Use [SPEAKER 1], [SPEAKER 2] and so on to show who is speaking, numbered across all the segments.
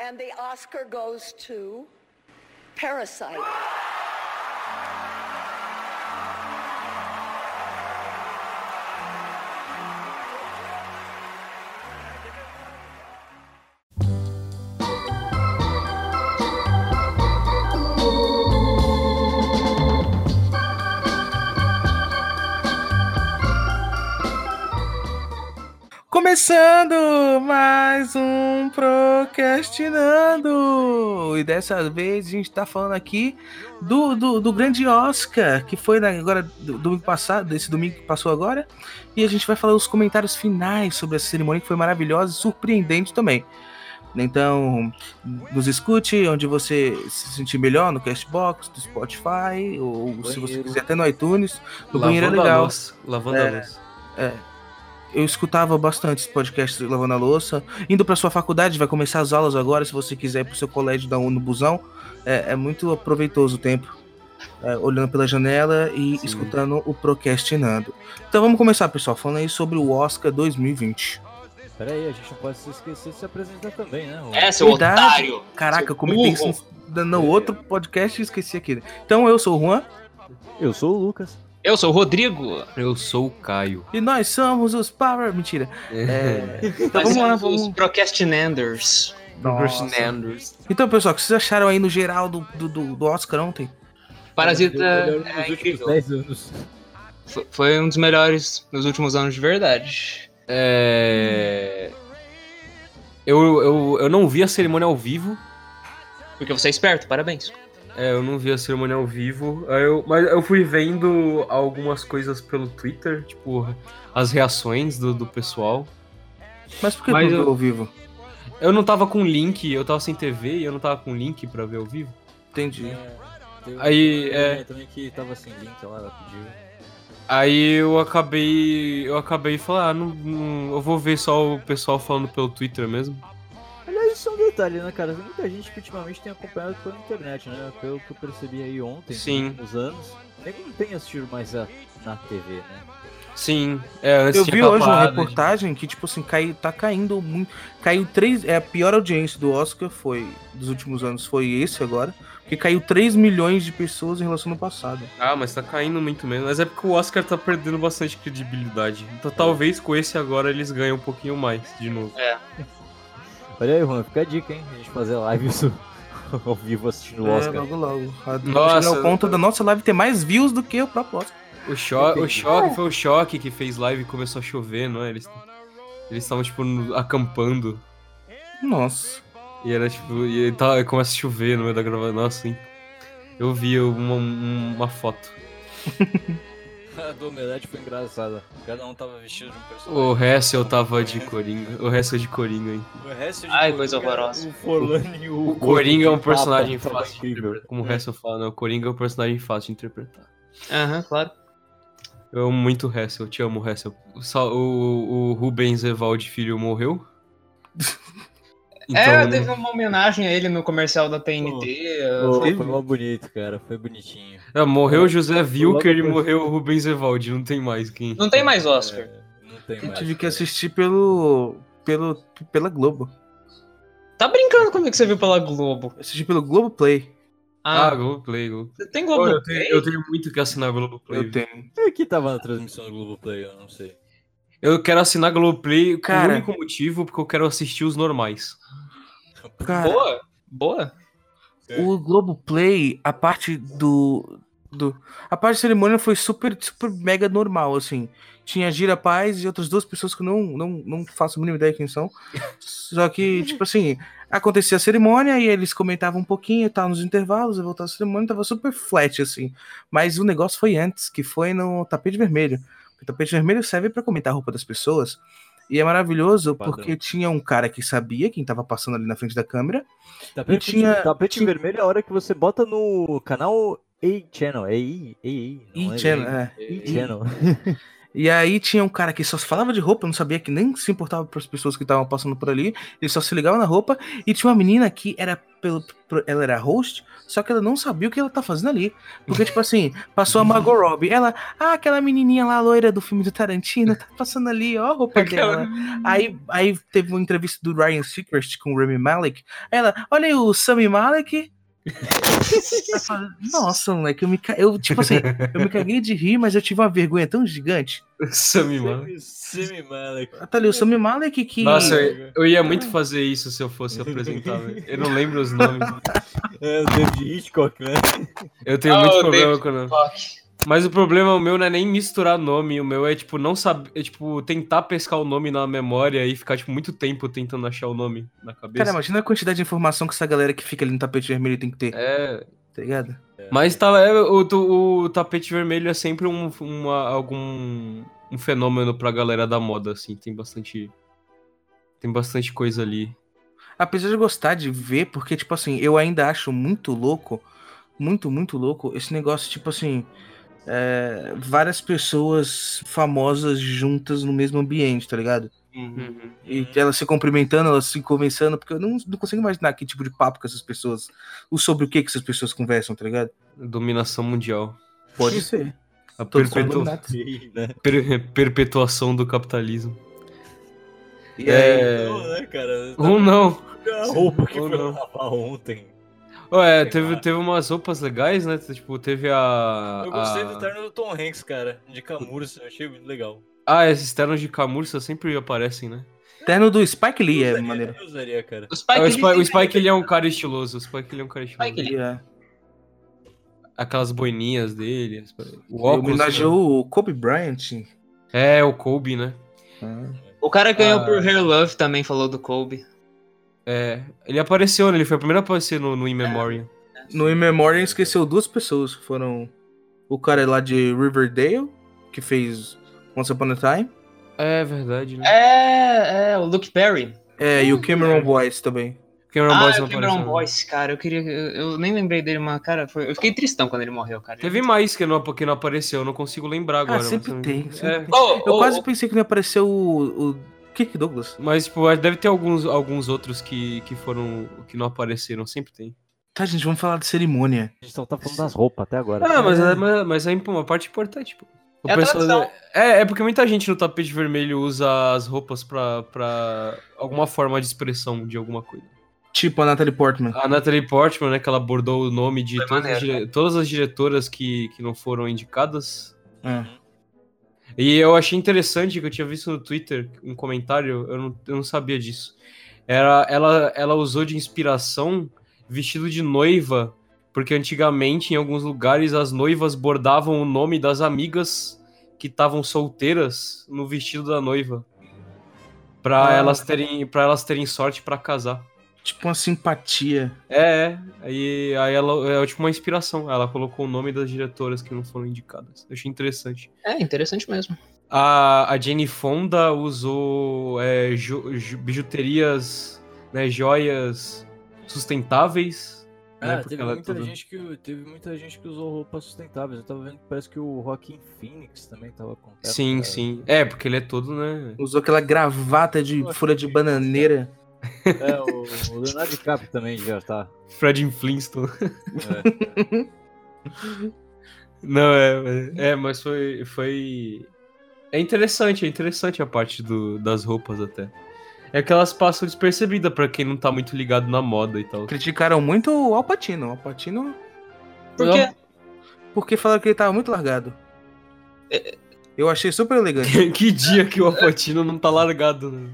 [SPEAKER 1] And the Oscar goes to Parasite.
[SPEAKER 2] Começando mais um Procrastinando! E dessa vez a gente tá falando aqui do, do, do grande Oscar, que foi na- agora do domingo passado, esse domingo que passou agora. E a gente vai falar os comentários finais sobre essa cerimônia que foi maravilhosa e surpreendente também. Então, nos escute onde você se sentir melhor, no Castbox, no Spotify, ou se você
[SPEAKER 3] Banheiro.
[SPEAKER 2] quiser até no iTunes. No banheiro é
[SPEAKER 3] Lavando a
[SPEAKER 2] legal.
[SPEAKER 3] louça. Lavando
[SPEAKER 2] É.
[SPEAKER 3] a louça.
[SPEAKER 2] Eu escutava bastante esse podcast lavando a louça. Indo pra sua faculdade, vai começar as aulas agora. Se você quiser ir pro seu colégio dar um no busão, é, é muito aproveitoso o tempo. é, olhando pela janela e
[SPEAKER 3] Sim.
[SPEAKER 2] escutando o Procrastinando. Então vamos começar, pessoal, falando aí sobre o Oscar 2020.
[SPEAKER 4] Peraí, a gente não pode se esquecer de se apresentar também, né? Rô?
[SPEAKER 5] É, seu
[SPEAKER 2] Verdade.
[SPEAKER 5] otário.
[SPEAKER 2] Caraca,
[SPEAKER 5] Seu
[SPEAKER 2] eu comentei
[SPEAKER 5] burro.
[SPEAKER 2] isso no,
[SPEAKER 3] É.
[SPEAKER 2] no outro podcast e esqueci aqui. né? Então eu sou o Juan
[SPEAKER 4] Eu sou o Lucas.
[SPEAKER 5] Eu sou o Rodrigo.
[SPEAKER 3] Eu sou o Caio.
[SPEAKER 2] e nós somos os Power. Mentira. É, então vamos lá,
[SPEAKER 5] Nós somos
[SPEAKER 2] vamos.
[SPEAKER 5] os Procrastinanders.
[SPEAKER 3] É, Procrastinanders.
[SPEAKER 2] Então, pessoal, o que vocês acharam aí no geral do, do, do- do Oscar ontem?
[SPEAKER 5] Parasita
[SPEAKER 4] Melhor nos
[SPEAKER 5] é
[SPEAKER 4] últimos
[SPEAKER 5] incrível.
[SPEAKER 4] 10 anos.
[SPEAKER 5] F- Foi um dos melhores nos últimos anos de verdade.
[SPEAKER 3] É... Eu, eu, eu não vi a cerimônia ao vivo.
[SPEAKER 5] Porque você é esperto, parabéns.
[SPEAKER 3] É, eu não vi a cerimônia ao vivo. Aí eu- mas eu fui vendo algumas coisas pelo Twitter, tipo, as reações do, do pessoal.
[SPEAKER 2] Mas por que
[SPEAKER 3] Mas
[SPEAKER 2] não
[SPEAKER 3] eu-
[SPEAKER 2] viu ao vivo?
[SPEAKER 3] Eu não tava com link, eu tava sem TV e eu não tava com link pra ver ao vivo.
[SPEAKER 2] Entendi.
[SPEAKER 4] É, Tem
[SPEAKER 3] Aí,
[SPEAKER 4] um-
[SPEAKER 3] é.
[SPEAKER 4] Também que tava sem link lá, ela pediu.
[SPEAKER 3] Aí eu acabei. Eu acabei falando, ah, não, não- eu vou ver só o pessoal falando pelo Twitter mesmo.
[SPEAKER 4] Aliás, isso é um detalhe, né, cara? Tem muita gente que ultimamente tem acompanhado pela internet, né? Pelo que eu percebi aí ontem,
[SPEAKER 3] Sim.
[SPEAKER 4] nos últimos anos. Nego não tem assistido mais a- na TV, né?
[SPEAKER 3] Sim, é, antes
[SPEAKER 2] Eu
[SPEAKER 3] tinha
[SPEAKER 2] vi hoje um uma
[SPEAKER 3] parado,
[SPEAKER 2] reportagem que, tipo assim, cai, tá caindo muito. Caiu três. É a pior audiência do Oscar foi. Dos últimos anos foi esse agora. Porque caiu 3 milhões de pessoas em relação ao passado.
[SPEAKER 3] Ah, mas tá caindo muito mesmo. Mas é porque o Oscar tá perdendo bastante credibilidade. Então talvez com esse agora eles ganhem um pouquinho mais de novo.
[SPEAKER 4] Olha aí, Juan, fica a dica, hein? A gente fazer live isso ao vivo assistindo o
[SPEAKER 2] É,
[SPEAKER 4] Oscar.
[SPEAKER 2] logo logo. A-
[SPEAKER 3] Nossa.
[SPEAKER 2] Chegar ao é ponto da nossa live ter mais views do que o próprio Oscar.
[SPEAKER 3] O, cho o choque foi o choque que fez live e começou a chover, não é? Eles eles estavam, tipo, no- acampando.
[SPEAKER 2] Nossa.
[SPEAKER 3] E era tipo. E tá, começa a chover no meio da gravação. Nossa, hein? Eu vi uma, um- uma foto.
[SPEAKER 4] a do Omelete foi engraçada. Cada um tava vestido de um personagem.
[SPEAKER 3] O Hessel tava de Coringa. O Hessel de Coringa, hein?
[SPEAKER 4] O resto de
[SPEAKER 5] Ai,
[SPEAKER 4] Coringa,
[SPEAKER 5] coisa horrorosa.
[SPEAKER 4] O Forlani e o.
[SPEAKER 3] O Coringa é um personagem
[SPEAKER 4] Papa, tava
[SPEAKER 3] fácil de
[SPEAKER 4] incrível.
[SPEAKER 3] interpretar. Como o Hessel fala, né? O Coringa é um personagem fácil de interpretar.
[SPEAKER 5] Aham, claro.
[SPEAKER 3] Eu amo muito o Hessel, eu te amo, Hessel. O, Sa- o, o Rubens Evaldi Filho morreu.
[SPEAKER 5] é,
[SPEAKER 3] Então,
[SPEAKER 5] teve uma homenagem a ele no comercial da TNT.
[SPEAKER 4] Pô,
[SPEAKER 5] uh,
[SPEAKER 4] foi mal bonito, cara. Foi bonitinho.
[SPEAKER 3] é, morreu o José Wilker e
[SPEAKER 4] depois-
[SPEAKER 3] morreu o Rubens Evaldi, não tem mais quem.
[SPEAKER 5] Não tem mais Oscar.
[SPEAKER 4] É, não tem
[SPEAKER 2] Eu
[SPEAKER 4] mais.
[SPEAKER 2] tive que
[SPEAKER 4] cara.
[SPEAKER 2] assistir pelo. pelo pela Globo.
[SPEAKER 5] Tá brincando comigo que você viu pela Globo.
[SPEAKER 2] Eu assisti pelo Globo Play.
[SPEAKER 3] Ah,
[SPEAKER 5] Ah,
[SPEAKER 3] Globoplay, Globoplay.
[SPEAKER 5] você tem
[SPEAKER 3] Pô,
[SPEAKER 5] Globo?
[SPEAKER 3] eu, tenho, eu tenho muito que assinar Globoplay.
[SPEAKER 2] Eu tenho.
[SPEAKER 4] É que tava na transmissão do Globoplay, eu não sei.
[SPEAKER 3] Eu quero assinar Globoplay
[SPEAKER 2] Cara.
[SPEAKER 3] por único motivo, porque eu quero assistir os normais.
[SPEAKER 2] Cara,
[SPEAKER 5] Boa, boa.
[SPEAKER 4] É.
[SPEAKER 2] O Globoplay, a parte do. do a parte da cerimônia foi super, super mega normal, assim. Tinha Gira Paz e outras duas pessoas que eu não, não, não faço a mínima ideia quem são. Só que, tipo assim, acontecia a cerimônia e eles comentavam um pouquinho e tal nos intervalos, eu voltava a cerimônia, tava super flat, assim. Mas o negócio foi antes, que foi no tapete vermelho. O tapete vermelho serve pra comentar a roupa das pessoas. E é maravilhoso
[SPEAKER 4] Padrão.
[SPEAKER 2] porque tinha um cara que sabia quem tava passando ali na frente da câmera.
[SPEAKER 4] Tapete,
[SPEAKER 2] tinha-
[SPEAKER 4] tapete
[SPEAKER 2] tinha-
[SPEAKER 4] vermelho é a hora que você bota no canal A Channel. É I, E, E, não
[SPEAKER 2] E
[SPEAKER 4] é
[SPEAKER 2] tinha,
[SPEAKER 4] E,
[SPEAKER 2] é,
[SPEAKER 4] E Channel.
[SPEAKER 2] E aí tinha um cara que só falava de roupa, não sabia que nem se importava para as pessoas que estavam passando por ali, ele só se ligava na roupa, e tinha uma menina que era pelo, pro- ela era host, só que ela não sabia o que ela tá fazendo ali. Porque, tipo assim, passou a Margot Robbie. Ela, ah, aquela menininha lá, loira do filme do Tarantino, tá passando ali, ó a roupa dela. Aí, aí teve uma entrevista do Ryan Seacrest com o Remy Malek. Aí Ela, olha aí o Sami Malek. Eu falo, Nossa, moleque, eu me ca... eu, tipo assim, eu me caguei de rir, mas eu tive uma vergonha tão gigante.
[SPEAKER 3] Sammy, mano.
[SPEAKER 4] Semi Malek.
[SPEAKER 2] Tá ali o Sami Malek que.
[SPEAKER 3] Nossa, eu, eu ia muito fazer isso se eu fosse apresentar. velho. Eu não lembro os nomes.
[SPEAKER 4] É, o David Hitchcock, né?
[SPEAKER 3] Eu tenho
[SPEAKER 5] Ah,
[SPEAKER 3] muito
[SPEAKER 5] o
[SPEAKER 3] problema
[SPEAKER 5] David
[SPEAKER 3] com o nome.
[SPEAKER 5] Fuck.
[SPEAKER 3] Mas o problema o meu não é nem misturar nome, o meu é tipo não saber, é, tipo tentar pescar o nome na memória e ficar tipo muito tempo tentando achar o nome na cabeça.
[SPEAKER 2] Cara, imagina a quantidade de informação que essa galera que fica ali no tapete vermelho tem que ter,
[SPEAKER 3] É,
[SPEAKER 2] tá ligado?
[SPEAKER 3] mas tá, é, o, tu- o tapete vermelho é sempre um, uma- algum um fenômeno pra galera da moda assim, tem bastante tem bastante coisa ali.
[SPEAKER 2] Apesar de eu gostar de ver, porque, tipo assim, eu ainda acho muito louco, muito, muito louco, esse negócio, tipo assim, é, várias pessoas famosas juntas no mesmo ambiente, tá ligado?
[SPEAKER 4] Uhum.
[SPEAKER 3] Uhum.
[SPEAKER 2] E elas se cumprimentando, elas se conversando, porque eu não, não consigo imaginar que tipo de papo que essas pessoas, o sobre o que que essas pessoas conversam, tá ligado?
[SPEAKER 3] Dominação mundial.
[SPEAKER 2] Pode ser.
[SPEAKER 3] A
[SPEAKER 2] Todos são
[SPEAKER 3] perpetua-
[SPEAKER 2] iluminados.
[SPEAKER 4] né?
[SPEAKER 3] per- perpetuação do capitalismo.
[SPEAKER 2] E aí,
[SPEAKER 3] É,
[SPEAKER 4] Não, né, cara? Tá
[SPEAKER 3] Ou não.
[SPEAKER 4] A roupa que
[SPEAKER 3] Ou
[SPEAKER 4] foi
[SPEAKER 3] não.
[SPEAKER 4] lavar ontem.
[SPEAKER 3] Ué,
[SPEAKER 4] Sei
[SPEAKER 3] teve,
[SPEAKER 4] lá.
[SPEAKER 3] teve umas roupas legais, né? Tipo, teve a.
[SPEAKER 4] Eu gostei do
[SPEAKER 3] a-
[SPEAKER 4] terno do Tom Hanks, cara. De Camurça, eu achei muito legal.
[SPEAKER 3] Ah, esses ternos de camurça sempre aparecem, né?
[SPEAKER 2] terno do Spike Lee é
[SPEAKER 4] Usaria,
[SPEAKER 2] maneiro.
[SPEAKER 4] Eu usaria, cara.
[SPEAKER 5] O
[SPEAKER 3] Ah,
[SPEAKER 5] Spike,
[SPEAKER 3] o, Spike,
[SPEAKER 5] Lee-
[SPEAKER 3] o Spike, ele é um cara estiloso. O Spike, ele é um cara estiloso.
[SPEAKER 5] Spike Lee.
[SPEAKER 2] E, é,
[SPEAKER 3] Aquelas boininhas dele. as- O óculos. né?
[SPEAKER 2] homenageou o Kobe Bryant.
[SPEAKER 3] É, o Kobe, né?
[SPEAKER 5] O cara que ganhou
[SPEAKER 3] Ah.
[SPEAKER 5] por Hair Love também falou do Kobe.
[SPEAKER 3] É. Ele apareceu, né? Ele foi o primeiro a aparecer no, no In Memoriam.
[SPEAKER 2] No In Memoriam esqueceu duas pessoas, que foram o cara lá de Riverdale, que fez Once Upon a Time,
[SPEAKER 3] É verdade, né?
[SPEAKER 5] É, é, o Luke Perry.
[SPEAKER 2] é, e o Cameron Boyce também.
[SPEAKER 3] Cameron
[SPEAKER 5] ah,
[SPEAKER 3] Boyce
[SPEAKER 5] é
[SPEAKER 3] não
[SPEAKER 5] o Cameron
[SPEAKER 3] apareceu. né?
[SPEAKER 5] Boyce, cara. Eu queria. Eu, eu nem lembrei dele, mas, cara, foi- eu fiquei tristão quando ele morreu, cara.
[SPEAKER 3] Teve mais que não, que não apareceu, eu não consigo lembrar agora.
[SPEAKER 2] ah, sempre
[SPEAKER 3] mas,
[SPEAKER 2] tem. sempre
[SPEAKER 3] É.
[SPEAKER 2] tem.
[SPEAKER 5] Oh,
[SPEAKER 2] Eu
[SPEAKER 5] oh,
[SPEAKER 2] quase
[SPEAKER 5] oh,
[SPEAKER 2] pensei que não ia aparecer o, o Kirk Douglas.
[SPEAKER 3] Mas, tipo, deve ter alguns, alguns outros que, que foram. que não apareceram, sempre tem.
[SPEAKER 2] Tá, gente, vamos falar de cerimônia.
[SPEAKER 4] A gente só tá falando das roupas até agora.
[SPEAKER 3] Ah, mas, é- mas, mas é uma parte importante, pô. O
[SPEAKER 5] É a tradição.
[SPEAKER 3] é, é porque muita gente no tapete vermelho usa as roupas pra, pra alguma forma de expressão de alguma coisa.
[SPEAKER 2] Tipo a Natalie Portman.
[SPEAKER 3] A Natalie Portman, né, que ela abordou o nome de
[SPEAKER 5] Foi
[SPEAKER 3] todas as,
[SPEAKER 5] maneiro, né?
[SPEAKER 3] dire- todas as diretoras que, que não foram indicadas.
[SPEAKER 2] É.
[SPEAKER 3] E eu achei interessante que eu tinha visto no Twitter um comentário, eu não, eu não sabia disso. Era, ela, ela usou de inspiração vestido de noiva, porque antigamente em alguns lugares as noivas bordavam o nome das amigas que estavam solteiras no vestido da noiva. Pra
[SPEAKER 2] Ah.
[SPEAKER 3] elas terem para elas terem sorte pra casar.
[SPEAKER 2] Tipo uma simpatia.
[SPEAKER 3] É, é. Aí, aí ela é tipo uma inspiração. Ela colocou o nome das diretoras que não foram indicadas. Eu achei interessante.
[SPEAKER 5] É interessante mesmo.
[SPEAKER 3] A, a Jenny Fonda usou é, jo- jo- bijuterias, né, joias sustentáveis. né, porque
[SPEAKER 4] Ah, teve,
[SPEAKER 3] ela é
[SPEAKER 4] muita
[SPEAKER 3] toda-
[SPEAKER 4] gente que, teve muita gente que usou roupas sustentáveis. Eu tava vendo que parece que o Joaquim Phoenix também tava com terno,
[SPEAKER 3] Sim,
[SPEAKER 4] cara.
[SPEAKER 3] sim. É, porque ele é todo, né?
[SPEAKER 2] Usou aquela gravata de folha de bananeira.
[SPEAKER 4] É, o, o Leonardo DiCaprio também já tá.
[SPEAKER 3] Fred Flintstone.
[SPEAKER 4] É.
[SPEAKER 3] Não, é, é, mas foi, foi. É interessante, é interessante a parte do- das roupas até. É que elas passam despercebidas pra quem não tá muito ligado na moda e tal.
[SPEAKER 2] Criticaram muito o Alpatino. O Alpatino,
[SPEAKER 5] Por quê?
[SPEAKER 2] porque falaram que ele tava muito largado. Eu achei super elegante.
[SPEAKER 3] que dia que o Alpatino não tá largado, né?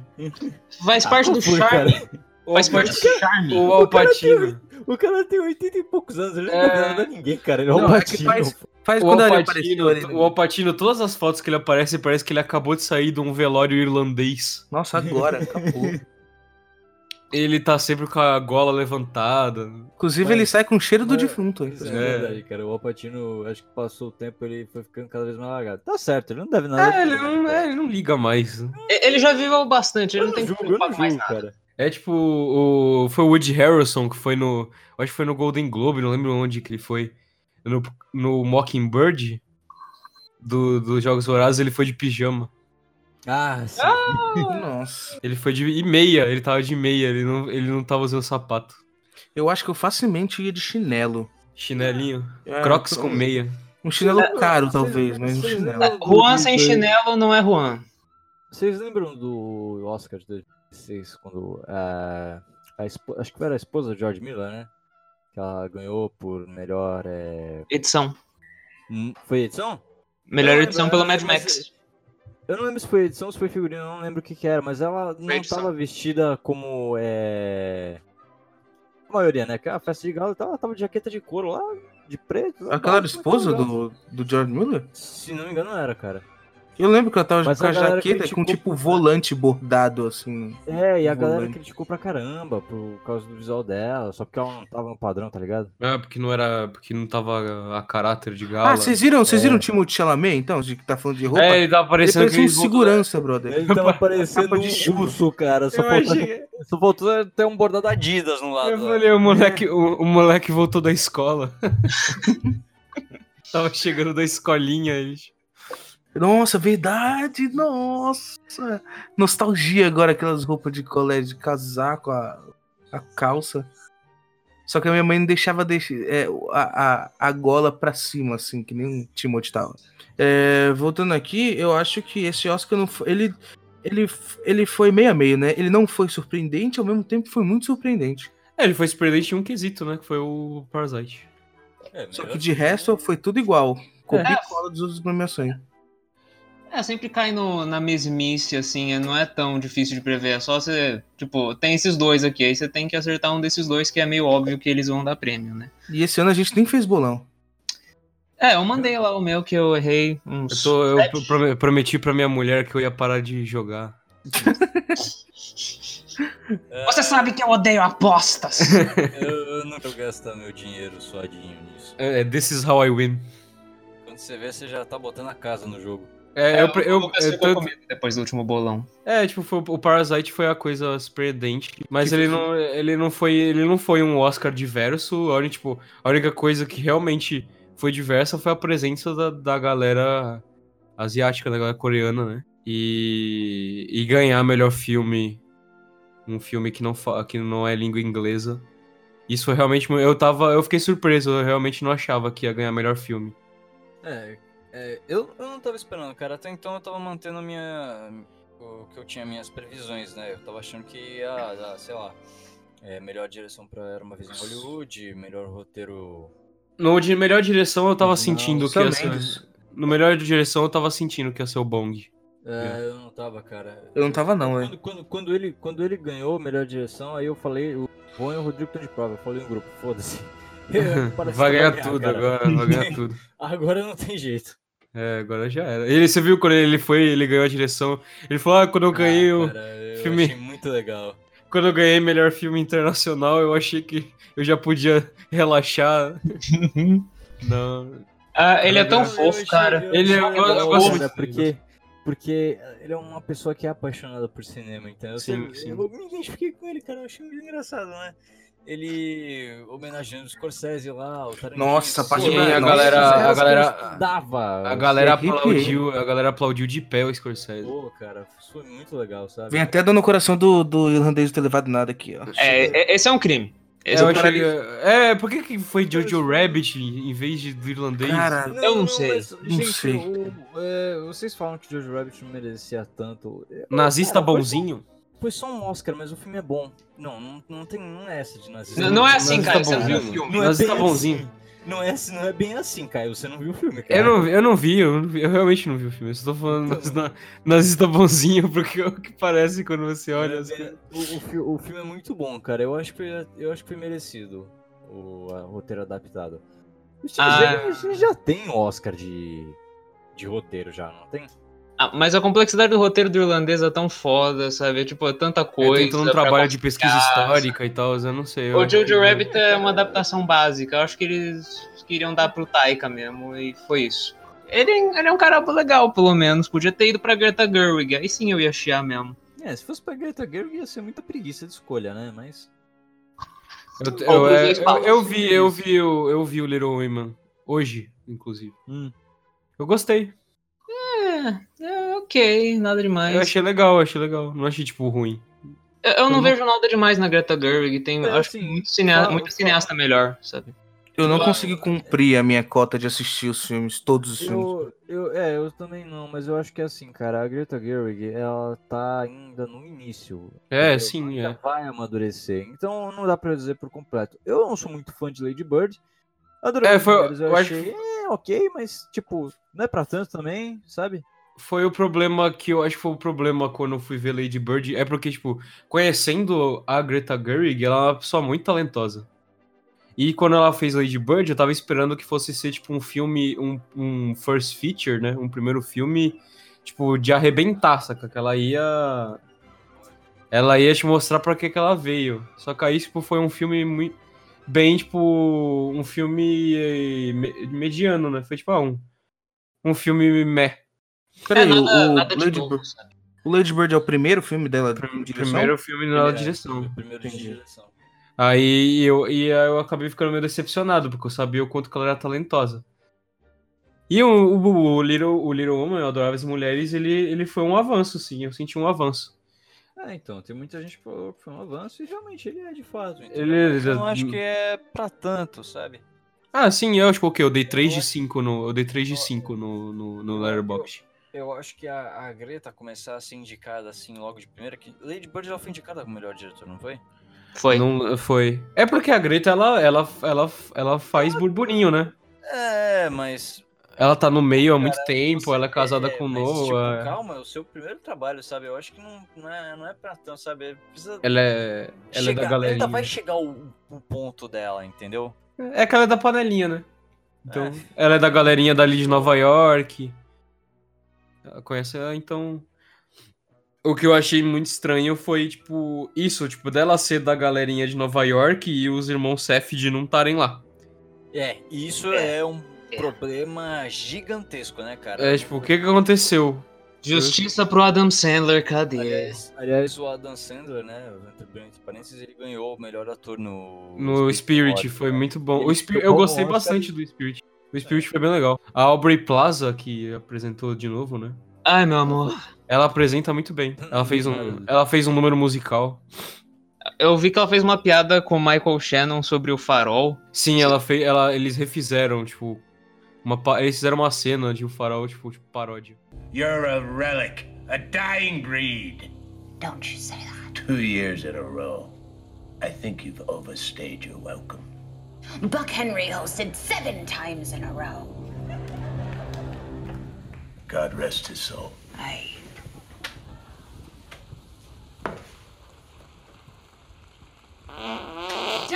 [SPEAKER 5] Faz parte
[SPEAKER 4] Ah,
[SPEAKER 5] do
[SPEAKER 4] foi,
[SPEAKER 5] charme.
[SPEAKER 4] cara.
[SPEAKER 5] Faz parte do charme.
[SPEAKER 3] O Alpatino.
[SPEAKER 4] O cara tem 80 e poucos anos, ele não
[SPEAKER 3] É.
[SPEAKER 4] é... nada a ninguém, cara. Ele é
[SPEAKER 2] Não,
[SPEAKER 4] um
[SPEAKER 2] é que
[SPEAKER 4] latino.
[SPEAKER 2] faz- Faz
[SPEAKER 3] O
[SPEAKER 2] quando ele
[SPEAKER 3] Alpatino,
[SPEAKER 2] apareceu. né? ele-
[SPEAKER 3] o Alpatino, todas as fotos que ele aparece, parece que ele acabou de sair de um velório irlandês.
[SPEAKER 2] Nossa, agora, tá acabou.
[SPEAKER 3] Ele tá sempre com a gola levantada.
[SPEAKER 2] Inclusive,
[SPEAKER 4] Mas-
[SPEAKER 2] ele sai com cheiro do
[SPEAKER 4] É,
[SPEAKER 2] defunto. hein?
[SPEAKER 4] Isso é,
[SPEAKER 3] É.
[SPEAKER 4] verdade, cara. O Alpatino, acho que passou o tempo, ele foi ficando cada vez mais largado. Tá certo, ele não deve nada.
[SPEAKER 3] É, ele não, é, ele não liga mais.
[SPEAKER 5] E- Ele já viveu bastante,
[SPEAKER 4] Eu
[SPEAKER 5] ele não
[SPEAKER 4] não
[SPEAKER 5] tem que
[SPEAKER 4] julgo, eu
[SPEAKER 5] preocupar
[SPEAKER 4] não
[SPEAKER 5] com mais
[SPEAKER 4] julgo,
[SPEAKER 5] nada.
[SPEAKER 4] cara.
[SPEAKER 3] É tipo, o, foi o Woody Harrelson que foi no. eu Acho que foi no Golden Globe, não lembro onde que ele foi. No, no Mockingbird do- dos Jogos Horazes, ele foi de pijama.
[SPEAKER 4] Ah, sim.
[SPEAKER 2] Nossa.
[SPEAKER 3] Ele foi de. E meia, ele tava de meia, ele não, ele não tava usando sapato.
[SPEAKER 2] eu acho que eu facilmente ia de chinelo.
[SPEAKER 3] Chinelinho.
[SPEAKER 2] É,
[SPEAKER 3] Crocs
[SPEAKER 2] um-
[SPEAKER 3] com meia.
[SPEAKER 2] Um chinelo caro, talvez, mas um
[SPEAKER 6] vocês
[SPEAKER 2] chinelo.
[SPEAKER 6] lembram do
[SPEAKER 5] Juan sem
[SPEAKER 6] Twitter?
[SPEAKER 5] chinelo não é Juan.
[SPEAKER 6] Vocês lembram do Oscar de 2006, quando a, a espo- acho que era a esposa do George Miller, né? Que ela ganhou por melhor. é,
[SPEAKER 5] Edição.
[SPEAKER 6] hum, Foi edição?
[SPEAKER 5] Melhor
[SPEAKER 6] Eu
[SPEAKER 5] edição
[SPEAKER 6] lembro,
[SPEAKER 5] pelo Mad
[SPEAKER 6] mas-
[SPEAKER 5] Max.
[SPEAKER 6] Eu não lembro se foi edição, se foi figurino, eu não lembro o que, que era, mas ela não
[SPEAKER 5] edição.
[SPEAKER 6] tava vestida como é. A maioria, né? Que a festa de galo e tal, ela tava de jaqueta de couro lá, de preto. lá,
[SPEAKER 2] Aquela era
[SPEAKER 6] lá,
[SPEAKER 2] esposa
[SPEAKER 6] lá.
[SPEAKER 2] do, do George Miller?
[SPEAKER 6] Se não me engano, era, cara.
[SPEAKER 2] Eu lembro que ela tava
[SPEAKER 6] Mas
[SPEAKER 2] com
[SPEAKER 6] a
[SPEAKER 2] a
[SPEAKER 6] galera
[SPEAKER 2] jaqueta com
[SPEAKER 6] criticou
[SPEAKER 2] tipo
[SPEAKER 6] por-
[SPEAKER 2] volante bordado, assim.
[SPEAKER 6] É, e a
[SPEAKER 2] Não
[SPEAKER 6] galera
[SPEAKER 2] lembro.
[SPEAKER 6] criticou pra caramba por causa do visual dela, só porque ela não tava no padrão, tá ligado?
[SPEAKER 3] É, porque não era. Porque não tava a caráter de gala.
[SPEAKER 2] ah, vocês viram, vocês
[SPEAKER 6] É.
[SPEAKER 2] viram o Timothée Chalamet, então, de que tá falando de roupa?
[SPEAKER 3] É, ele tava
[SPEAKER 2] ele
[SPEAKER 3] parecendo que
[SPEAKER 2] parece um
[SPEAKER 3] eles voltaram-
[SPEAKER 2] segurança, brother.
[SPEAKER 6] Ele tava parecendo
[SPEAKER 2] capa de
[SPEAKER 6] um
[SPEAKER 2] chuva.
[SPEAKER 6] urso, cara. Só
[SPEAKER 3] Eu
[SPEAKER 6] faltou,
[SPEAKER 3] achei-
[SPEAKER 6] só faltou ter um bordado Adidas no lado.
[SPEAKER 3] Eu falei, o
[SPEAKER 2] É.
[SPEAKER 3] moleque, o, o moleque voltou da escola. Tava chegando da escolinha, eles.
[SPEAKER 2] Nossa, verdade, nossa. Nostalgia agora, aquelas roupas de colégio, de casaco, a, a calça. Só que a minha mãe não deixava deix- é, a, a, a gola pra cima, assim, que nem um Timothy tava. É, voltando aqui, eu acho que esse Oscar não foi, ele, ele, f- ele foi meio a meio, né? Ele não foi surpreendente, ao mesmo tempo foi muito surpreendente.
[SPEAKER 3] É, ele foi surpreendente em um quesito, né? Que foi o Parasite.
[SPEAKER 7] É,
[SPEAKER 2] Só que de resto foi tudo igual. Copia e cola dos outros premiações.
[SPEAKER 5] É, sempre cai no, na mesmice, assim, é- não é tão difícil de prever, é só você, tipo, tem esses dois aqui, aí você tem que acertar um desses dois, que é meio óbvio que eles vão dar prêmio, né?
[SPEAKER 2] E esse ano a gente nem fez bolão.
[SPEAKER 5] É, eu mandei lá o meu que eu errei
[SPEAKER 3] Eu,
[SPEAKER 5] uns...
[SPEAKER 3] tô- eu
[SPEAKER 5] sete.
[SPEAKER 3] pro- prome- prometi pra minha mulher que eu ia parar de jogar.
[SPEAKER 5] Você sabe que eu odeio apostas!
[SPEAKER 7] Eu, eu não quero gastar meu dinheiro suadinho nisso.
[SPEAKER 3] É, é, this is how I win.
[SPEAKER 7] Quando você vê, você já tá botando a casa no jogo.
[SPEAKER 3] É, eu, pre- eu,
[SPEAKER 5] Lucas
[SPEAKER 3] é,
[SPEAKER 5] ficou
[SPEAKER 3] tanto-
[SPEAKER 5] com medo depois do último bolão.
[SPEAKER 3] é, tipo, foi- o Parasite foi a coisa surpreendente. Mas
[SPEAKER 2] Tipo,
[SPEAKER 3] ele não, ele não foi. Ele não foi um Oscar diverso. A única, tipo, a única coisa que realmente foi diversa foi a presença da, da galera asiática, da galera coreana, né? E, e ganhar melhor filme. Um filme que não, fa- que não é língua inglesa. Isso foi realmente. mu- Eu tava. Eu fiquei surpreso, eu realmente não achava que ia ganhar melhor filme.
[SPEAKER 7] É, é, eu, eu não tava esperando, cara. Até então eu tava mantendo a minha. O que eu tinha minhas previsões, né? Eu tava achando que ia, dar, sei lá. é, melhor direção pra Era uma Vez em Hollywood, melhor roteiro.
[SPEAKER 3] No de melhor direção eu tava
[SPEAKER 7] Não,
[SPEAKER 3] sentindo que
[SPEAKER 2] Sam
[SPEAKER 3] ia ser.
[SPEAKER 2] Mendes.
[SPEAKER 3] No melhor direção eu tava sentindo que ia ser o Bong.
[SPEAKER 7] É, eu não tava, cara.
[SPEAKER 2] Eu não tava, não, né?
[SPEAKER 6] Quando, quando- quando ele, quando ele ganhou a melhor direção, aí eu falei, o bom é o Rodrigo tá de prova. Eu falei no grupo, foda-se. Parece
[SPEAKER 3] vai
[SPEAKER 6] que
[SPEAKER 3] ganhar tudo
[SPEAKER 6] cara.
[SPEAKER 3] agora, vai ganhar tudo.
[SPEAKER 6] Agora não tem jeito.
[SPEAKER 3] É, agora já era. Ele, você viu quando ele foi, ele ganhou a direção. Ele falou: ah, quando eu ganhei, o-
[SPEAKER 7] Ah, cara, eu
[SPEAKER 3] filme-
[SPEAKER 7] achei muito legal.
[SPEAKER 3] quando eu ganhei melhor filme internacional, eu achei que eu já podia relaxar. Não.
[SPEAKER 5] Ah, ele é tão
[SPEAKER 7] Eu
[SPEAKER 5] fofo,
[SPEAKER 7] achei-
[SPEAKER 5] cara. um
[SPEAKER 7] eu
[SPEAKER 3] Ele é-
[SPEAKER 7] achei
[SPEAKER 3] eu- eu
[SPEAKER 7] legal,
[SPEAKER 3] gosto
[SPEAKER 7] cara.
[SPEAKER 6] Cara, porque, porque ele é uma pessoa que é apaixonada por cinema, entendeu?
[SPEAKER 3] Sim,
[SPEAKER 6] eu,
[SPEAKER 3] sim.
[SPEAKER 6] eu
[SPEAKER 7] me identifiquei com ele, cara. Eu achei muito engraçado, né? Ele homenageando o Scorsese lá, o Tarantino.
[SPEAKER 2] Nossa, a parte
[SPEAKER 7] Pô,
[SPEAKER 2] que
[SPEAKER 7] velho,
[SPEAKER 2] a
[SPEAKER 7] nossa,
[SPEAKER 2] galera-
[SPEAKER 7] esses
[SPEAKER 2] a
[SPEAKER 7] caras
[SPEAKER 3] galera-
[SPEAKER 7] que eu estudava,
[SPEAKER 6] dava. é
[SPEAKER 3] A galera
[SPEAKER 2] arrepiei.
[SPEAKER 3] aplaudiu, a galera aplaudiu de pé o Scorsese.
[SPEAKER 6] Pô, cara, isso foi muito legal, sabe?
[SPEAKER 2] Vem até dando o coração do, do irlandês do televado nada aqui, ó.
[SPEAKER 5] É, é- esse é um crime. Esse
[SPEAKER 3] eu
[SPEAKER 5] é um crime.
[SPEAKER 3] achei- é, por que, que foi Jojo Rabbit em vez de do irlandês?
[SPEAKER 2] Cara,
[SPEAKER 5] Eu não sei,
[SPEAKER 6] mas,
[SPEAKER 2] não
[SPEAKER 6] gente,
[SPEAKER 2] sei.
[SPEAKER 6] o- é, vocês falam que George Rabbit não merecia tanto. Eu-
[SPEAKER 3] Nazista
[SPEAKER 6] cara, foi-
[SPEAKER 3] bonzinho?
[SPEAKER 6] Foi só um Oscar, mas o filme é bom. Não, não, não tem não é essa de nazismo.
[SPEAKER 5] N- Não é assim,
[SPEAKER 3] Mas
[SPEAKER 5] cara.
[SPEAKER 3] tá
[SPEAKER 5] Isso é um
[SPEAKER 3] bonzinho.
[SPEAKER 5] filme.
[SPEAKER 6] Não é
[SPEAKER 3] Mas
[SPEAKER 6] bem
[SPEAKER 3] tá bonzinho.
[SPEAKER 6] assim. Não é, assim- não é bem assim, Caio. Você não viu o filme, cara.
[SPEAKER 3] Eu não, eu não vi, eu, não vi, eu realmente não vi o filme. Eu só tô falando
[SPEAKER 6] Então.
[SPEAKER 3] nas, na- nazista bonzinho, porque é o que parece quando você
[SPEAKER 6] Não é
[SPEAKER 3] olha. assim. as
[SPEAKER 6] bem-
[SPEAKER 3] coisas.
[SPEAKER 6] o, o fi- o filme é muito bom, cara. Eu acho que eu acho que foi merecido o a- o roteiro adaptado. O Steve
[SPEAKER 5] Ah.
[SPEAKER 6] Jobs, ele já tem Oscar de de roteiro já, não tem?
[SPEAKER 5] Ah, mas a complexidade do roteiro do irlandês é tão foda, sabe? É, Tipo, é tanta
[SPEAKER 3] É,
[SPEAKER 5] coisa.
[SPEAKER 3] tem todo um
[SPEAKER 5] pra
[SPEAKER 3] trabalho de pesquisa
[SPEAKER 5] complicar,
[SPEAKER 3] histórica Uhum. e tal, eu não sei.
[SPEAKER 5] O
[SPEAKER 3] eu-
[SPEAKER 5] Jojo Rabbit é uma adaptação básica. Eu acho que eles queriam dar pro Taika mesmo, e foi isso. Ele, é- ele é um cara legal, pelo menos. Podia ter ido pra Greta Gerwig. Aí sim eu ia chiar mesmo.
[SPEAKER 6] É, se fosse pra Greta Gerwig ia ser muita preguiça de escolha, né? Mas
[SPEAKER 3] Eu, eu,
[SPEAKER 5] Ou
[SPEAKER 3] é,
[SPEAKER 5] Cruzes
[SPEAKER 3] eu-
[SPEAKER 5] Balas.
[SPEAKER 3] eu vi, eu vi, eu, eu vi o Little Women hoje, inclusive.
[SPEAKER 6] Hum.
[SPEAKER 3] Eu gostei.
[SPEAKER 5] É, é ok, nada demais.
[SPEAKER 3] Eu achei legal, eu achei legal. Não achei, tipo, ruim.
[SPEAKER 5] Eu, eu não vejo nada demais na Greta Gerwig. Tem,
[SPEAKER 4] É,
[SPEAKER 5] acho que
[SPEAKER 4] assim,
[SPEAKER 5] muito cineasta,
[SPEAKER 4] fala-
[SPEAKER 5] muito
[SPEAKER 4] fala-
[SPEAKER 5] cineasta melhor, sabe?
[SPEAKER 2] Eu não
[SPEAKER 5] Claro.
[SPEAKER 2] consegui cumprir a minha cota de assistir os filmes, todos os filmes.
[SPEAKER 4] Eu, eu, é, eu também não, mas eu acho que é assim, cara, a Greta Gerwig, ela tá ainda no início.
[SPEAKER 3] É,
[SPEAKER 4] entendeu?
[SPEAKER 3] sim,
[SPEAKER 4] Ainda
[SPEAKER 3] é.
[SPEAKER 4] vai amadurecer, então não dá pra dizer por completo. Eu não sou muito fã de Lady Bird. Adorei
[SPEAKER 3] É,
[SPEAKER 4] Lady
[SPEAKER 3] foi-
[SPEAKER 4] Bird, eu,
[SPEAKER 3] eu acho
[SPEAKER 4] achei, é, ok, mas, tipo, não é pra tanto também, sabe?
[SPEAKER 3] Foi o problema que eu acho que foi o problema quando eu fui ver Lady Bird. É porque, tipo, conhecendo a Greta Gerwig, ela é uma pessoa muito talentosa. E quando ela fez Lady Bird, eu tava esperando que fosse ser, tipo, um filme, um, um first feature, né? Um primeiro filme, tipo, de arrebentar, saca? Que ela ia. Ela ia te mostrar pra que, que ela veio. Só que aí, tipo, foi um filme muito. Bem, tipo, um filme eh, me- mediano, né? Foi tipo, ah, um. Um filme meh.
[SPEAKER 5] É,
[SPEAKER 2] Peraí, o,
[SPEAKER 5] nada,
[SPEAKER 2] o
[SPEAKER 5] nada de
[SPEAKER 2] Lady
[SPEAKER 5] novo,
[SPEAKER 2] Bird,
[SPEAKER 5] sabe?
[SPEAKER 2] o Lady Bird é o primeiro filme dela?
[SPEAKER 3] Prim-
[SPEAKER 2] em direção?
[SPEAKER 3] Primeiro filme na
[SPEAKER 8] É,
[SPEAKER 3] direção.
[SPEAKER 8] Primeiro de
[SPEAKER 2] Entendi.
[SPEAKER 8] direção.
[SPEAKER 3] Aí eu, e aí eu acabei ficando meio decepcionado, porque eu sabia o quanto que ela era talentosa. E o, o, o, Little, o Little Woman, eu adorava as mulheres, ele, ele foi um avanço, sim. Eu senti um avanço.
[SPEAKER 4] É, então, tem muita gente que falou que foi um avanço e realmente ele é de fato. entendeu?
[SPEAKER 3] Ele, um
[SPEAKER 8] Eu não acho que é pra tanto, sabe?
[SPEAKER 3] Ah, sim, eu acho que o quê? Eu dei 3
[SPEAKER 8] Eu
[SPEAKER 3] de
[SPEAKER 8] acho-
[SPEAKER 3] 5 no. Eu dei 3 de 5 no, no, no Letterboxd.
[SPEAKER 8] Eu acho que a, a Greta começar a ser indicada assim logo de primeira, que Lady Bird já foi indicada como melhor diretor, não foi?
[SPEAKER 5] Foi.
[SPEAKER 3] Não, foi. É porque a Greta, ela, ela, ela, ela faz burburinho, né?
[SPEAKER 8] É, mas.
[SPEAKER 3] Ela tá no meio há muito
[SPEAKER 8] você-
[SPEAKER 3] tempo, ela é casada com o
[SPEAKER 8] mas, tipo,
[SPEAKER 3] Noah.
[SPEAKER 8] calma, é o seu primeiro trabalho, sabe? Eu acho que não, não, é, não é pra tanto, sabe? Precisa
[SPEAKER 3] Ela é. Ela é
[SPEAKER 8] chegar-
[SPEAKER 3] da galerinha.
[SPEAKER 8] Ainda vai chegar o, o ponto dela, entendeu?
[SPEAKER 3] É aquela da panelinha, né? Então, ela é da galerinha dali de Nova York. Ela conhece ela, então. O que eu achei muito estranho foi, tipo, isso, tipo, dela ser da galerinha de Nova York e os irmãos Sefid não estarem lá.
[SPEAKER 8] É, isso é, um problema gigantesco, né, cara?
[SPEAKER 3] É, tipo, o que que aconteceu?
[SPEAKER 5] Justiça pro Adam Sandler, cadê?
[SPEAKER 8] Aliás,
[SPEAKER 4] Aliás,
[SPEAKER 8] é. o Adam Sandler, né? Entre bem- entre parênteses, ele ganhou o melhor ator no.
[SPEAKER 3] No Spirit,
[SPEAKER 8] Award,
[SPEAKER 3] foi
[SPEAKER 8] né?
[SPEAKER 3] muito bom. O
[SPEAKER 4] Ele
[SPEAKER 3] Spirit,
[SPEAKER 4] ficou
[SPEAKER 3] eu
[SPEAKER 4] bom,
[SPEAKER 3] gostei
[SPEAKER 4] Oscar.
[SPEAKER 3] bastante do Spirit. O Spirit foi bem legal. A Aubrey Plaza, que apresentou de novo, né?
[SPEAKER 5] Ai, meu amor.
[SPEAKER 3] Ela apresenta muito bem. Ela fez um, ela fez um número musical.
[SPEAKER 5] Eu vi que ela fez uma piada com o Michael Shannon sobre o farol.
[SPEAKER 3] Sim, ela fez. Ela, eles refizeram, tipo. Uma, pa- eles fizeram uma cena de um farol, tipo, tipo, paródia.
[SPEAKER 9] You're a relic, a dying breed.
[SPEAKER 10] Don't you say
[SPEAKER 9] Two years in a row. I think you've overstayed your welcome.
[SPEAKER 10] that. Buck Henry hosted seven times in a row.
[SPEAKER 9] God rest his soul.
[SPEAKER 10] I. Ah,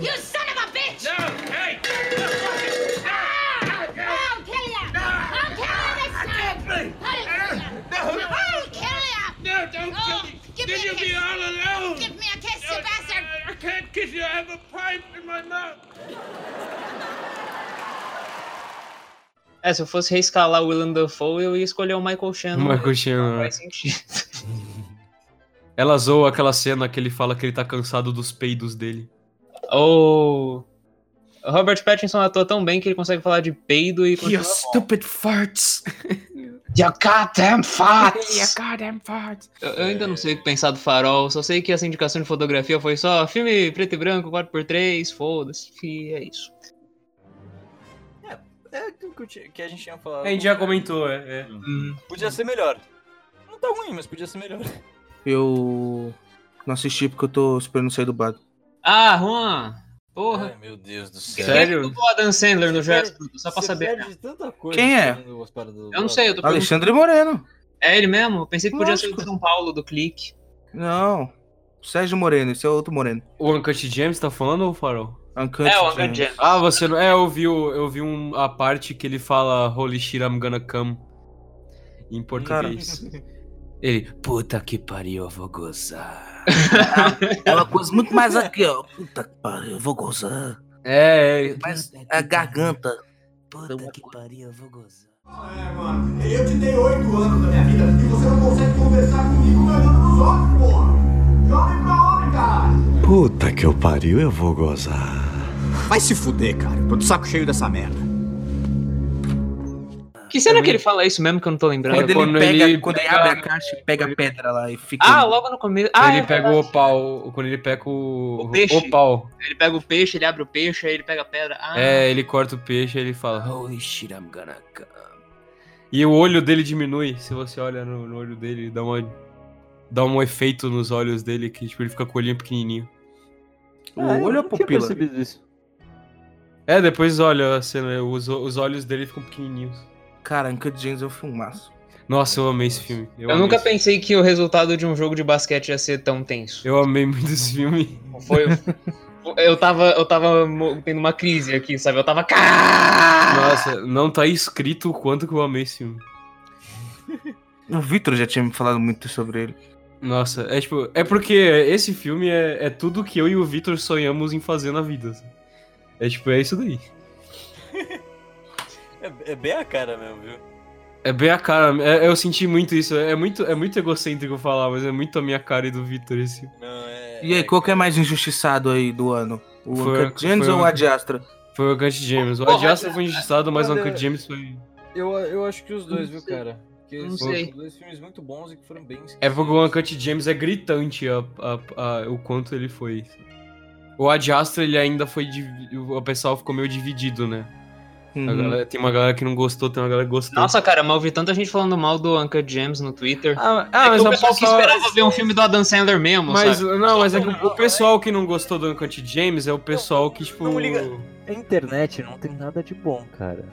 [SPEAKER 10] You son of a bitch! No! Hey!
[SPEAKER 9] Ah!
[SPEAKER 10] I'll kill ya! I'll kill ya this time! I'll kill ya!
[SPEAKER 9] Eh? No, don't
[SPEAKER 10] Oh, give me a kiss!
[SPEAKER 9] all alone.
[SPEAKER 10] Give me a kiss, you bastard!
[SPEAKER 9] I can't kiss you. I have a pipe in my mouth.
[SPEAKER 5] É, se eu fosse reescalar o Willem Dafoe, eu ia escolher o Michael Shannon.
[SPEAKER 3] Uma
[SPEAKER 5] Não
[SPEAKER 3] coxinha. né?
[SPEAKER 5] faz sentido.
[SPEAKER 3] Ela zoa aquela cena que ele fala que ele tá cansado dos peidos dele.
[SPEAKER 5] Ou... O Robert Pattinson atua tão bem que ele consegue falar de peido e...
[SPEAKER 3] You stupid farts!
[SPEAKER 5] You goddamn
[SPEAKER 3] You
[SPEAKER 5] fat!
[SPEAKER 3] goddamn farts!
[SPEAKER 5] Eu, eu ainda não sei o que pensar do farol, só sei que essa indicação de fotografia foi só filme preto e branco, 4x3, foda-se, e é isso.
[SPEAKER 8] É aquilo que, eu tinha- que a gente tinha falado.
[SPEAKER 3] A gente já comentou, é. é.
[SPEAKER 8] Podia ser melhor. Não tá ruim, mas podia ser melhor.
[SPEAKER 2] Eu não assisti porque eu tô esperando sair dublado.
[SPEAKER 5] Ah, Juan!
[SPEAKER 6] É.
[SPEAKER 5] Porra!
[SPEAKER 8] Ai, meu Deus do
[SPEAKER 5] Quem
[SPEAKER 8] céu.
[SPEAKER 3] Sério?
[SPEAKER 5] é que dublou o Adam Sandler no
[SPEAKER 4] Você
[SPEAKER 5] Jazz
[SPEAKER 4] perde-
[SPEAKER 5] Só pra
[SPEAKER 4] você
[SPEAKER 5] saber. né?
[SPEAKER 4] perde tanta coisa
[SPEAKER 2] Quem é?
[SPEAKER 4] fazendo as paradas do
[SPEAKER 5] Eu não
[SPEAKER 4] lado.
[SPEAKER 5] sei, eu tô perguntando.
[SPEAKER 2] Alexandre Moreno.
[SPEAKER 5] É ele mesmo? Eu pensei que podia ser o
[SPEAKER 2] Lógico.
[SPEAKER 5] de São Paulo, do Clique.
[SPEAKER 2] Não. Sérgio Moreno, esse é outro Moreno.
[SPEAKER 3] O Uncut James tá falando ou o farol?
[SPEAKER 2] Uncut
[SPEAKER 5] É, o
[SPEAKER 2] Gems.
[SPEAKER 5] Uncle James.
[SPEAKER 3] Ah, você não. É, eu vi, o- eu vi um- a parte que ele fala Holy shit, I'm gonna come. Em português. Ele, puta que pariu, eu vou gozar.
[SPEAKER 2] É uma coisa muito mais aqui, ó. Puta que pariu, eu vou gozar.
[SPEAKER 3] É, é.
[SPEAKER 2] Mas a garganta. Puta que
[SPEAKER 11] É, mano, eu te dei oito anos da minha vida e você não consegue conversar comigo me olhando nos olhos, porra! Jovem pra homem, caralho!
[SPEAKER 12] Puta que eu pariu, eu vou gozar.
[SPEAKER 11] Vai se fuder, cara. Tô de saco cheio dessa merda.
[SPEAKER 5] Que cena que ele fala isso mesmo que eu não tô lembrando?
[SPEAKER 2] Quando ele, pega, quando ele abre a caixa e pega a pedra lá e fica. um
[SPEAKER 5] Ah, logo no começo.
[SPEAKER 3] Quando
[SPEAKER 5] Ah,
[SPEAKER 3] ele
[SPEAKER 5] é
[SPEAKER 3] pega o
[SPEAKER 5] verdade.
[SPEAKER 3] opal. Quando ele pega o.
[SPEAKER 5] O peixe.
[SPEAKER 3] Opal.
[SPEAKER 5] Ele pega o peixe, ele abre o peixe, aí ele pega a pedra. Ah,
[SPEAKER 3] É, ele corta o peixe e ele fala: Holy shit, I'm gonna come. E o olho dele diminui. Se você olha no, no olho dele, dá uma. Dá um efeito nos olhos dele, que tipo, ele fica com o olhinho pequenininho.
[SPEAKER 2] O olho é a
[SPEAKER 4] Ah, Eu
[SPEAKER 2] pupila.
[SPEAKER 4] percebi isso.
[SPEAKER 3] É, depois olha a cena, os, os olhos dele ficam pequenininhos.
[SPEAKER 2] Cara, Uncut James é um filmaço.
[SPEAKER 3] Nossa, eu amei esse filme.
[SPEAKER 5] eu
[SPEAKER 3] amei
[SPEAKER 5] nunca
[SPEAKER 3] esse-
[SPEAKER 5] pensei que o resultado de um jogo de basquete ia ser tão tenso.
[SPEAKER 3] Eu amei muito esse filme.
[SPEAKER 5] Foi. Eu tava, eu tava mo- tendo uma crise aqui, sabe? Eu tava.
[SPEAKER 3] Nossa, não tá escrito o quanto que eu amei esse filme.
[SPEAKER 2] O Victor já tinha me falado muito sobre ele.
[SPEAKER 3] Nossa, é tipo, é porque esse filme é, é tudo que eu e o Victor sonhamos em fazer na vida. assim. É tipo, é isso daí.
[SPEAKER 8] É, é bem a cara mesmo, viu?
[SPEAKER 3] É bem a cara, é- eu senti muito isso. É muito, é muito egocêntrico falar, mas é muito a minha cara e do Victor esse filme.
[SPEAKER 8] Não, é.
[SPEAKER 2] E aí, qual que é mais injustiçado aí do ano? O
[SPEAKER 3] Foi-
[SPEAKER 2] Uncut James
[SPEAKER 3] foi
[SPEAKER 2] ou
[SPEAKER 3] o-
[SPEAKER 2] o Adiastra?
[SPEAKER 3] Foi o Uncut James. O
[SPEAKER 5] Porra, é
[SPEAKER 3] Adiastra foi injustiçado, mas o
[SPEAKER 8] Olha-
[SPEAKER 3] Uncut James foi.
[SPEAKER 8] Eu, eu acho que os dois, viu, cara? Porque
[SPEAKER 5] Não
[SPEAKER 8] são
[SPEAKER 5] sei.
[SPEAKER 8] dois filmes muito bons e que foram bem
[SPEAKER 3] É porque o Uncut James é gritante a- a- a- o quanto ele foi. O Adiastra, ele ainda foi. divi- O pessoal ficou meio dividido, né? A
[SPEAKER 2] Uhum.
[SPEAKER 3] galera- tem uma galera que não gostou, tem uma galera que gostou.
[SPEAKER 5] Nossa, cara, mal vi tanta gente falando mal do Uncle James no Twitter.
[SPEAKER 3] Ah, ah,
[SPEAKER 5] É
[SPEAKER 3] mas
[SPEAKER 5] que o
[SPEAKER 3] o
[SPEAKER 5] pessoal que
[SPEAKER 3] pessoal-
[SPEAKER 5] esperava ver um filme do Adam Sandler mesmo,
[SPEAKER 3] Mas,
[SPEAKER 5] sabe?
[SPEAKER 3] não, mas é que o pessoal que não gostou do Uncut James é o pessoal que, tipo.
[SPEAKER 8] não liga.
[SPEAKER 4] A internet não tem nada de bom, cara.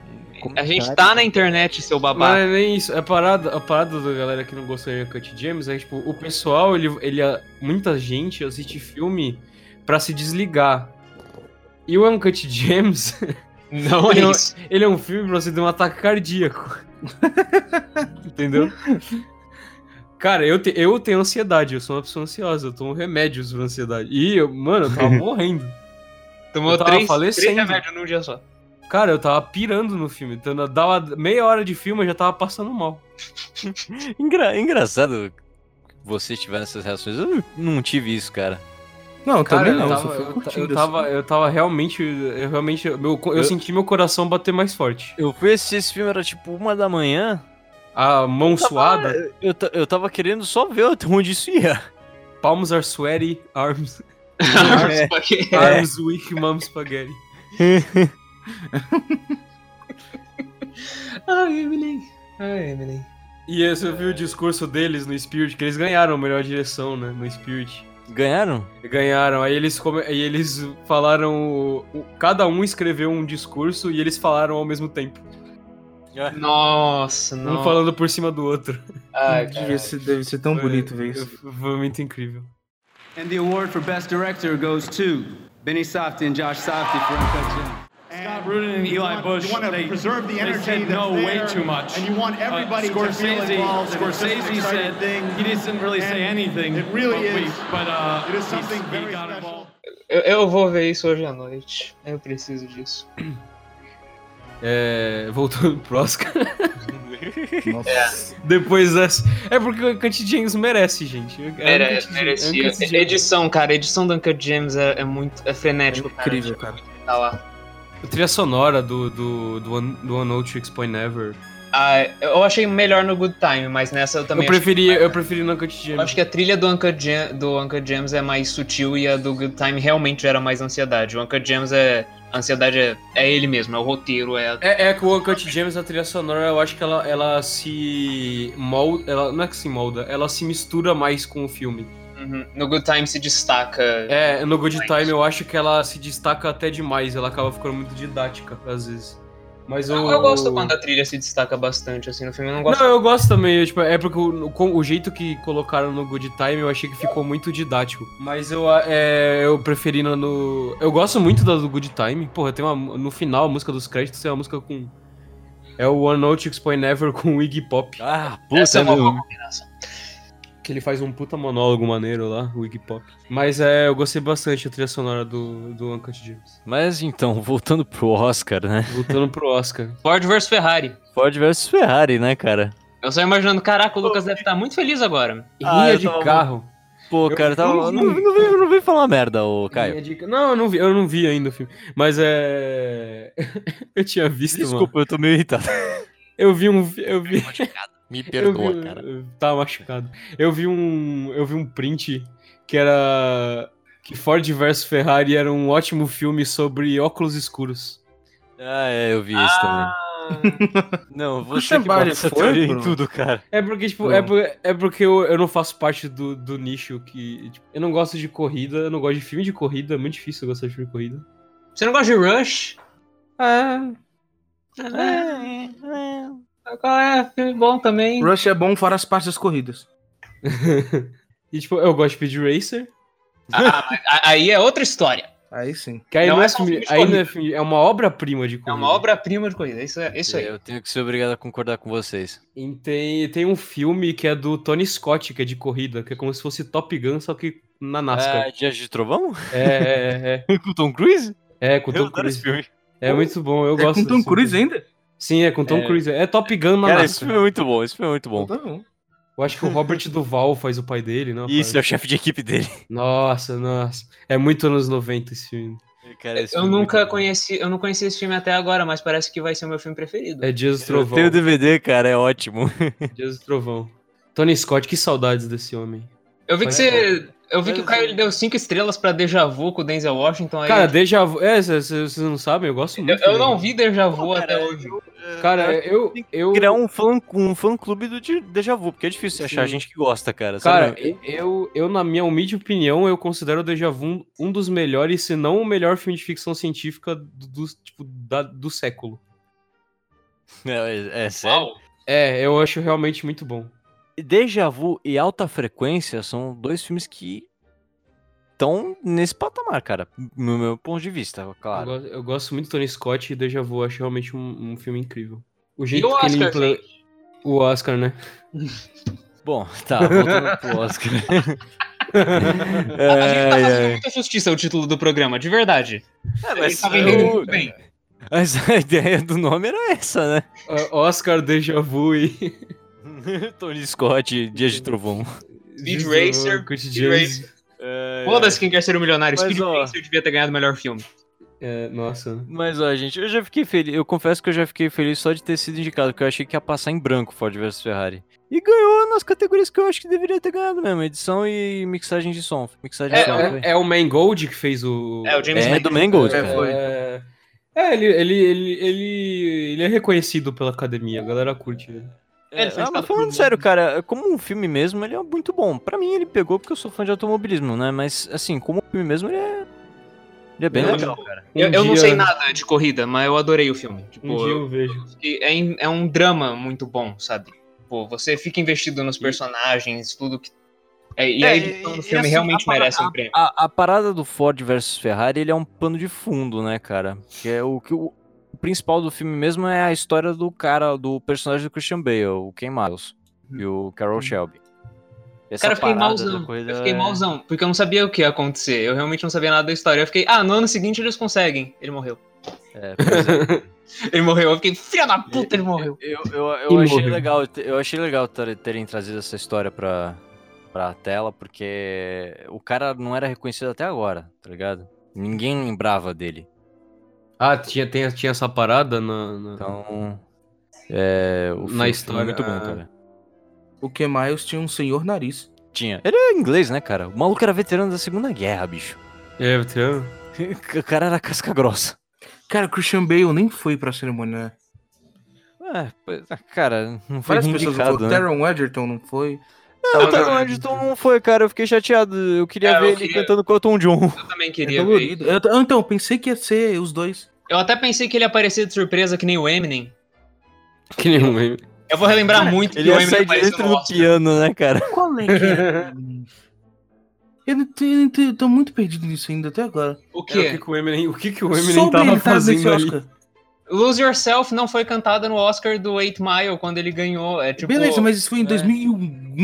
[SPEAKER 5] A gente
[SPEAKER 4] Comentário-
[SPEAKER 5] tá na internet, seu
[SPEAKER 3] Não
[SPEAKER 5] babá.
[SPEAKER 3] é nem isso. É parada, a parada da galera que não gostou de Uncut James é que, tipo, o pessoal, ele, ele. é, Muita gente assiste filme pra se desligar. E o Uncut James,
[SPEAKER 5] Não é
[SPEAKER 3] Não.
[SPEAKER 5] isso.
[SPEAKER 3] ele é um filme pra você ter um ataque cardíaco. Entendeu? Cara, eu, te- eu tenho ansiedade, eu sou uma pessoa ansiosa, eu tomo remédios pra ansiedade. E, eu, mano, eu tava morrendo.
[SPEAKER 5] Tomou
[SPEAKER 3] Eu tava
[SPEAKER 5] três, três
[SPEAKER 3] falecendo.
[SPEAKER 5] remédios num dia só.
[SPEAKER 3] Cara, eu tava pirando no filme. Então, dava meia hora de filme, eu já tava passando mal.
[SPEAKER 5] né?
[SPEAKER 8] Engra- Engraçado vocês tiveram essas reações. Eu não- não tive isso, cara.
[SPEAKER 2] Não,
[SPEAKER 3] Cara,
[SPEAKER 2] também
[SPEAKER 3] eu
[SPEAKER 2] não.
[SPEAKER 3] tava,
[SPEAKER 2] só fui
[SPEAKER 3] eu ta-
[SPEAKER 2] curtindo,
[SPEAKER 3] eu, tava,
[SPEAKER 2] assim.
[SPEAKER 3] eu tava realmente. Eu realmente. Meu, co- eu,
[SPEAKER 8] Eu-
[SPEAKER 3] senti meu coração bater mais forte.
[SPEAKER 8] Eu fui assistir esse filme, era tipo uma da manhã.
[SPEAKER 3] A mão suada,
[SPEAKER 8] Eu, ta- eu tava querendo só ver até onde isso ia.
[SPEAKER 3] palms are sweaty, arms, arms weak, mom spaghetti.
[SPEAKER 5] Ai, Emily. Ai, Emily.
[SPEAKER 3] E esse, eu vi o discurso deles no Spirit, que eles ganharam a melhor direção, né? No Spirit.
[SPEAKER 8] Ganharam?
[SPEAKER 3] Ganharam. Aí eles, come- aí eles falaram. o- o- Cada um escreveu um discurso e eles falaram ao mesmo tempo.
[SPEAKER 5] Nossa,
[SPEAKER 3] Um
[SPEAKER 5] não.
[SPEAKER 3] falando por cima do outro. Ah,
[SPEAKER 5] Ai,
[SPEAKER 2] Devia ser, deve ser tão bonito ver isso.
[SPEAKER 3] Foi- Foi muito incrível.
[SPEAKER 13] And the award for Best Director goes to Benny Softy and Josh Softy for Uncut Gems. Scott Rudin and Eli Bush.
[SPEAKER 11] want to
[SPEAKER 13] they,
[SPEAKER 11] preserve the
[SPEAKER 13] they
[SPEAKER 11] energy
[SPEAKER 13] said
[SPEAKER 11] that's
[SPEAKER 13] no
[SPEAKER 11] there,
[SPEAKER 13] way too much.
[SPEAKER 11] and you want everybody
[SPEAKER 13] uh,
[SPEAKER 11] to feel
[SPEAKER 13] Scorsese,
[SPEAKER 11] involved, and it's just an
[SPEAKER 13] Scorsese
[SPEAKER 11] exciting
[SPEAKER 13] said
[SPEAKER 11] thing,
[SPEAKER 13] he didn't really say
[SPEAKER 11] and
[SPEAKER 13] anything.
[SPEAKER 11] it really
[SPEAKER 13] but
[SPEAKER 11] is-
[SPEAKER 13] We, but uh,
[SPEAKER 11] it is
[SPEAKER 13] he's-
[SPEAKER 11] something
[SPEAKER 13] he
[SPEAKER 11] very
[SPEAKER 13] got
[SPEAKER 11] special.
[SPEAKER 13] involved.
[SPEAKER 5] Eu, eu vou ver isso hoje à noite. Eu preciso disso.
[SPEAKER 3] É, voltando pro Oscar. Depois dessa. É porque o Cut James merece, gente. É,
[SPEAKER 5] Merece,
[SPEAKER 3] Uncut
[SPEAKER 5] merecia. É,
[SPEAKER 3] James- Uncut James.
[SPEAKER 5] Edição, cara, a edição do Uncut James é, é muito. é frenético, cara.
[SPEAKER 2] Incrível, cara.
[SPEAKER 5] Tá lá.
[SPEAKER 3] A trilha sonora do, do, do, One, do One No Tricks Point Never.
[SPEAKER 5] Ah, eu achei melhor no Good Time, mas nessa eu também.
[SPEAKER 3] eu preferi,
[SPEAKER 5] achei-
[SPEAKER 3] eu preferi no Cut James.
[SPEAKER 5] né? Eu acho que a trilha do Uncut, Jam, do Uncut James é mais sutil e a do Good Time realmente gera mais ansiedade. O Uncut James é. A ansiedade é, é ele mesmo, é o roteiro, é.
[SPEAKER 3] É, é que o Uncut James, a trilha sonora, eu acho que ela, ela se molda. Ela, não é que se molda, ela se mistura mais com o filme.
[SPEAKER 5] Uhum. No Good Time se destaca.
[SPEAKER 3] É, no Good Time eu acho que ela se destaca até demais, ela acaba ficando muito didática, às vezes. Mas
[SPEAKER 5] Eu, eu gosto quando a trilha se destaca bastante, assim, no filme. Eu não gosto.
[SPEAKER 3] Não, eu gosto também. eu, tipo, é porque o, com- o jeito que colocaram no Good Time eu achei que ficou muito didático. Mas eu, a- é, eu preferi no, no- Eu gosto muito da do Good Time. Porra, tem uma. No final, a música dos créditos tem uma música com. É o One Note Explain Never com o Iggy Pop.
[SPEAKER 8] Ah, puta,
[SPEAKER 5] Essa é uma
[SPEAKER 8] meu.
[SPEAKER 5] boa combinação.
[SPEAKER 3] Que ele faz um puta monólogo maneiro lá, o Iggy Pop. Mas é, eu gostei bastante da trilha sonora do, do Uncut James.
[SPEAKER 8] Mas então, voltando pro Oscar, né?
[SPEAKER 3] Voltando pro Oscar.
[SPEAKER 5] Ford vs Ferrari.
[SPEAKER 8] Ford versus Ferrari, né, cara?
[SPEAKER 5] Eu só imaginando, caraca, o Lucas deve estar muito feliz agora.
[SPEAKER 8] Ah,
[SPEAKER 3] Rinha
[SPEAKER 8] eu
[SPEAKER 3] de
[SPEAKER 8] tava-
[SPEAKER 3] carro.
[SPEAKER 8] Pô,
[SPEAKER 3] Eu
[SPEAKER 8] cara, tava.
[SPEAKER 3] não
[SPEAKER 8] Não,
[SPEAKER 3] vi.
[SPEAKER 8] não, vem, não vem falar merda, ô Caio.
[SPEAKER 3] Rinha de ca- Não, eu não vi, eu não vi ainda o filme. Mas é. eu tinha visto, mano.
[SPEAKER 8] Desculpa, eu tô meio irritado.
[SPEAKER 3] Eu vi um. Eu vi...
[SPEAKER 6] Me
[SPEAKER 3] eu
[SPEAKER 6] perdoa,
[SPEAKER 3] vi-
[SPEAKER 6] cara.
[SPEAKER 3] eu Tava machucado. Eu vi um. Eu vi um print que era. Que Ford vs Ferrari era um ótimo filme sobre óculos escuros.
[SPEAKER 6] Ah, é, eu vi isso também. Não, você que bota essa teoria em tudo, cara.
[SPEAKER 3] É porque, tipo,
[SPEAKER 6] Bruno.
[SPEAKER 3] é, por- é porque eu, eu não faço parte do, do nicho que. tipo, eu não gosto de corrida, eu não gosto de filme de corrida, é muito difícil eu gostar de filme de corrida.
[SPEAKER 5] Você não gosta de Rush? É.
[SPEAKER 3] Ah.
[SPEAKER 5] Qual é? Filme bom também.
[SPEAKER 2] Rush é bom fora as partes das corridas.
[SPEAKER 3] e tipo, eu gosto de Speed Racer.
[SPEAKER 5] Ah, mas a- aí é outra história.
[SPEAKER 2] Aí sim.
[SPEAKER 3] Que aí
[SPEAKER 5] Não
[SPEAKER 3] não,
[SPEAKER 5] é
[SPEAKER 3] é,
[SPEAKER 5] só um
[SPEAKER 3] filme,
[SPEAKER 5] filme de
[SPEAKER 3] aí não é
[SPEAKER 5] corrida.
[SPEAKER 3] filme, é uma obra-prima de corrida.
[SPEAKER 5] É uma
[SPEAKER 6] Uhum.
[SPEAKER 5] obra-prima de corrida, isso é isso aí.
[SPEAKER 6] Eu tenho que ser obrigado a concordar com vocês.
[SPEAKER 3] E tem, tem um filme que é do Tony Scott, que é de corrida, que é como se fosse Top Gun, só que na NASCAR.
[SPEAKER 6] Ah, Dias de Trovão?
[SPEAKER 3] É, é, é.
[SPEAKER 6] com o Tom Cruise?
[SPEAKER 3] É, com o
[SPEAKER 6] Eu
[SPEAKER 3] Tom
[SPEAKER 6] adoro esse
[SPEAKER 3] Cruise.
[SPEAKER 6] filme.
[SPEAKER 3] É muito bom, eu
[SPEAKER 2] É
[SPEAKER 3] gosto.
[SPEAKER 2] com Tom
[SPEAKER 3] desse
[SPEAKER 2] Cruise
[SPEAKER 3] filme.
[SPEAKER 2] ainda?
[SPEAKER 3] Sim, é com Tom
[SPEAKER 6] É.
[SPEAKER 3] Cruise. É Top Gun na
[SPEAKER 6] Cara, esse
[SPEAKER 3] NASCAR.
[SPEAKER 6] filme é muito bom, esse filme é muito bom.
[SPEAKER 3] Eu acho que o Robert Duval faz o pai dele, não?
[SPEAKER 6] Isso, é o chefe de equipe dele.
[SPEAKER 3] Nossa, nossa. É muito anos 90 esse filme.
[SPEAKER 6] Cara, esse
[SPEAKER 5] Eu
[SPEAKER 6] filme é muito
[SPEAKER 5] nunca conheci, eu não conheci esse filme até agora, mas parece que vai ser o meu filme preferido.
[SPEAKER 3] É Dias do
[SPEAKER 6] Eu
[SPEAKER 3] Trovão.
[SPEAKER 6] tenho o DVD, cara, é ótimo.
[SPEAKER 3] Dias do Trovão. Tony Scott, que saudades desse homem.
[SPEAKER 5] Eu vi que
[SPEAKER 3] Faz
[SPEAKER 5] você, eu vi que o Caio ele deu cinco estrelas pra Deja Vu com o Denzel Washington aí.
[SPEAKER 3] Cara, Deja Vu. É, vocês vocês não sabem, eu gosto
[SPEAKER 5] eu,
[SPEAKER 3] muito.
[SPEAKER 5] eu
[SPEAKER 3] né?
[SPEAKER 5] não vi Deja Vu até hoje.
[SPEAKER 3] Cara, eu. eu...
[SPEAKER 6] Criar um fã, um fã clube do de- Deja Vu, porque é difícil achar
[SPEAKER 3] Sim.
[SPEAKER 6] gente que gosta, cara.
[SPEAKER 3] Cara,
[SPEAKER 6] sabe?
[SPEAKER 3] eu, eu, na minha humilde opinião, eu considero o Deja Vu um- um dos melhores, se não o melhor filme de ficção científica do, do- tipo, da- do século.
[SPEAKER 6] É, é sério?
[SPEAKER 3] É, eu acho realmente muito bom.
[SPEAKER 6] Deja Vu e Alta Frequência são dois filmes que estão nesse patamar, cara, no meu ponto de vista,
[SPEAKER 3] Eu,
[SPEAKER 6] claro.
[SPEAKER 3] gosto, eu gosto muito do Tony Scott e Deja Vu, eu acho realmente um, um filme incrível. O jeito
[SPEAKER 5] E o
[SPEAKER 3] que ele
[SPEAKER 5] Oscar,
[SPEAKER 3] imple- O Oscar, né?
[SPEAKER 6] Bom, tá, voltando pro Oscar.
[SPEAKER 5] A gente tá fazendo
[SPEAKER 6] é, é.
[SPEAKER 5] muita justiça o título do programa, de verdade.
[SPEAKER 6] É,
[SPEAKER 5] Ele
[SPEAKER 6] mas
[SPEAKER 5] tá vendendo
[SPEAKER 6] eu-
[SPEAKER 5] muito bem.
[SPEAKER 6] Mas a ideia do nome era essa, né?
[SPEAKER 3] O- Oscar, Deja Vu e.
[SPEAKER 6] Tony Scott, Dias de Trovão.
[SPEAKER 5] Speed
[SPEAKER 3] Deja Vu,
[SPEAKER 5] Racer,
[SPEAKER 3] Kurt
[SPEAKER 5] Speed
[SPEAKER 3] James.
[SPEAKER 5] Racer.
[SPEAKER 6] É,
[SPEAKER 5] Foda-se quem quer ser o milionário.
[SPEAKER 6] Mas,
[SPEAKER 5] Speed
[SPEAKER 6] ó.
[SPEAKER 5] Racer devia ter ganhado o melhor filme.
[SPEAKER 3] É, nossa.
[SPEAKER 6] Mas ó, gente, eu já fiquei feliz. Eu confesso que eu já fiquei feliz só de ter sido indicado, porque eu achei que ia passar em branco Ford versus Ferrari. E ganhou nas categorias que eu acho que deveria ter ganhado mesmo: edição e mixagem de som. Mixagem de som. foi.
[SPEAKER 3] É, é, é o Mangold que fez o.
[SPEAKER 5] É, o James
[SPEAKER 6] É,
[SPEAKER 5] Mangold.
[SPEAKER 6] do Mangold,
[SPEAKER 3] É,
[SPEAKER 6] cara.
[SPEAKER 3] foi. É, é, ele, ele, ele, ele, ele é reconhecido pela academia, a galera curte. ele.
[SPEAKER 6] É,
[SPEAKER 5] Ele fez
[SPEAKER 6] ah,
[SPEAKER 5] pela
[SPEAKER 6] mas falando sério, cara, como um filme mesmo, ele é muito bom. Pra mim, ele pegou porque eu sou fã de automobilismo, né? Mas, assim, como filme mesmo, ele é. Ele é bem
[SPEAKER 3] Eu-
[SPEAKER 6] legal, cara.
[SPEAKER 5] Eu,
[SPEAKER 3] Um
[SPEAKER 5] eu não
[SPEAKER 3] dia-
[SPEAKER 5] sei nada de corrida, mas eu adorei o filme. Tipo,
[SPEAKER 3] Um dia eu vejo.
[SPEAKER 5] que é, em- é um drama muito bom, sabe? Pô, você fica investido nos personagens, tudo que. É, e a
[SPEAKER 6] É,
[SPEAKER 5] edição
[SPEAKER 6] e-
[SPEAKER 5] do
[SPEAKER 6] e
[SPEAKER 5] filme
[SPEAKER 6] assim,
[SPEAKER 5] realmente
[SPEAKER 6] a para-
[SPEAKER 5] merece um prêmio.
[SPEAKER 6] A, a parada do Ford versus Ferrari, ele é um pano de fundo, né, cara? Que é o que o, o principal do filme mesmo é a história do cara, do personagem do Christian Bale, o Ken Miles e o Carol Shelby. Essa
[SPEAKER 5] Uhum. Cara, eu fiquei
[SPEAKER 6] parada
[SPEAKER 5] malzão.
[SPEAKER 6] da corrida
[SPEAKER 5] Eu fiquei
[SPEAKER 6] é-
[SPEAKER 5] malzão, porque eu não sabia o que ia acontecer. Eu realmente não sabia nada da história. Eu fiquei, ah, no ano seguinte eles conseguem. Ele morreu.
[SPEAKER 6] é, pois é.
[SPEAKER 5] Ele morreu. Eu fiquei, filha da puta, ele morreu.
[SPEAKER 6] Eu, eu,
[SPEAKER 3] E
[SPEAKER 6] eu achei
[SPEAKER 3] morreu.
[SPEAKER 6] legal, eu achei legal ter- terem trazido essa história pra, pra tela, porque o cara não era reconhecido até agora, tá ligado? Ninguém lembrava dele.
[SPEAKER 3] Ah, tinha, tem- tinha essa parada na. na-
[SPEAKER 6] Então, é, o
[SPEAKER 3] Uhum. Na
[SPEAKER 6] filme
[SPEAKER 3] história,
[SPEAKER 6] é muito
[SPEAKER 3] ah.
[SPEAKER 6] bom, cara.
[SPEAKER 2] O que Miles tinha um senhor nariz.
[SPEAKER 6] Tinha. Ele é inglês, né, cara? O maluco era veterano da Segunda Guerra, bicho.
[SPEAKER 3] É, veterano.
[SPEAKER 6] O cara era casca grossa.
[SPEAKER 2] Cara, o Christian Bale nem foi pra cerimônia, né?
[SPEAKER 6] É, pois- ah, cara, não foi
[SPEAKER 2] Várias
[SPEAKER 6] nem
[SPEAKER 2] pessoas não
[SPEAKER 6] indicado,
[SPEAKER 2] foram.
[SPEAKER 6] né?
[SPEAKER 2] Taron Edgerton não foi.
[SPEAKER 6] Não, o Taron Edgerton não foi, cara. Eu fiquei chateado. Eu queria
[SPEAKER 5] É, eu
[SPEAKER 6] ver ele
[SPEAKER 5] queria-
[SPEAKER 6] cantando com o Elton John.
[SPEAKER 5] Eu também
[SPEAKER 2] É
[SPEAKER 5] queria ver.
[SPEAKER 2] dolorido. Eu t- ah, então, pensei que ia ser os dois.
[SPEAKER 5] Eu até pensei que ele ia aparecer de surpresa que nem o Eminem.
[SPEAKER 3] Que nem um meme.
[SPEAKER 5] Eu vou relembrar muito
[SPEAKER 6] Ele
[SPEAKER 5] que o
[SPEAKER 6] ia
[SPEAKER 5] Eminem
[SPEAKER 6] sair de
[SPEAKER 5] apareceu
[SPEAKER 6] dentro
[SPEAKER 5] no
[SPEAKER 6] do
[SPEAKER 5] Oscar.
[SPEAKER 6] piano, né, cara?
[SPEAKER 2] Qual é que é? Eu não tenho, não tenho- tô muito perdido nisso ainda até agora.
[SPEAKER 6] É,
[SPEAKER 5] O
[SPEAKER 3] Cara, o
[SPEAKER 5] quê?
[SPEAKER 3] que, que o Eminem, o que que o Eminem
[SPEAKER 2] Soube
[SPEAKER 3] tava
[SPEAKER 2] ele tá nesse
[SPEAKER 3] fazendo ali?
[SPEAKER 2] Oscar.
[SPEAKER 5] Lose Yourself não foi cantada no Oscar do 8 Mile quando ele ganhou. É tipo.
[SPEAKER 2] Beleza, mas isso foi em 2001,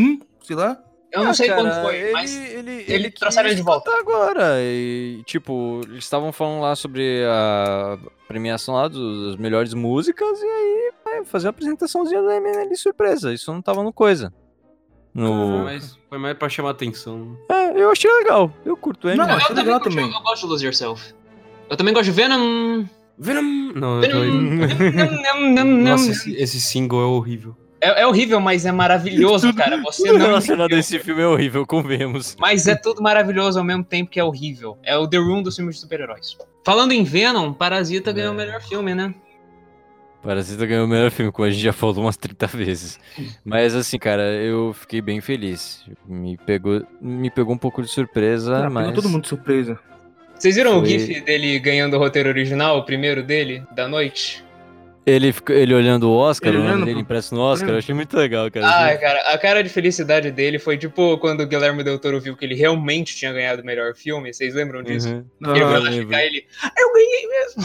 [SPEAKER 2] sei lá.
[SPEAKER 5] Eu não
[SPEAKER 6] Ah,
[SPEAKER 5] sei
[SPEAKER 6] cara,
[SPEAKER 5] quando foi,
[SPEAKER 6] ele,
[SPEAKER 5] mas.
[SPEAKER 6] ele, ele,
[SPEAKER 5] ele trouxeram
[SPEAKER 6] quis
[SPEAKER 5] ele de volta.
[SPEAKER 6] cantar agora. E, tipo, eles estavam falando lá sobre a premiação lá dos, das melhores músicas e aí vai fazer a apresentaçãozinha do Eminem ali surpresa. Isso não tava no coisa.
[SPEAKER 3] Foi
[SPEAKER 6] No...
[SPEAKER 3] mais, foi mais pra chamar atenção.
[SPEAKER 6] É, eu achei legal. Eu curto o
[SPEAKER 2] Não,
[SPEAKER 6] Eminem.
[SPEAKER 2] achei
[SPEAKER 5] também
[SPEAKER 2] legal
[SPEAKER 5] curti,
[SPEAKER 2] também.
[SPEAKER 6] Hum.
[SPEAKER 5] Eu gosto de Lose Yourself. Eu também gosto de Venom.
[SPEAKER 3] Venom! Não, eu tô Nossa, esse, esse single é horrível.
[SPEAKER 5] É, é horrível, mas é maravilhoso, cara. Você
[SPEAKER 6] Tudo
[SPEAKER 5] não
[SPEAKER 6] relacionado a esse filme é horrível, convenhamos.
[SPEAKER 5] Mas é tudo mmaravilhoso ao mesmo tempo que é horrível. É o The Room dos filmes de super-heróis. Falando em Venom, Parasita ganhou o
[SPEAKER 6] É.
[SPEAKER 5] melhor filme, né?
[SPEAKER 6] Parasita ganhou tá o melhor filme, como a gente já falou umas 30 vezes. Mas assim, cara, eu fiquei bem feliz. Me pegou, me pegou um pouco de surpresa,
[SPEAKER 2] Ah,
[SPEAKER 6] mas...
[SPEAKER 2] Pegou todo mundo de surpresa.
[SPEAKER 5] Vocês viram o
[SPEAKER 6] Foi-
[SPEAKER 5] GIF dele ganhando o roteiro original, o primeiro dele, da noite?
[SPEAKER 6] Ele, ficou- ele olhando o Oscar,
[SPEAKER 5] Ele
[SPEAKER 6] o nome
[SPEAKER 5] olhando
[SPEAKER 6] dele
[SPEAKER 5] pro-
[SPEAKER 6] impresso no Oscar, eu achei muito legal,
[SPEAKER 3] Uhum.
[SPEAKER 6] cara. Uhum.
[SPEAKER 5] Ah, cara, a cara de felicidade dele foi tipo quando o Guilherme Del Toro viu que ele realmente tinha ganhado o melhor filme. Vocês lembram disso?
[SPEAKER 6] Uhum.
[SPEAKER 5] Ele foi
[SPEAKER 2] Ah,
[SPEAKER 5] lá
[SPEAKER 2] eu lembro.
[SPEAKER 5] ficar ele. "Ah, Eu ganhei mesmo!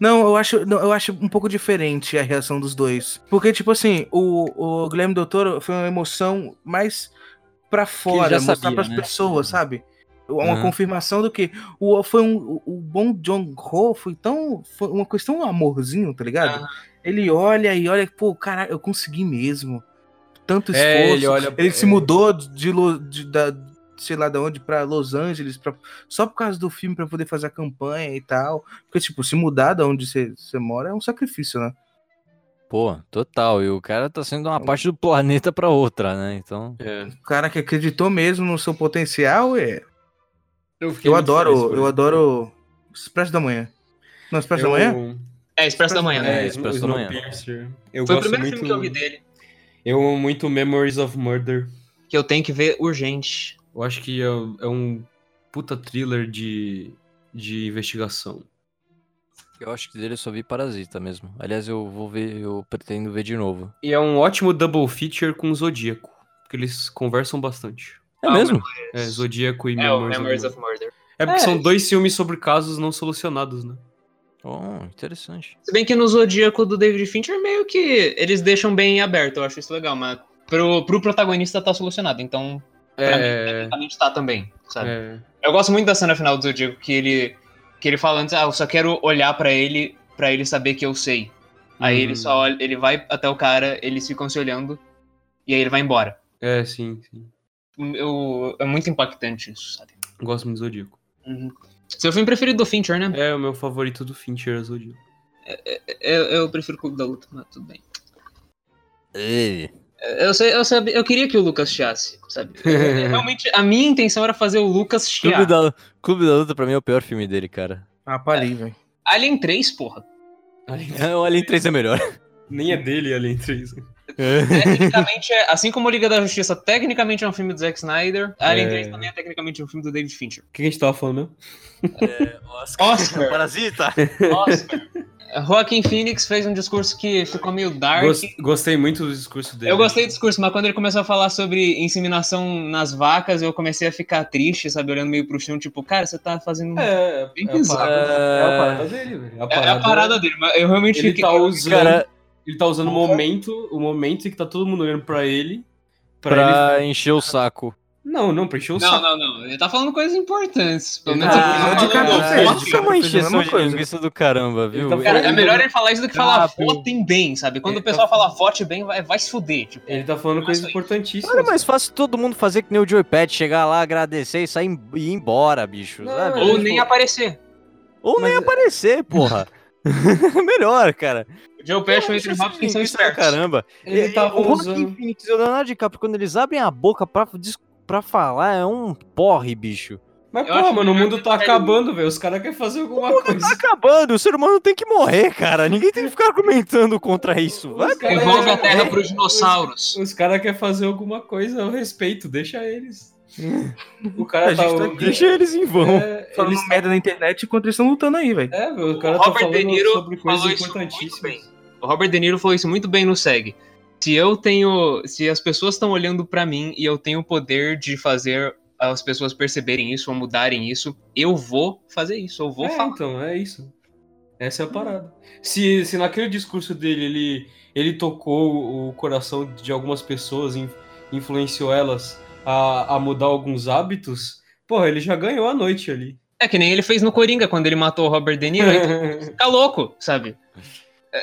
[SPEAKER 2] Não, eu acho, não, eu acho um pouco diferente a reação dos dois. Porque, tipo assim, o, o Guilherme Del Toro foi uma emoção mais pra fora,
[SPEAKER 6] já
[SPEAKER 2] mostrar
[SPEAKER 6] sabia,
[SPEAKER 2] pras
[SPEAKER 6] né?
[SPEAKER 2] pessoas, sabe? Uma
[SPEAKER 6] Aham.
[SPEAKER 2] confirmação do que o, foi um, o- o bom John Ho foi tão. Foi uma questão um amorzinho, tá ligado? Ele olha e olha, pô, caralho, eu consegui mesmo. Tanto esforço.
[SPEAKER 3] É,
[SPEAKER 2] ele
[SPEAKER 3] ele olha-
[SPEAKER 2] se mudou de, Lo- de- da, sei lá de onde pra Los Angeles pra, só por causa do filme pra poder fazer a campanha e tal. Porque, tipo, se mudar da onde você você mora é um sacrifício, né?
[SPEAKER 6] Pô, total. E o cara tá sendo de uma parte do planeta pra outra, né? Então.
[SPEAKER 3] É.
[SPEAKER 2] O cara que acreditou mesmo no seu potencial é.
[SPEAKER 3] Eu,
[SPEAKER 2] Eu adoro, eu adoro Expresso da Manhã. Não, Expresso da Manhã?
[SPEAKER 5] É, Expresso da Manhã.
[SPEAKER 3] É,
[SPEAKER 5] né?
[SPEAKER 3] Expresso da Manhã. Snowpiercer. Eu
[SPEAKER 5] foi o
[SPEAKER 3] gosto
[SPEAKER 5] primeiro filme que eu vi
[SPEAKER 3] muito-
[SPEAKER 5] dele.
[SPEAKER 3] Eu amo muito Memories of Murder.
[SPEAKER 5] Que eu tenho que ver urgente.
[SPEAKER 3] Eu acho que é, é um puta thriller de, de investigação.
[SPEAKER 6] Eu acho que dele eu só vi Parasita mesmo. Aliás, eu vou ver, eu pretendo ver de novo.
[SPEAKER 3] E é um ótimo double feature com o Zodíaco. Porque eles conversam bastante.
[SPEAKER 6] É mesmo?
[SPEAKER 3] É, Zodíaco e
[SPEAKER 5] É, o
[SPEAKER 3] Memories,
[SPEAKER 5] Memories
[SPEAKER 3] of
[SPEAKER 5] of
[SPEAKER 3] Murder.
[SPEAKER 5] Murder.
[SPEAKER 3] É porque
[SPEAKER 5] É.
[SPEAKER 3] são dois filmes sobre casos não solucionados, né?
[SPEAKER 6] Oh, interessante.
[SPEAKER 5] Se bem que no Zodíaco do David Fincher, meio que eles deixam bem aberto, eu acho isso legal, mas pro, pro protagonista tá solucionado, então pra mim
[SPEAKER 3] É.
[SPEAKER 5] tecnicamente tá também, sabe?
[SPEAKER 3] É.
[SPEAKER 5] Eu gosto muito da cena final do Zodíaco, que ele, que ele fala antes, ah, eu só quero olhar pra ele, pra ele saber que eu sei. Aí
[SPEAKER 3] Uhum.
[SPEAKER 5] ele só olha, ele vai até o cara, eles ficam se olhando, e aí ele vai embora.
[SPEAKER 3] É, sim, sim.
[SPEAKER 5] Eu, é muito impactante isso, sabe?
[SPEAKER 3] Gosto muito do Zodíaco.
[SPEAKER 5] Uhum. Seu filme preferido do Fincher, né?
[SPEAKER 3] É, o meu favorito do Fincher é Zodíaco.
[SPEAKER 5] Eu, eu prefiro Clube da Luta, mas tudo bem.
[SPEAKER 6] Ei.
[SPEAKER 5] Eu, sei, eu, sabia, eu queria que o Lucas chiasse, sabe? Eu- realmente, a minha intenção era fazer o Lucas chiar.
[SPEAKER 6] Clube da, Clube da Luta pra mim é o pior filme dele, cara.
[SPEAKER 2] Ah, parei, velho.
[SPEAKER 5] Alien 3, porra.
[SPEAKER 6] É, O Alien 3 é melhor.
[SPEAKER 3] Nem é dele, Alien 3.
[SPEAKER 5] Tecnicamente, é, assim como Liga da Justiça tecnicamente é um filme do Zack Snyder, Alien
[SPEAKER 3] É.
[SPEAKER 5] 3 também é tecnicamente um filme do David Fincher.
[SPEAKER 3] O que a gente tava falando mesmo?
[SPEAKER 5] Oscar. Oscar.
[SPEAKER 6] Parasita.
[SPEAKER 5] Oscar. Joaquin Phoenix fez um discurso que ficou meio dark.
[SPEAKER 3] Gos- Gostei muito do discurso dele.
[SPEAKER 5] Eu gostei do discurso, mas quando ele começou a falar sobre inseminação nas vacas, eu comecei a ficar triste, sabe? Olhando meio pro chão, tipo, cara, você tá fazendo um
[SPEAKER 3] É,
[SPEAKER 5] bem
[SPEAKER 3] é a
[SPEAKER 5] pesado.
[SPEAKER 3] parada-
[SPEAKER 6] É-
[SPEAKER 3] é a parada dele, velho.
[SPEAKER 5] É, é a parada dele, mas eu realmente
[SPEAKER 3] Ele
[SPEAKER 5] fiquei.
[SPEAKER 3] tá
[SPEAKER 5] eu-
[SPEAKER 3] usando,
[SPEAKER 5] cara,
[SPEAKER 3] ele tá usando o momento, o momento em que tá todo mundo olhando pra ele. Pra,
[SPEAKER 6] Pra
[SPEAKER 3] ele.
[SPEAKER 6] encher o saco.
[SPEAKER 3] Não, não, pra encher o
[SPEAKER 5] não,
[SPEAKER 3] saco.
[SPEAKER 5] não, não. Ele tá falando coisas importantes. Pelo menos
[SPEAKER 3] Ah,
[SPEAKER 5] ele
[SPEAKER 3] de
[SPEAKER 5] tá falando-
[SPEAKER 3] cada vez, de
[SPEAKER 6] Isso é uma encheção de
[SPEAKER 3] coisa.
[SPEAKER 6] linguiça do caramba, viu?
[SPEAKER 3] tá
[SPEAKER 5] Cara, é
[SPEAKER 3] Ele-
[SPEAKER 5] melhor ele falar isso do que falar
[SPEAKER 6] Ah, pelo-
[SPEAKER 5] votem bem, sabe? Quando o pessoal fala vote bem, vai, vai se fuder. Tipo,
[SPEAKER 3] Ele tá falando coisas
[SPEAKER 6] Era
[SPEAKER 3] importantíssimas.
[SPEAKER 6] é mais fácil todo mundo fazer que nem o Joypad, chegar lá, agradecer e sair em- e ir embora, bicho.
[SPEAKER 3] Não,
[SPEAKER 6] sabe?
[SPEAKER 5] ou
[SPEAKER 6] Tipo,
[SPEAKER 5] nem aparecer.
[SPEAKER 6] ou nem aparecer, porra. Melhor, cara.
[SPEAKER 5] O Joe Pesci e o
[SPEAKER 6] Não,
[SPEAKER 5] Ethan
[SPEAKER 6] isso é
[SPEAKER 5] Hopkins
[SPEAKER 6] linguiça
[SPEAKER 5] são
[SPEAKER 6] do
[SPEAKER 5] espertos.
[SPEAKER 6] Caramba.
[SPEAKER 3] Ele
[SPEAKER 6] É,
[SPEAKER 5] tá
[SPEAKER 3] tava
[SPEAKER 6] o Joaquin
[SPEAKER 3] usando-
[SPEAKER 6] Phoenix e o Leonardo DiCaprio, quando eles abrem a boca pra, dis- pra falar, é um porre, bicho.
[SPEAKER 3] Mas,
[SPEAKER 5] Eu
[SPEAKER 3] pô,
[SPEAKER 5] acho
[SPEAKER 3] mano, o mundo tá
[SPEAKER 5] que-
[SPEAKER 3] acabando, velho. Os caras querem fazer alguma
[SPEAKER 6] Tá
[SPEAKER 3] coisa.
[SPEAKER 6] acabando, o ser humano tem que morrer, cara. Ninguém tem que ficar argumentando contra isso. Vai,
[SPEAKER 3] Os caras-
[SPEAKER 5] Devolve
[SPEAKER 3] né?
[SPEAKER 5] a terra pros dinossauros.
[SPEAKER 3] Os caras querem fazer alguma coisa, eu respeito, deixa eles. O cara
[SPEAKER 2] A
[SPEAKER 3] tá.
[SPEAKER 2] gente tá aqui.
[SPEAKER 6] deixa eles em vão.
[SPEAKER 3] É,
[SPEAKER 2] Falando
[SPEAKER 3] eles-
[SPEAKER 2] merda na internet enquanto eles estão lutando aí, velho.
[SPEAKER 3] é, meu, o
[SPEAKER 5] O
[SPEAKER 3] cara tá
[SPEAKER 5] Robert
[SPEAKER 3] falando
[SPEAKER 5] De Niro
[SPEAKER 3] sobre coisas
[SPEAKER 5] falou isso muito
[SPEAKER 3] importantíssimas.
[SPEAKER 5] bem. O Robert De Niro falou isso muito bem no SEG. Se eu tenho. Se as pessoas estão olhando pra mim e eu tenho o poder de fazer as pessoas perceberem isso ou mudarem isso, eu vou fazer isso, eu vou
[SPEAKER 3] é,
[SPEAKER 5] falar.
[SPEAKER 3] então, é isso. Essa é a parada. Se, se naquele discurso dele ele, ele tocou o coração de algumas pessoas, in- influenciou elas a, a mudar alguns hábitos, porra, ele já ganhou a noite ali.
[SPEAKER 5] É que nem ele fez no Coringa quando ele matou o Robert De Niro. Então fica louco, sabe?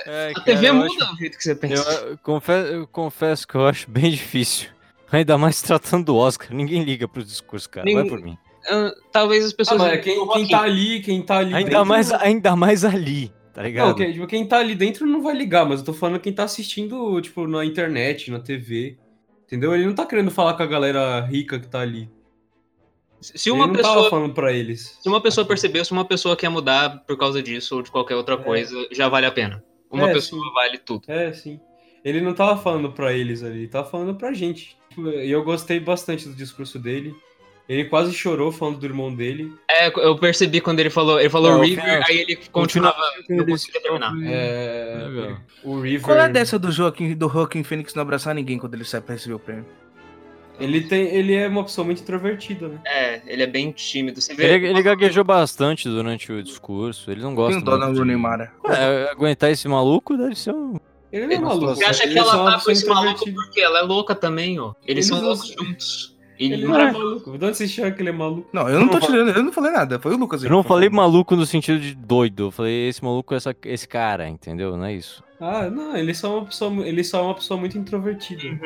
[SPEAKER 6] É,
[SPEAKER 5] A
[SPEAKER 6] cara,
[SPEAKER 5] TV
[SPEAKER 6] eu
[SPEAKER 5] muda
[SPEAKER 6] acho-
[SPEAKER 5] o jeito que você pensa.
[SPEAKER 6] Eu, eu confesso, eu confesso que eu acho bem difícil. Ainda mais tratando do Oscar. Ninguém liga pro discurso, cara. Vai
[SPEAKER 5] Ninguém-
[SPEAKER 6] por mim.
[SPEAKER 5] ah, talvez as pessoas.
[SPEAKER 3] Ah, mas quem, quem tá ali, quem tá ali.
[SPEAKER 6] Ainda,
[SPEAKER 3] dentro-
[SPEAKER 6] mais, ainda mais ali, tá ligado?
[SPEAKER 3] Não, quem, tipo, quem tá ali dentro não vai ligar, mas eu tô falando quem tá assistindo, tipo, na internet, na TV. Entendeu? Ele não tá querendo falar com a galera rica que tá ali.
[SPEAKER 5] Se uma
[SPEAKER 3] ele não tá
[SPEAKER 5] pessoa-
[SPEAKER 3] tava falando pra eles.
[SPEAKER 5] Se uma pessoa percebeu, se uma pessoa quer mudar por causa disso ou de qualquer outra coisa, já vale a pena. Uma
[SPEAKER 3] É,
[SPEAKER 5] pessoa vale tudo.
[SPEAKER 3] É, sim. Ele não tava falando pra eles ali, ele tava falando pra gente. Tipo, E eu gostei bastante do discurso dele. Ele quase chorou falando do irmão dele.
[SPEAKER 5] É, eu percebi quando ele falou, ele falou
[SPEAKER 3] É, o
[SPEAKER 5] River,
[SPEAKER 3] final-
[SPEAKER 5] aí ele continuava,
[SPEAKER 3] continua-
[SPEAKER 5] não conseguia terminar.
[SPEAKER 3] É, ele- o River.
[SPEAKER 2] Qual é dessa do Joaquim, do Joaquim Phoenix não abraçar ninguém quando ele sai pra receber o prêmio?
[SPEAKER 3] Ele, tem, ele é uma pessoa muito introvertida, né?
[SPEAKER 5] É, ele é bem tímido. Você vê,
[SPEAKER 3] é-
[SPEAKER 6] Ele, ele gaguejou bastante durante o discurso. Ele não gosta.
[SPEAKER 2] Tem dó da
[SPEAKER 6] muito de-
[SPEAKER 2] Rooney Mara.
[SPEAKER 6] É, aguentar esse maluco deve ser um.
[SPEAKER 3] Ele não é maluco.
[SPEAKER 5] Você acha
[SPEAKER 3] ele
[SPEAKER 5] que
[SPEAKER 3] só é uma
[SPEAKER 5] ela tá com
[SPEAKER 3] pessoa
[SPEAKER 5] esse maluco
[SPEAKER 3] introvertida.
[SPEAKER 5] porque ela é louca também, ó. Eles,
[SPEAKER 3] Eles
[SPEAKER 5] são
[SPEAKER 3] não-
[SPEAKER 5] loucos juntos. Ele,
[SPEAKER 3] Ele
[SPEAKER 5] não
[SPEAKER 3] não é
[SPEAKER 5] é
[SPEAKER 3] maluco. De onde você acha que ele é maluco?
[SPEAKER 2] Não, eu não tô tirando, eu não falei nada. Foi o Lucas aí
[SPEAKER 6] Eu não
[SPEAKER 2] que falou.
[SPEAKER 6] falei maluco no sentido de doido. Eu falei esse maluco, é essa, esse cara, entendeu? Não é isso.
[SPEAKER 3] Ah, não, ele só é uma pessoa, mu- ele só é uma pessoa muito introvertida.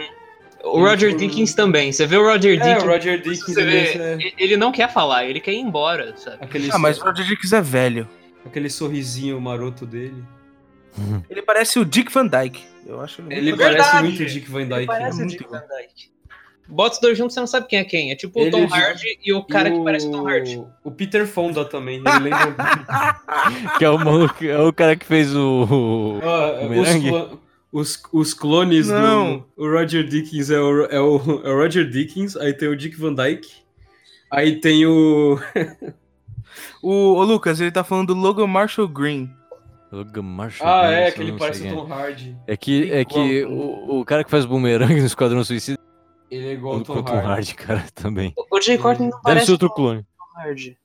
[SPEAKER 5] O Roger Dickens também. Você vê o Roger
[SPEAKER 3] É,
[SPEAKER 5] Dickens.
[SPEAKER 3] o Roger Dickens,
[SPEAKER 5] você
[SPEAKER 3] ele
[SPEAKER 5] vê,
[SPEAKER 3] é-
[SPEAKER 5] e- ele não quer falar, ele quer ir embora, sabe?
[SPEAKER 3] Aquele,
[SPEAKER 2] Ah, mas o Roger Dickens é velho.
[SPEAKER 3] aquele sorrisinho maroto dele.
[SPEAKER 2] Ele parece o Dick Van Dyke. Eu acho ele,
[SPEAKER 3] Ele
[SPEAKER 2] muito-
[SPEAKER 3] parece muito o Dick Van Dyke.
[SPEAKER 5] parece
[SPEAKER 3] né?
[SPEAKER 5] o Dick Van Dyke. Bota os dois juntos, você não sabe quem é quem. É tipo
[SPEAKER 3] Ele
[SPEAKER 5] o Tom
[SPEAKER 3] é de-
[SPEAKER 5] Hardy e o cara que
[SPEAKER 3] o-
[SPEAKER 5] parece o Tom Hardy.
[SPEAKER 3] O Peter Fonda também, né? ele lembra.
[SPEAKER 6] Que é o maluco, é o cara que fez o. o
[SPEAKER 3] Ah, os,
[SPEAKER 6] merengue.
[SPEAKER 3] clo- os, os clones
[SPEAKER 2] Não.
[SPEAKER 3] do o Roger Dickens é o, é, o, é o Roger Dickens, aí tem o Dick Van Dyke, aí tem o.
[SPEAKER 2] O, o Lucas, ele tá falando do Logan Marshall Green.
[SPEAKER 6] Logan Marshall.
[SPEAKER 3] Ah,
[SPEAKER 6] né?
[SPEAKER 3] é,
[SPEAKER 6] Isso
[SPEAKER 3] aquele
[SPEAKER 6] eu não
[SPEAKER 3] parece
[SPEAKER 6] sei
[SPEAKER 3] o
[SPEAKER 6] quem
[SPEAKER 3] Tom Hardy.
[SPEAKER 6] É que, é que o, o cara que faz bumerangue no Esquadrão Suicida
[SPEAKER 3] Ele é
[SPEAKER 6] é
[SPEAKER 3] igual
[SPEAKER 6] o
[SPEAKER 3] ao
[SPEAKER 6] Tom
[SPEAKER 3] Tom
[SPEAKER 6] Hardy, cara, também.
[SPEAKER 5] O
[SPEAKER 3] Hum.
[SPEAKER 5] Jay Courtney não
[SPEAKER 6] Deve
[SPEAKER 5] parece
[SPEAKER 6] ser outro
[SPEAKER 5] o
[SPEAKER 6] clone.
[SPEAKER 5] Tom Hardy.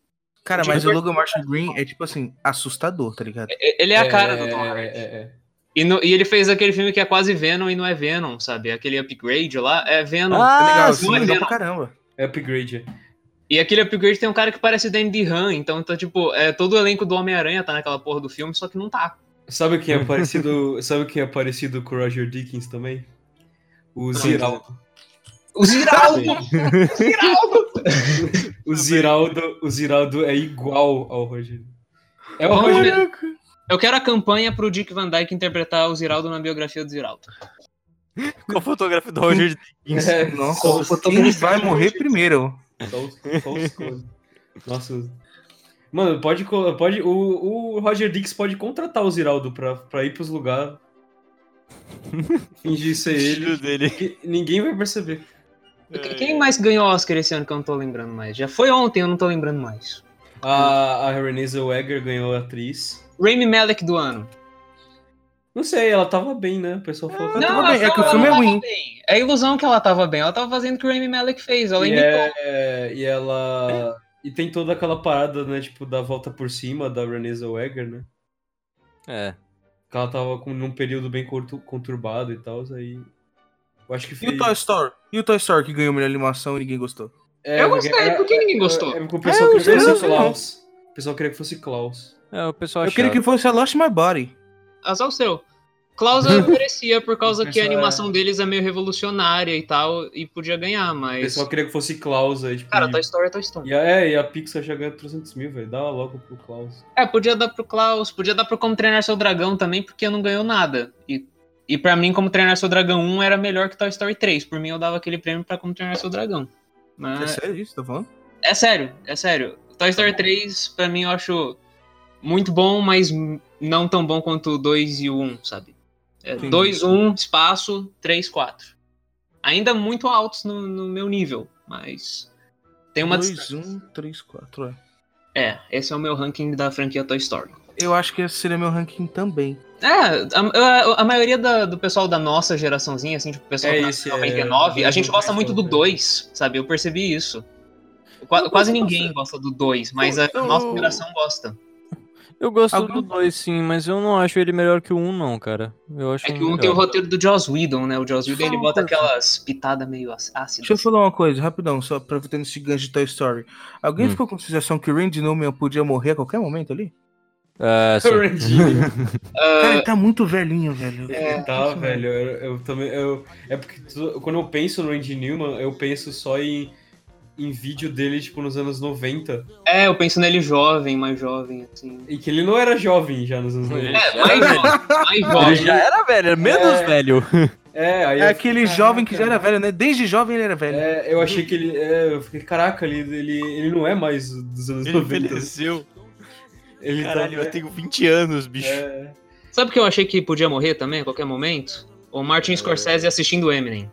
[SPEAKER 2] Cara,
[SPEAKER 5] Tipo,
[SPEAKER 2] mas o
[SPEAKER 5] ele-
[SPEAKER 2] Logan Marshall Green é tipo assim, assustador, tá ligado?
[SPEAKER 5] E- Ele é a cara do Tom
[SPEAKER 3] É,
[SPEAKER 5] Hardy.
[SPEAKER 3] é, é.
[SPEAKER 5] E, no- e ele fez aquele filme que é quase Venom e não é Venom, sabe? Aquele upgrade lá é Venom.
[SPEAKER 6] Ah,
[SPEAKER 5] Tá ligado?
[SPEAKER 2] sim,
[SPEAKER 5] Não é
[SPEAKER 2] legal
[SPEAKER 5] Venom.
[SPEAKER 2] pra caramba.
[SPEAKER 3] É upgrade. é.
[SPEAKER 5] E aquele upgrade tem um cara que parece o Dandy Han, então tá tipo, é, todo o elenco do Homem-Aranha tá naquela porra do filme, só que não tá.
[SPEAKER 3] Sabe quem é parecido, sabe quem é parecido com o Roger Dickens também? O Ziraldo.
[SPEAKER 5] O Ziraldo!
[SPEAKER 3] O Ziraldo, o Ziraldo é igual ao Roger. É o
[SPEAKER 5] Vamos
[SPEAKER 3] Roger
[SPEAKER 5] ver. Eu quero a campanha pro Dick Van Dyke interpretar o Ziraldo na biografia do Ziraldo.
[SPEAKER 6] Com a fotografia do Roger Dickens.
[SPEAKER 3] É, só os-
[SPEAKER 2] Nossa, quem vai morrer primeiro?
[SPEAKER 3] só os- só os clones. Nossa. Mano, pode. co- pode o, o Roger Dix pode contratar o Ziraldo pra, pra ir pros lugares. Fingir ser ele.
[SPEAKER 6] Filho dele.
[SPEAKER 3] Ninguém- Ninguém vai perceber. É.
[SPEAKER 5] Qu- Quem mais ganhou Oscar esse ano que eu não tô lembrando mais? Já foi ontem, eu não tô lembrando mais.
[SPEAKER 3] A, a Renée Zellweger ganhou a atriz.
[SPEAKER 5] Rami Malek do ano.
[SPEAKER 3] Não sei, ela tava bem, né? O pessoal falou.
[SPEAKER 2] Não, tava
[SPEAKER 5] ela
[SPEAKER 2] bem, é que o
[SPEAKER 5] falou
[SPEAKER 2] filme é
[SPEAKER 5] ela tava
[SPEAKER 2] ruim.
[SPEAKER 5] bem. É a ilusão que ela tava bem. Ela tava fazendo o que o Rami Malek fez. Ela
[SPEAKER 3] E,
[SPEAKER 5] imitou.
[SPEAKER 3] é- e ela. E tem toda aquela parada, né? Tipo, da volta por cima da Renée Zellweger, né?
[SPEAKER 6] É.
[SPEAKER 3] Que ela tava com, num período bem contu- conturbado e tal. Aí. Eu acho que
[SPEAKER 2] E o
[SPEAKER 3] fez.
[SPEAKER 2] Toy Story? E o Toy Story que ganhou melhor animação e ninguém gostou?
[SPEAKER 3] É,
[SPEAKER 5] Eu gostei,
[SPEAKER 3] é-
[SPEAKER 5] por que
[SPEAKER 3] é-
[SPEAKER 5] ninguém
[SPEAKER 3] é-
[SPEAKER 5] gostou?
[SPEAKER 3] É porque o pessoal
[SPEAKER 2] É, eu
[SPEAKER 3] queria
[SPEAKER 2] sei,
[SPEAKER 3] que fosse
[SPEAKER 2] eu sei.
[SPEAKER 3] Klaus. O pessoal queria que fosse Klaus.
[SPEAKER 6] É, o pessoal
[SPEAKER 2] Eu queria que fosse a Lost My Body.
[SPEAKER 5] Azar Ah, o seu. Klaus eu merecia por causa que a
[SPEAKER 3] Pessoal,
[SPEAKER 5] animação deles é meio revolucionária e tal, e podia ganhar,
[SPEAKER 3] O
[SPEAKER 5] mas.
[SPEAKER 3] pessoal queria que fosse Klaus aí, tipo.
[SPEAKER 5] Cara,
[SPEAKER 3] e-
[SPEAKER 5] Toy Story é Toy Story.
[SPEAKER 3] E a, é, e a Pixar já ganhou 300 mil, velho. Dá logo pro Klaus.
[SPEAKER 5] É, podia dar pro Klaus, podia dar pro Como Treinar Seu Dragão também, porque não ganhou nada. E, e para mim, Como Treinar Seu Dragão 1 era melhor que Toy Story 3. Por mim, eu dava aquele prêmio pra Como Treinar Seu Dragão.
[SPEAKER 2] É
[SPEAKER 5] Mas,
[SPEAKER 2] sério isso, que tá falando?
[SPEAKER 5] é sério, é sério. Toy Story 3, pra mim, eu acho muito bom, mas m- não tão bom quanto o 2 e o 1, sabe? É,
[SPEAKER 2] Entendi.
[SPEAKER 5] 2, 1, espaço, 3, 4. Ainda muito altos no, no meu nível, mas tem uma
[SPEAKER 2] 2,
[SPEAKER 5] distância.
[SPEAKER 2] 1, 3, 4, um, é.
[SPEAKER 5] É, esse é o meu ranking da franquia Toy Story.
[SPEAKER 2] Eu acho que esse seria meu ranking também.
[SPEAKER 5] É, a, a- a maioria da- do pessoal da nossa geraçãozinha, assim, tipo, o pessoal
[SPEAKER 3] É,
[SPEAKER 5] que
[SPEAKER 3] esse
[SPEAKER 5] nasceu em
[SPEAKER 3] é-
[SPEAKER 5] 99, a gente
[SPEAKER 3] é,
[SPEAKER 5] gosta
[SPEAKER 3] é,
[SPEAKER 5] muito do
[SPEAKER 3] é.
[SPEAKER 5] 2, sabe? Eu percebi isso. Qua-
[SPEAKER 6] Eu
[SPEAKER 5] quase
[SPEAKER 6] gosto
[SPEAKER 5] ninguém
[SPEAKER 6] bastante.
[SPEAKER 5] gosta do 2, mas a
[SPEAKER 6] Eu-
[SPEAKER 5] nossa geração gosta.
[SPEAKER 6] Eu gosto
[SPEAKER 2] Algum-
[SPEAKER 6] do 2, sim, mas eu não acho ele melhor que o 1, um, não, cara. Eu acho
[SPEAKER 5] É que
[SPEAKER 6] um
[SPEAKER 5] um tem o
[SPEAKER 6] melhor.
[SPEAKER 5] roteiro do Joss Whedon, né? O Joss
[SPEAKER 2] Deixa eu
[SPEAKER 5] Whedon, ele
[SPEAKER 2] falar uma
[SPEAKER 5] bota
[SPEAKER 2] coisa.
[SPEAKER 5] aquelas pitadas meio ac-
[SPEAKER 2] Deixa eu
[SPEAKER 5] ácidas.
[SPEAKER 2] falar uma coisa, rapidão, só aproveitando esse gancho de Toy Story. Alguém
[SPEAKER 6] Hum.
[SPEAKER 2] ficou com a sensação que o Randy Newman podia morrer a qualquer momento ali?
[SPEAKER 6] É, sim.
[SPEAKER 5] Ah,
[SPEAKER 2] Cara, ele tá muito velhinho, velho.
[SPEAKER 3] É, tá, velho. Eu, eu também. Eu, é porque tu- quando eu penso no Randy Newman, eu penso só em em vídeo dele, tipo, nos anos 90.
[SPEAKER 5] É, eu penso nele jovem, mais jovem, assim.
[SPEAKER 3] E que ele não era jovem já nos anos 90.
[SPEAKER 5] É, mais jovem, mais É. jovem.
[SPEAKER 6] Ele já era velho, menos
[SPEAKER 3] É.
[SPEAKER 6] velho.
[SPEAKER 3] É, aí
[SPEAKER 2] É
[SPEAKER 3] eu
[SPEAKER 2] aquele jovem que já era velho, né? Desde jovem ele era velho.
[SPEAKER 3] É, eu achei que ele. É, eu fiquei, caraca, ele, ele, ele não é mais dos anos
[SPEAKER 14] Ele
[SPEAKER 3] 90.
[SPEAKER 14] envelheceu.
[SPEAKER 3] Ele
[SPEAKER 14] Caralho,
[SPEAKER 3] tá-
[SPEAKER 14] eu tenho 20 anos, bicho.
[SPEAKER 3] É.
[SPEAKER 5] Sabe que eu achei que podia morrer também, a qualquer momento? O Martin Scorsese assistindo Eminem.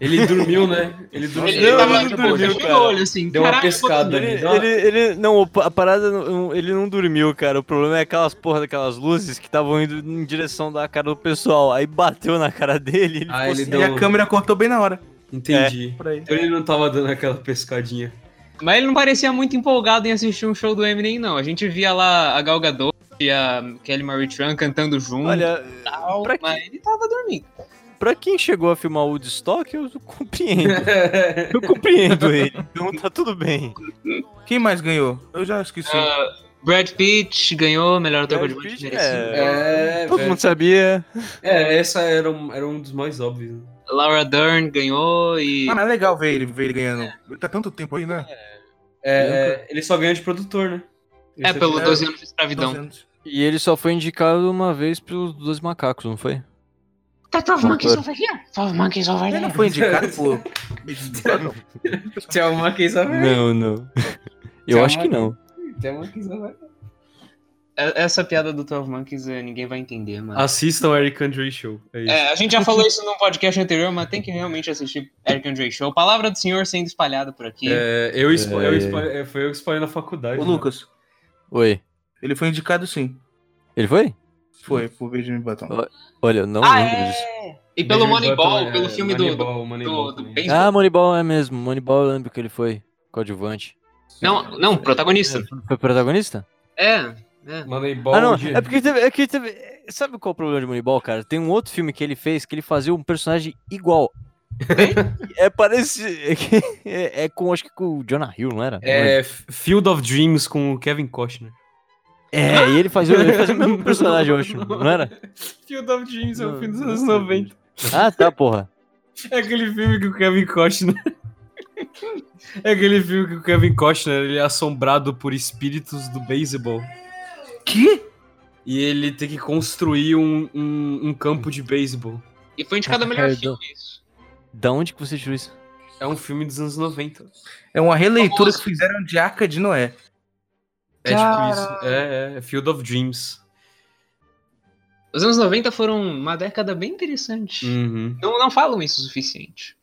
[SPEAKER 3] Ele dormiu, né? Ele dormiu.
[SPEAKER 5] Ele tava,
[SPEAKER 14] ele
[SPEAKER 5] tipo,
[SPEAKER 14] dormiu,
[SPEAKER 5] fechou o
[SPEAKER 14] cara.
[SPEAKER 5] olho, assim.
[SPEAKER 3] Deu uma
[SPEAKER 5] caraca,
[SPEAKER 3] pescada
[SPEAKER 5] quanto-
[SPEAKER 3] ali.
[SPEAKER 14] Ele,
[SPEAKER 3] Não.
[SPEAKER 14] ele, ele- não, o- a parada, não- ele não dormiu, cara. O problema é aquelas porra daquelas luzes que estavam indo em direção da cara do pessoal. Aí bateu na cara dele. Ele
[SPEAKER 3] Ah, ele
[SPEAKER 14] sem-
[SPEAKER 2] E a câmera cortou bem na hora.
[SPEAKER 3] É. Entendi.
[SPEAKER 2] Por aí.
[SPEAKER 3] Então ele não tava dando aquela pescadinha.
[SPEAKER 5] Mas ele não parecia muito empolgado em assistir um show do Eminem, não. A gente via lá a Gal Gadot e a Kelly Marie Tran cantando junto.
[SPEAKER 14] Olha,
[SPEAKER 5] e tal, mas ele tava dormindo.
[SPEAKER 14] Pra quem chegou a filmar Woodstock, eu compreendo. eu compreendo ele. Então tá tudo bem.
[SPEAKER 2] Quem mais ganhou? Eu já esqueci.
[SPEAKER 5] Ah, Brad Pitt ganhou melhor ator né?
[SPEAKER 14] Brad
[SPEAKER 5] coadjuvante
[SPEAKER 14] Pitt,
[SPEAKER 5] merecido.
[SPEAKER 3] É,
[SPEAKER 14] Todo
[SPEAKER 3] velho.
[SPEAKER 14] mundo sabia.
[SPEAKER 3] É, essa era um, era um dos mais óbvios. né?
[SPEAKER 5] Laura Dern ganhou e.
[SPEAKER 2] Mano, é legal ver ele, ver ele ganhando. Ele tá tanto tempo aí, né?
[SPEAKER 3] É, é, ele só ganha de produtor, né? Ele
[SPEAKER 5] É,
[SPEAKER 3] só
[SPEAKER 5] pelo
[SPEAKER 3] ganha-
[SPEAKER 5] 12 anos de
[SPEAKER 3] Então.
[SPEAKER 5] escravidão.
[SPEAKER 2] 12 anos.
[SPEAKER 6] E ele só foi indicado uma vez pelos dois macacos, não foi?
[SPEAKER 10] The 12 monkeys
[SPEAKER 6] Claro.
[SPEAKER 10] over here. 12 monkeys over
[SPEAKER 2] Ele
[SPEAKER 10] there.
[SPEAKER 2] não foi indicado por.
[SPEAKER 3] Tchau, Monkeys
[SPEAKER 14] É.
[SPEAKER 3] of
[SPEAKER 6] Não, não. Eu acho que não.
[SPEAKER 3] Tchau, Monkeys of
[SPEAKER 5] É- Essa piada do 12 Monkeys é, ninguém vai entender, mano.
[SPEAKER 3] Assistam o Eric Andre Show. É isso.
[SPEAKER 5] É, a gente já falou isso num podcast anterior, mas tem que realmente assistir Eric Andre Show. Palavra do senhor sendo espalhada por aqui.
[SPEAKER 3] É, eu, espo-
[SPEAKER 6] É.
[SPEAKER 3] eu espo- é, foi eu que espalhei na faculdade.
[SPEAKER 2] Ô,
[SPEAKER 3] né?
[SPEAKER 2] Lucas,
[SPEAKER 6] Oi.
[SPEAKER 2] ele foi indicado sim.
[SPEAKER 6] Ele foi?
[SPEAKER 2] Foi, por Benjamin Button.
[SPEAKER 6] Ó, Olha, eu não
[SPEAKER 5] Ah,
[SPEAKER 6] lembro
[SPEAKER 5] é.
[SPEAKER 6] disso.
[SPEAKER 5] E pelo
[SPEAKER 3] Benjamin
[SPEAKER 5] Moneyball,
[SPEAKER 3] Button, é,
[SPEAKER 5] pelo filme do-
[SPEAKER 3] Moneyball,
[SPEAKER 5] do,
[SPEAKER 3] Moneyball
[SPEAKER 5] do, do
[SPEAKER 3] também.
[SPEAKER 5] beisebol.
[SPEAKER 6] Ah, Moneyball é mesmo. Moneyball eu lembro que ele foi coadjuvante.
[SPEAKER 5] Não, não, protagonista.
[SPEAKER 6] Foi protagonista?
[SPEAKER 5] É, é.
[SPEAKER 3] Moneyball.
[SPEAKER 6] ah, não.
[SPEAKER 3] de-
[SPEAKER 6] É porque teve, é que teve. Sabe qual é o problema de Moneyball, cara? Tem um outro filme que ele fez que ele fazia um personagem igual. é parece. É, que- é- é com, acho que com o Jonah Hill, não era?
[SPEAKER 3] É, F- Field of Dreams com o Kevin Costner.
[SPEAKER 6] É, e ele fazia, ele fazia o mesmo personagem, eu acho, não era?
[SPEAKER 3] Field of Dreams é o filme dos
[SPEAKER 6] não
[SPEAKER 3] anos
[SPEAKER 6] sabia.
[SPEAKER 3] 90.
[SPEAKER 6] Ah, tá, porra.
[SPEAKER 3] É aquele filme que o Kevin Costner. é aquele filme que o Kevin Costner ele é assombrado por espíritos do beisebol.
[SPEAKER 2] Que?
[SPEAKER 3] E ele tem que construir um, um, um campo de beisebol.
[SPEAKER 5] E foi indicado a melhor
[SPEAKER 6] Perdão.
[SPEAKER 5] filme, isso.
[SPEAKER 6] Da onde que você tirou isso?
[SPEAKER 3] É um filme dos anos 90.
[SPEAKER 2] É uma releitura que fizeram de Arca de Noé.
[SPEAKER 3] É tipo isso. É, é, é Field of Dreams.
[SPEAKER 5] Os anos 90 foram uma década bem interessante.
[SPEAKER 3] Uhum.
[SPEAKER 5] Não, não falam isso o suficiente.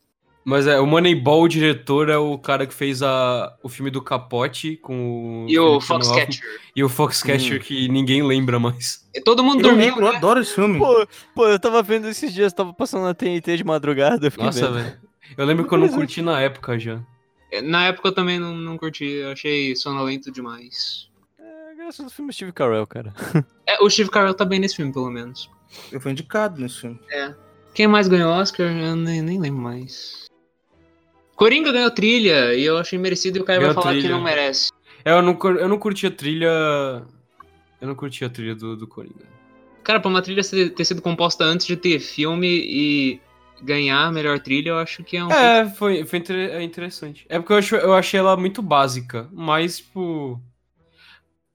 [SPEAKER 3] Mas é, o Moneyball, o diretor, é o cara que fez a, o filme do Capote com
[SPEAKER 5] E o
[SPEAKER 3] Felipe Novo.
[SPEAKER 5] Foxcatcher.
[SPEAKER 3] E o Foxcatcher que ninguém lembra mais.
[SPEAKER 5] Todo
[SPEAKER 2] é
[SPEAKER 5] mundo
[SPEAKER 2] Eu
[SPEAKER 5] dormiu. né?
[SPEAKER 2] lembro, eu adoro esse filme.
[SPEAKER 6] Pô, pô, eu tava vendo esses dias, tava passando na TNT de madrugada. Eu fiquei
[SPEAKER 3] Nossa,
[SPEAKER 6] vendo.
[SPEAKER 3] velho. Eu lembro que eu não curti na época já.
[SPEAKER 5] Na época eu também não, não curti, eu achei sonolento demais.
[SPEAKER 6] É, graças ao filme Steve Carell, cara.
[SPEAKER 5] É, o Steve Carell tá bem nesse filme, pelo menos.
[SPEAKER 2] Eu fui indicado nesse filme.
[SPEAKER 5] Quem mais ganhou Oscar? Eu nem, nem lembro mais. Coringa ganhou trilha e eu achei merecido e o Caio vai
[SPEAKER 3] Ganhou
[SPEAKER 5] falar que
[SPEAKER 3] trilha.
[SPEAKER 5] não merece.
[SPEAKER 3] É, eu não, cur- eu não curti a trilha. Eu não curti a trilha do, do Coringa.
[SPEAKER 5] Cara, pra uma trilha ser- ter sido composta antes de ter filme e ganhar a melhor trilha, eu acho que é um.
[SPEAKER 3] É, foi, foi inter- é interessante. É porque eu, acho, eu achei ela muito básica, mas, tipo.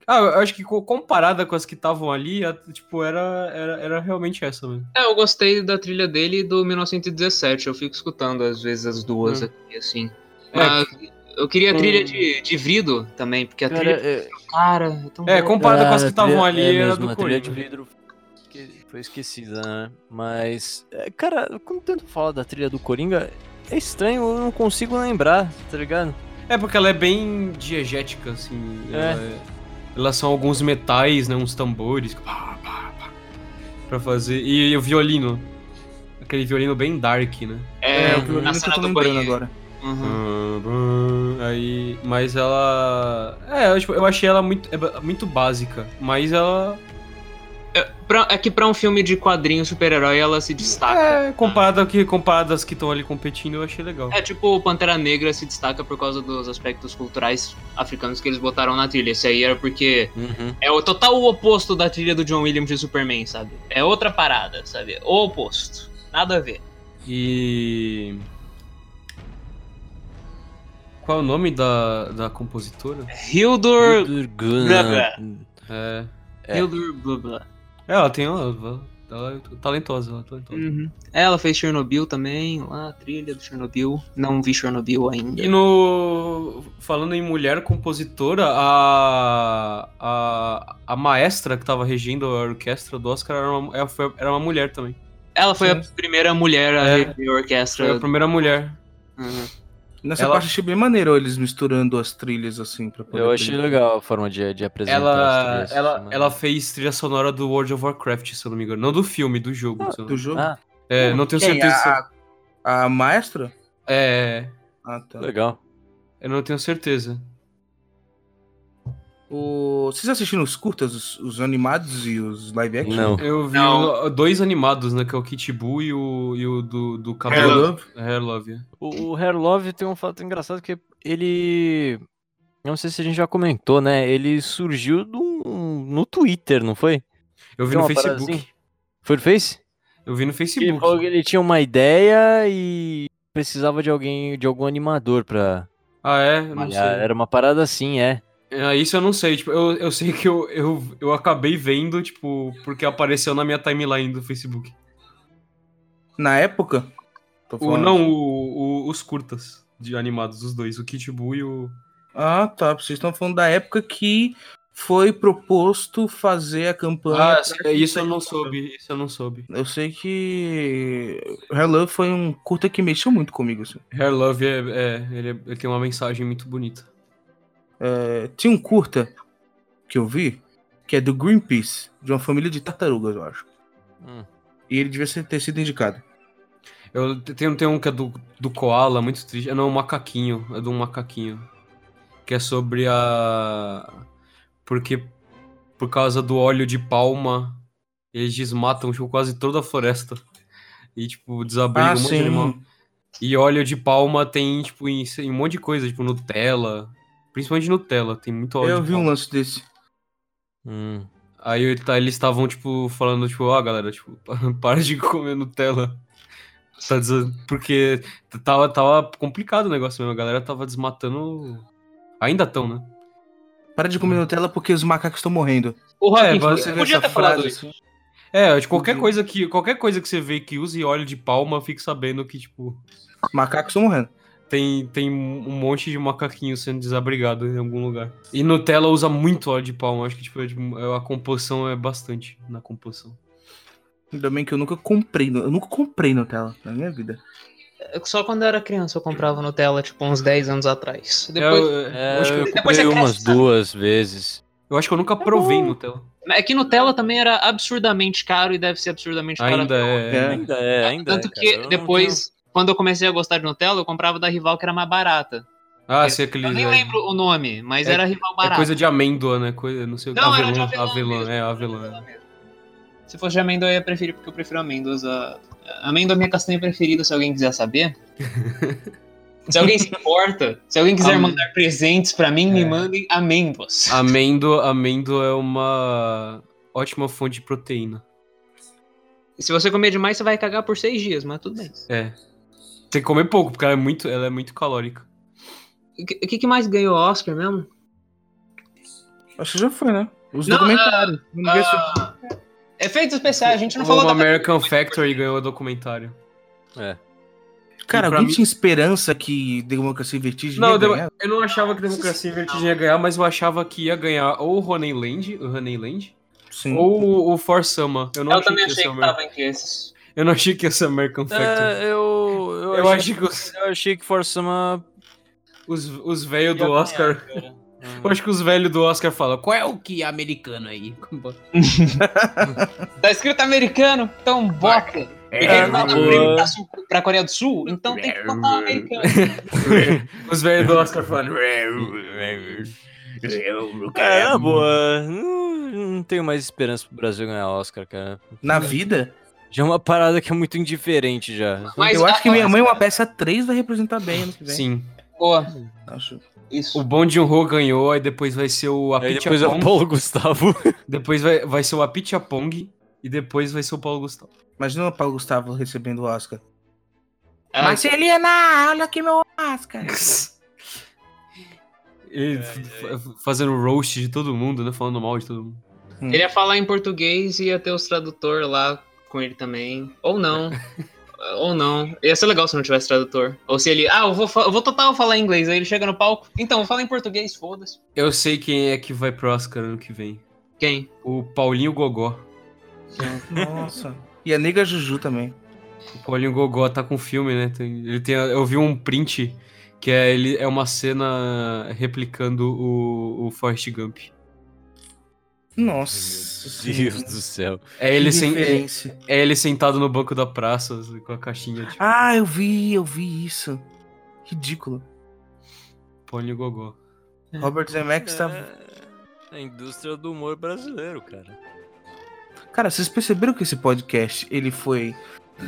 [SPEAKER 3] Ah, eu acho que co- comparada com as que estavam ali, a- tipo, era, era, era realmente essa mesmo.
[SPEAKER 5] É, eu gostei da trilha dele e do 1917. Eu fico escutando às vezes as duas
[SPEAKER 3] Hum.
[SPEAKER 5] aqui, assim.
[SPEAKER 3] É.
[SPEAKER 5] Mas eu queria a
[SPEAKER 3] Hum.
[SPEAKER 5] trilha de, de Vrido também, porque a
[SPEAKER 6] Cara,
[SPEAKER 5] trilha.
[SPEAKER 6] é-
[SPEAKER 5] Cara, é tão
[SPEAKER 3] É,
[SPEAKER 5] boa.
[SPEAKER 3] comparada com as que
[SPEAKER 6] Ah,
[SPEAKER 3] estavam
[SPEAKER 6] trilha-
[SPEAKER 3] ali,
[SPEAKER 6] é
[SPEAKER 3] era
[SPEAKER 6] mesmo,
[SPEAKER 3] do
[SPEAKER 6] a trilha de
[SPEAKER 3] Coringa.
[SPEAKER 6] vidro que foi esquecida, né? Mas, é, cara, quando tento falar da trilha do Coringa, é estranho, eu não consigo lembrar, tá ligado?
[SPEAKER 3] É, porque ela é bem diegética, assim.
[SPEAKER 6] É.
[SPEAKER 3] Ela, é- ela são alguns metais, né? Uns tambores. Pá, pá, pá, pra fazer. E, o violino. Aquele violino bem dark, né?
[SPEAKER 5] É,
[SPEAKER 2] o violino
[SPEAKER 5] na
[SPEAKER 2] que eu
[SPEAKER 5] cena
[SPEAKER 2] tô
[SPEAKER 5] do
[SPEAKER 2] lembrando
[SPEAKER 5] banheiro.
[SPEAKER 2] agora.
[SPEAKER 5] Uhum.
[SPEAKER 3] Aí. Mas ela. É, eu, tipo, eu achei ela muito, é ba- muito básica. Mas ela.
[SPEAKER 5] Pra- é que pra um filme de quadrinho super-herói ela se destaca.
[SPEAKER 3] É, comparada ao que, comparada às que estão ali competindo, eu achei legal.
[SPEAKER 5] É. tipo o Pantera Negra se destaca por causa dos aspectos culturais africanos que eles botaram na trilha. Esse aí era porque
[SPEAKER 6] Uhum. Hum.
[SPEAKER 5] é o total oposto da trilha do John Williams de Superman, sabe? É outra parada, sabe? O oposto. Nada a ver.
[SPEAKER 3] E. Qual é o nome da, da compositora?
[SPEAKER 5] Hildur.
[SPEAKER 6] Né,
[SPEAKER 3] Blá,
[SPEAKER 5] Gunnar.
[SPEAKER 3] blá. É.
[SPEAKER 5] É.
[SPEAKER 6] Hum.
[SPEAKER 5] Hildur blá blá.
[SPEAKER 3] Ela tem uma. Ela é talentosa, ela é talentosa.
[SPEAKER 5] Uhum. Ela fez Chernobyl também, lá a trilha do Chernobyl. Não vi Chernobyl ainda.
[SPEAKER 3] E no. Falando em mulher compositora, a. A, a maestra que tava regendo a orquestra do Oscar era uma, ela foi- era uma mulher também.
[SPEAKER 5] Ela foi a primeira mulher a
[SPEAKER 3] É.
[SPEAKER 5] reger a orquestra. Uhum.
[SPEAKER 3] Foi a primeira mulher.
[SPEAKER 2] Nessa
[SPEAKER 3] Ela-
[SPEAKER 2] parte eu achei bem maneiro eles misturando as trilhas assim pra poder.
[SPEAKER 6] Eu achei legal a forma de, de né? apresentar as
[SPEAKER 3] Ela,
[SPEAKER 6] trilhas. assim,
[SPEAKER 3] ela, ela fez trilha sonora do World of Warcraft, se eu não me engano. Não do filme, do jogo. se eu não-
[SPEAKER 2] do jogo?
[SPEAKER 6] Ah.
[SPEAKER 3] É, não tenho
[SPEAKER 2] Quem?
[SPEAKER 3] certeza. se-
[SPEAKER 2] A, a maestra?
[SPEAKER 3] É.
[SPEAKER 2] Ah, tá.
[SPEAKER 6] Legal.
[SPEAKER 3] Eu não tenho certeza.
[SPEAKER 2] O... Vocês assistiram os curtas, os, os animados e os
[SPEAKER 6] É
[SPEAKER 2] live action?
[SPEAKER 3] Eu vi o- dois animados, né? Que é o Kitibu e o, e o do, do cabelo.
[SPEAKER 2] Hair Love.
[SPEAKER 3] Hair Love, é.
[SPEAKER 6] O, o Hair Love tem um fato engraçado que ele. eu Não sei se a gente já comentou, né? Ele surgiu do- no Twitter, não foi?
[SPEAKER 3] Eu vi
[SPEAKER 6] Tem
[SPEAKER 3] no
[SPEAKER 6] uma parada
[SPEAKER 3] Facebook.
[SPEAKER 6] assim? Foi no Face?
[SPEAKER 3] Eu vi no Facebook.
[SPEAKER 6] Ele falou que é ele tinha uma ideia e precisava de alguém, de algum animador pra.
[SPEAKER 3] Ah, é? Eu não sei.
[SPEAKER 6] malhar. Era uma parada assim, é.
[SPEAKER 3] É, isso eu não sei, tipo, eu, eu sei que eu, eu, eu acabei vendo, tipo, porque apareceu na minha timeline do Facebook.
[SPEAKER 2] Na época? Tô
[SPEAKER 3] O,
[SPEAKER 2] falando.
[SPEAKER 3] não, o, o- os curtas de animados, os dois, o Kitibu e o.
[SPEAKER 2] Ah, tá. Vocês estão falando da época que foi proposto fazer a campanha.
[SPEAKER 3] Ah,
[SPEAKER 2] pra-
[SPEAKER 3] isso eu não soube, isso eu não soube.
[SPEAKER 2] Eu sei que Hair Love foi um curta que mexeu muito comigo. Assim.
[SPEAKER 3] Hair Love é, é, ele, é- ele tem uma mensagem muito bonita.
[SPEAKER 2] É, tinha um curta que eu vi, que é do Greenpeace, de uma família de tartarugas, eu acho.
[SPEAKER 6] Hum.
[SPEAKER 2] E ele devia ser- ter sido indicado.
[SPEAKER 3] Eu tenho, tem um que é do, do Koala, muito triste. É, Não, o macaquinho. É de um macaquinho. Que é sobre a. Porque por causa do óleo de palma, eles desmatam tipo, quase toda a floresta. E, tipo, desabrigam
[SPEAKER 2] Ah,
[SPEAKER 3] um monte
[SPEAKER 2] sim.
[SPEAKER 3] de animal. E óleo de palma tem, tipo, em, em um monte de coisa, tipo, Nutella. Principalmente Nutella, tem muito óleo
[SPEAKER 2] eu
[SPEAKER 3] de
[SPEAKER 2] vi um lance desse.
[SPEAKER 6] Hum.
[SPEAKER 3] Aí ele tá- eles estavam, tipo, falando, tipo, ó, galera, tipo, para de comer Nutella. Tá desa- Porque tava, tava complicado o negócio mesmo, a galera tava desmatando. Ainda tão, né?
[SPEAKER 2] Para de comer Nutella porque os macacos estão morrendo.
[SPEAKER 5] Porra,
[SPEAKER 3] é,
[SPEAKER 2] gente,
[SPEAKER 3] você
[SPEAKER 2] eu
[SPEAKER 3] vê
[SPEAKER 2] podia
[SPEAKER 3] essa
[SPEAKER 2] ter falado
[SPEAKER 3] frase,
[SPEAKER 2] isso.
[SPEAKER 3] assim. É, de
[SPEAKER 5] Uhum.
[SPEAKER 3] qualquer coisa que qualquer coisa que você vê que use óleo de palma, fique sabendo que tipo
[SPEAKER 2] macacos estão morrendo.
[SPEAKER 3] Tem, tem um monte de macaquinho sendo desabrigado em algum lugar. E Nutella usa muito óleo de palma, acho que tipo, é de- é- a composição é bastante na composição.
[SPEAKER 2] Ainda bem que eu nunca comprei, eu nunca comprei Nutella na minha vida.
[SPEAKER 5] Só quando eu era criança eu comprava Nutella, tipo, uns 10 anos atrás. Depois,
[SPEAKER 6] É,
[SPEAKER 5] acho que-
[SPEAKER 6] eu
[SPEAKER 5] depois você
[SPEAKER 6] comprei umas
[SPEAKER 5] cresce,
[SPEAKER 6] duas vezes.
[SPEAKER 3] Eu acho que eu nunca provei Nutella.
[SPEAKER 5] É que Nutella também era absurdamente caro e deve ser absurdamente caro.
[SPEAKER 3] Ainda é.
[SPEAKER 5] até hoje.
[SPEAKER 6] Ainda é, ainda
[SPEAKER 5] Tanto
[SPEAKER 6] é, cara. Eu
[SPEAKER 5] que
[SPEAKER 6] não
[SPEAKER 5] depois, quando eu comecei a gostar de Nutella, eu comprava da Rival, que era mais barata.
[SPEAKER 3] Ah, sei aquele.
[SPEAKER 5] Eu nem
[SPEAKER 3] é-
[SPEAKER 5] lembro o nome, mas
[SPEAKER 3] é-
[SPEAKER 5] era Rival
[SPEAKER 3] É
[SPEAKER 5] barata.
[SPEAKER 3] coisa de amêndoa, né? Coisa, não sei o que.
[SPEAKER 5] Não, era de
[SPEAKER 3] Avelã, avelã, é, avelã.
[SPEAKER 5] Se fosse de amêndoa, eu ia preferir, porque eu prefiro amêndoas. A... Amêndoa é minha castanha preferida, se alguém quiser saber. se alguém se importa, se alguém quiser
[SPEAKER 3] Am-
[SPEAKER 5] mandar presentes pra mim,
[SPEAKER 3] É.
[SPEAKER 5] me mandem amêndoas.
[SPEAKER 3] Ah. Amêndoa, amêndoa é uma ótima fonte de proteína.
[SPEAKER 5] Se você comer demais, você vai cagar por seis dias, mas tudo bem.
[SPEAKER 3] É. Tem que comer pouco, porque ela é muito, ela é muito calórica.
[SPEAKER 5] O que- o que, que mais ganhou o Oscar mesmo?
[SPEAKER 2] Acho que já foi, né? Os
[SPEAKER 5] Não,
[SPEAKER 2] documentários.
[SPEAKER 5] ah,
[SPEAKER 2] Vamos ver se-
[SPEAKER 5] ah, Efeitos especiais, a gente não falou
[SPEAKER 3] O
[SPEAKER 5] da-
[SPEAKER 3] American Factory ganhou o documentário.
[SPEAKER 6] É.
[SPEAKER 2] Cara,
[SPEAKER 3] E pra
[SPEAKER 2] alguém
[SPEAKER 3] mim-
[SPEAKER 2] tinha esperança que Democracia e Vertigem
[SPEAKER 3] Não,
[SPEAKER 2] ia
[SPEAKER 3] eu, demo-
[SPEAKER 2] ganhar?
[SPEAKER 3] eu não achava que Democracia e Vertigem ia ganhar, mas eu achava que ia ganhar ou o Honeyland, o Honeyland,
[SPEAKER 2] Sim.
[SPEAKER 3] ou o For Summer. Eu, não
[SPEAKER 5] Eu
[SPEAKER 3] achei
[SPEAKER 5] também
[SPEAKER 3] que ia
[SPEAKER 5] achei
[SPEAKER 3] ser o
[SPEAKER 5] que
[SPEAKER 3] Amer-
[SPEAKER 5] tava Ah, entre esses.
[SPEAKER 3] Eu não achei que ia ser American Factory.
[SPEAKER 6] É, eu, eu,
[SPEAKER 3] Eu
[SPEAKER 6] achei
[SPEAKER 3] acho
[SPEAKER 6] que, eu achei que Força é uma.
[SPEAKER 3] Os, os velhos do Oscar. Eu acho que os velhos do Oscar falam, qual é o que é americano aí?
[SPEAKER 5] Tá escrito americano, então bota. Porque
[SPEAKER 3] É,
[SPEAKER 5] ele tá
[SPEAKER 3] boa.
[SPEAKER 5] pra, Sul- pra Coreia do Sul, então tem que botar americano.
[SPEAKER 3] os velhos do Oscar falam.
[SPEAKER 6] É, na boa. Não, não tenho mais esperança pro Brasil ganhar Oscar, cara.
[SPEAKER 2] Na vida?
[SPEAKER 6] Já é uma parada que é muito indiferente já.
[SPEAKER 2] eu
[SPEAKER 5] tá
[SPEAKER 2] acho que minha mãe é uma peça 3 vai representar bem ano que vem.
[SPEAKER 3] Sim.
[SPEAKER 5] Boa.
[SPEAKER 2] Acho.
[SPEAKER 5] Isso.
[SPEAKER 3] O Bon Joon-ho ganhou, aí depois vai ser o
[SPEAKER 6] Aí
[SPEAKER 3] Apitya
[SPEAKER 6] depois é o Paulo Gustavo.
[SPEAKER 3] Depois vai, vai ser o Apitya Pong e depois vai ser o Paulo Gustavo.
[SPEAKER 2] Imagina o Paulo Gustavo recebendo o Oscar.
[SPEAKER 3] Ah,
[SPEAKER 2] Marcelina, olha aqui meu Oscar.
[SPEAKER 3] Ele fa- fazendo roast de todo mundo, né? Falando mal de todo mundo.
[SPEAKER 5] Ele ia falar em português e ia ter os tradutor lá com ele também. Ou não. Ou não. Ia ser legal se não tivesse tradutor. Ou se ele. Ah, eu vou, fa- eu vou total falar inglês. Aí ele chega no palco. Então, eu vou falar em português, foda-se.
[SPEAKER 3] Eu sei quem é que vai pro Oscar ano que vem.
[SPEAKER 5] Quem?
[SPEAKER 3] O Paulinho Gogó.
[SPEAKER 2] Nossa. E a nega Juju também.
[SPEAKER 3] O Paulinho Gogó tá com filme, né? Tem- Ele tem, eu vi um print que é, ele, é uma cena replicando o, o Forrest Gump.
[SPEAKER 2] Nossa.
[SPEAKER 6] Deus do céu.
[SPEAKER 3] É ele,
[SPEAKER 2] Que
[SPEAKER 3] sen-
[SPEAKER 2] referência.
[SPEAKER 3] é ele sentado no banco da praça assim, com a caixinha tipo, de
[SPEAKER 2] Ah, eu vi, eu vi isso. Ridículo.
[SPEAKER 3] Paulinho Gogó.
[SPEAKER 2] Robert Zemeckis tá.
[SPEAKER 3] É.
[SPEAKER 6] É, A indústria do humor brasileiro, cara.
[SPEAKER 2] Cara, vocês perceberam que esse podcast ele foi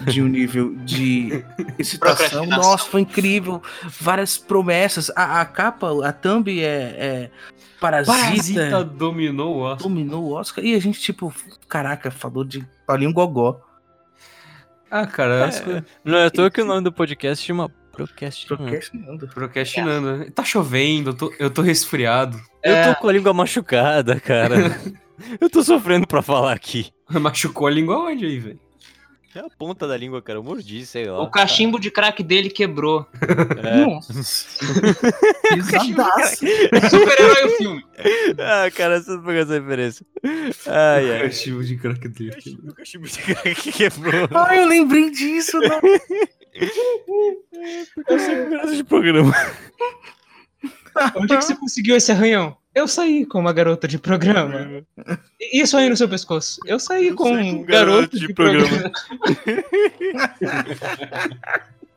[SPEAKER 2] de um nível de excitação?
[SPEAKER 6] Procrastinação.
[SPEAKER 2] Nossa, foi incrível. Várias promessas. A, a capa, a thumb é, é parasita.
[SPEAKER 3] Parasita dominou o Oscar.
[SPEAKER 2] Dominou o Oscar. E a gente, tipo, caraca, falou de Paulinho Gogó.
[SPEAKER 3] Ah, cara,
[SPEAKER 6] É, Não é à toa que o nome do podcast chama né? Procrastinando.
[SPEAKER 2] Procrastinando.
[SPEAKER 3] Procrastinando. né? Tá chovendo, eu tô, eu tô resfriado.
[SPEAKER 6] Eu tô com a língua machucada, cara. eu tô sofrendo pra falar aqui.
[SPEAKER 3] Machucou a língua onde aí, velho?
[SPEAKER 6] É a ponta da língua, cara. Eu mordi, sei lá.
[SPEAKER 5] O cachimbo de crack dele quebrou.
[SPEAKER 6] É.
[SPEAKER 2] Pesadaço.
[SPEAKER 5] Super-herói o filme.
[SPEAKER 6] Ah, cara, você não pegou essa referência. Ai,
[SPEAKER 3] O
[SPEAKER 6] ai.
[SPEAKER 3] cachimbo de crack dele.
[SPEAKER 6] O cachimbo tipo de crack que quebrou.
[SPEAKER 2] Ai, eu lembrei disso, não.
[SPEAKER 6] Porque eu sempre graça de programa.
[SPEAKER 5] Onde é que você conseguiu esse arranhão? Eu saí com uma garota de programa. E isso aí no seu pescoço? É. Eu saí com um garoto, de, programa.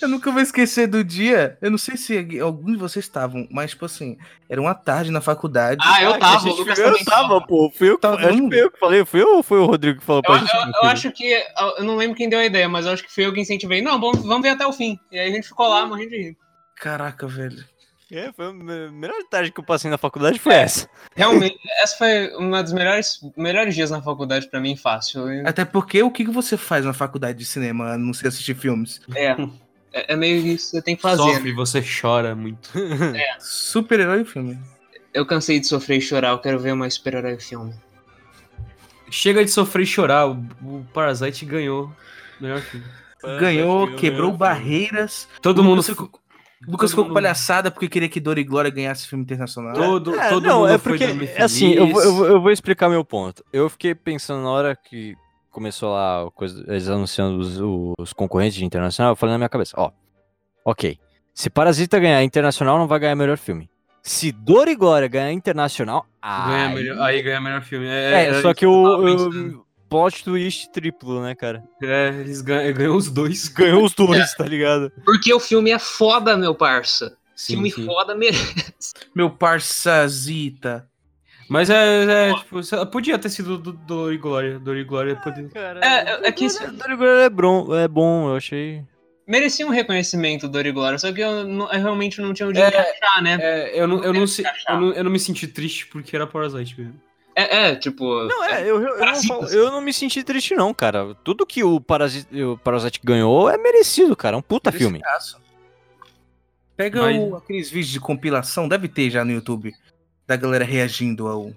[SPEAKER 2] Eu nunca vou esquecer do dia. Eu não sei se alguém- algum de vocês estavam, mas, tipo assim, era uma tarde na faculdade.
[SPEAKER 5] Ah, eu tava, o
[SPEAKER 6] gente,
[SPEAKER 5] Lucas
[SPEAKER 6] eu
[SPEAKER 5] também Tá
[SPEAKER 6] tava, pô. Fui eu, que-
[SPEAKER 2] Tava todo
[SPEAKER 6] acho que
[SPEAKER 2] mundo?
[SPEAKER 6] fui eu que falei. Fui eu ou foi o Rodrigo que falou
[SPEAKER 5] Eu,
[SPEAKER 6] pra gente?
[SPEAKER 5] eu- eu acho que. Eu não lembro quem deu a ideia, mas eu acho que foi eu que incentivei. Não, vamos, vamos ver até o fim. E aí a gente ficou lá morrendo de rir.
[SPEAKER 2] Caraca, velho.
[SPEAKER 6] É, foi a me- melhor tarde que eu passei na faculdade foi
[SPEAKER 5] É,
[SPEAKER 6] essa.
[SPEAKER 5] Realmente, essa foi uma dos melhores, melhores dias na faculdade pra mim, fácil. É,
[SPEAKER 2] Até porque o que que você faz na faculdade de cinema, a não ser assistir filmes?
[SPEAKER 5] É, é, é meio isso que você tem que fazer. né?
[SPEAKER 3] Sofre, você chora muito.
[SPEAKER 5] É.
[SPEAKER 2] Super-herói filme.
[SPEAKER 5] Eu cansei de sofrer e chorar, eu quero ver mais super-herói filme.
[SPEAKER 3] Chega de sofrer e chorar. O, o Parasite ganhou. Melhor filme.
[SPEAKER 2] Ganhou, quebrou barreiras.
[SPEAKER 3] Todo mundo
[SPEAKER 2] Lucas ficou. Lucas ficou com
[SPEAKER 3] mundo-
[SPEAKER 2] palhaçada porque queria que Dor e Glória ganhasse filme internacional.
[SPEAKER 3] Todo,
[SPEAKER 6] É,
[SPEAKER 3] todo
[SPEAKER 6] não,
[SPEAKER 3] mundo
[SPEAKER 6] é
[SPEAKER 3] foi
[SPEAKER 6] porque,
[SPEAKER 3] dormir
[SPEAKER 6] é assim, eu vou, eu
[SPEAKER 3] feliz.
[SPEAKER 6] vou- eu vou explicar meu ponto. Eu fiquei pensando na hora que começou lá a coisa- eles anunciando os, os concorrentes de internacional, eu falei na minha cabeça, ó, ok, se Parasita ganhar internacional, não vai ganhar melhor filme. Se Dor e Glória ganhar internacional,
[SPEAKER 3] Ganha
[SPEAKER 6] ah,
[SPEAKER 3] melhor- aí ganha melhor filme.
[SPEAKER 6] é,
[SPEAKER 3] É,
[SPEAKER 6] só que
[SPEAKER 3] eu
[SPEAKER 6] o,
[SPEAKER 3] tava
[SPEAKER 6] o plot twist triplo, né, cara?
[SPEAKER 3] É, eles ganham, ganham os dois.
[SPEAKER 6] Ganhou os
[SPEAKER 3] É.
[SPEAKER 6] dois, tá ligado?
[SPEAKER 5] Porque o filme é foda, meu parça.
[SPEAKER 3] Sim,
[SPEAKER 5] filme
[SPEAKER 3] sim.
[SPEAKER 5] foda merece.
[SPEAKER 2] Meu parçazita.
[SPEAKER 3] Mas é, é, tipo, sei lá, podia ter sido do Dor e Glória. Dor e Glória
[SPEAKER 6] Ah,
[SPEAKER 3] poderia.
[SPEAKER 5] É, é, é que isso-
[SPEAKER 6] Dor e Glória é bom, é bom, eu achei.
[SPEAKER 5] merecia um reconhecimento do Origora, só que eu, não- eu realmente não tinha onde encaixar, né?
[SPEAKER 3] É, eu não, eu, não se- eu, não, eu não me senti triste porque era Parasite mesmo.
[SPEAKER 5] É, é, tipo.
[SPEAKER 6] Não, é, eu, eu, eu não falo- eu não me senti triste, não, cara. Tudo que o Parasite, o Parasite ganhou é merecido, cara. É um puta filme.
[SPEAKER 2] Merecidaço. Pega
[SPEAKER 6] Mas-
[SPEAKER 2] o- aqueles vídeos de compilação, deve ter já no YouTube, da galera reagindo ao,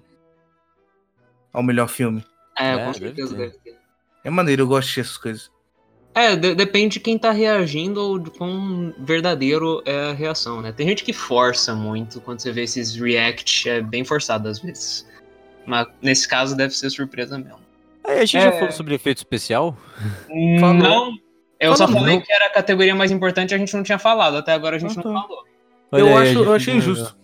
[SPEAKER 2] ao melhor filme.
[SPEAKER 5] É,
[SPEAKER 6] É,
[SPEAKER 5] com
[SPEAKER 6] deve
[SPEAKER 5] certeza
[SPEAKER 6] ter.
[SPEAKER 5] deve ter.
[SPEAKER 2] É maneiro, eu gosto dessas coisas.
[SPEAKER 5] É, de- depende de quem tá reagindo ou de quão verdadeiro é a reação, né? Tem gente que força muito quando você vê esses react, é bem forçado às vezes. Mas nesse caso deve ser surpresa mesmo.
[SPEAKER 6] Aí, a gente
[SPEAKER 5] É.
[SPEAKER 6] já falou sobre efeito especial?
[SPEAKER 5] Não, eu só
[SPEAKER 6] Falou.
[SPEAKER 5] falei que era a categoria mais importante e a gente não tinha falado, até agora a gente não falou.
[SPEAKER 6] Olha
[SPEAKER 2] eu,
[SPEAKER 6] aí,
[SPEAKER 2] acho,
[SPEAKER 6] a gente
[SPEAKER 2] eu achei
[SPEAKER 6] ganhou.
[SPEAKER 2] injusto.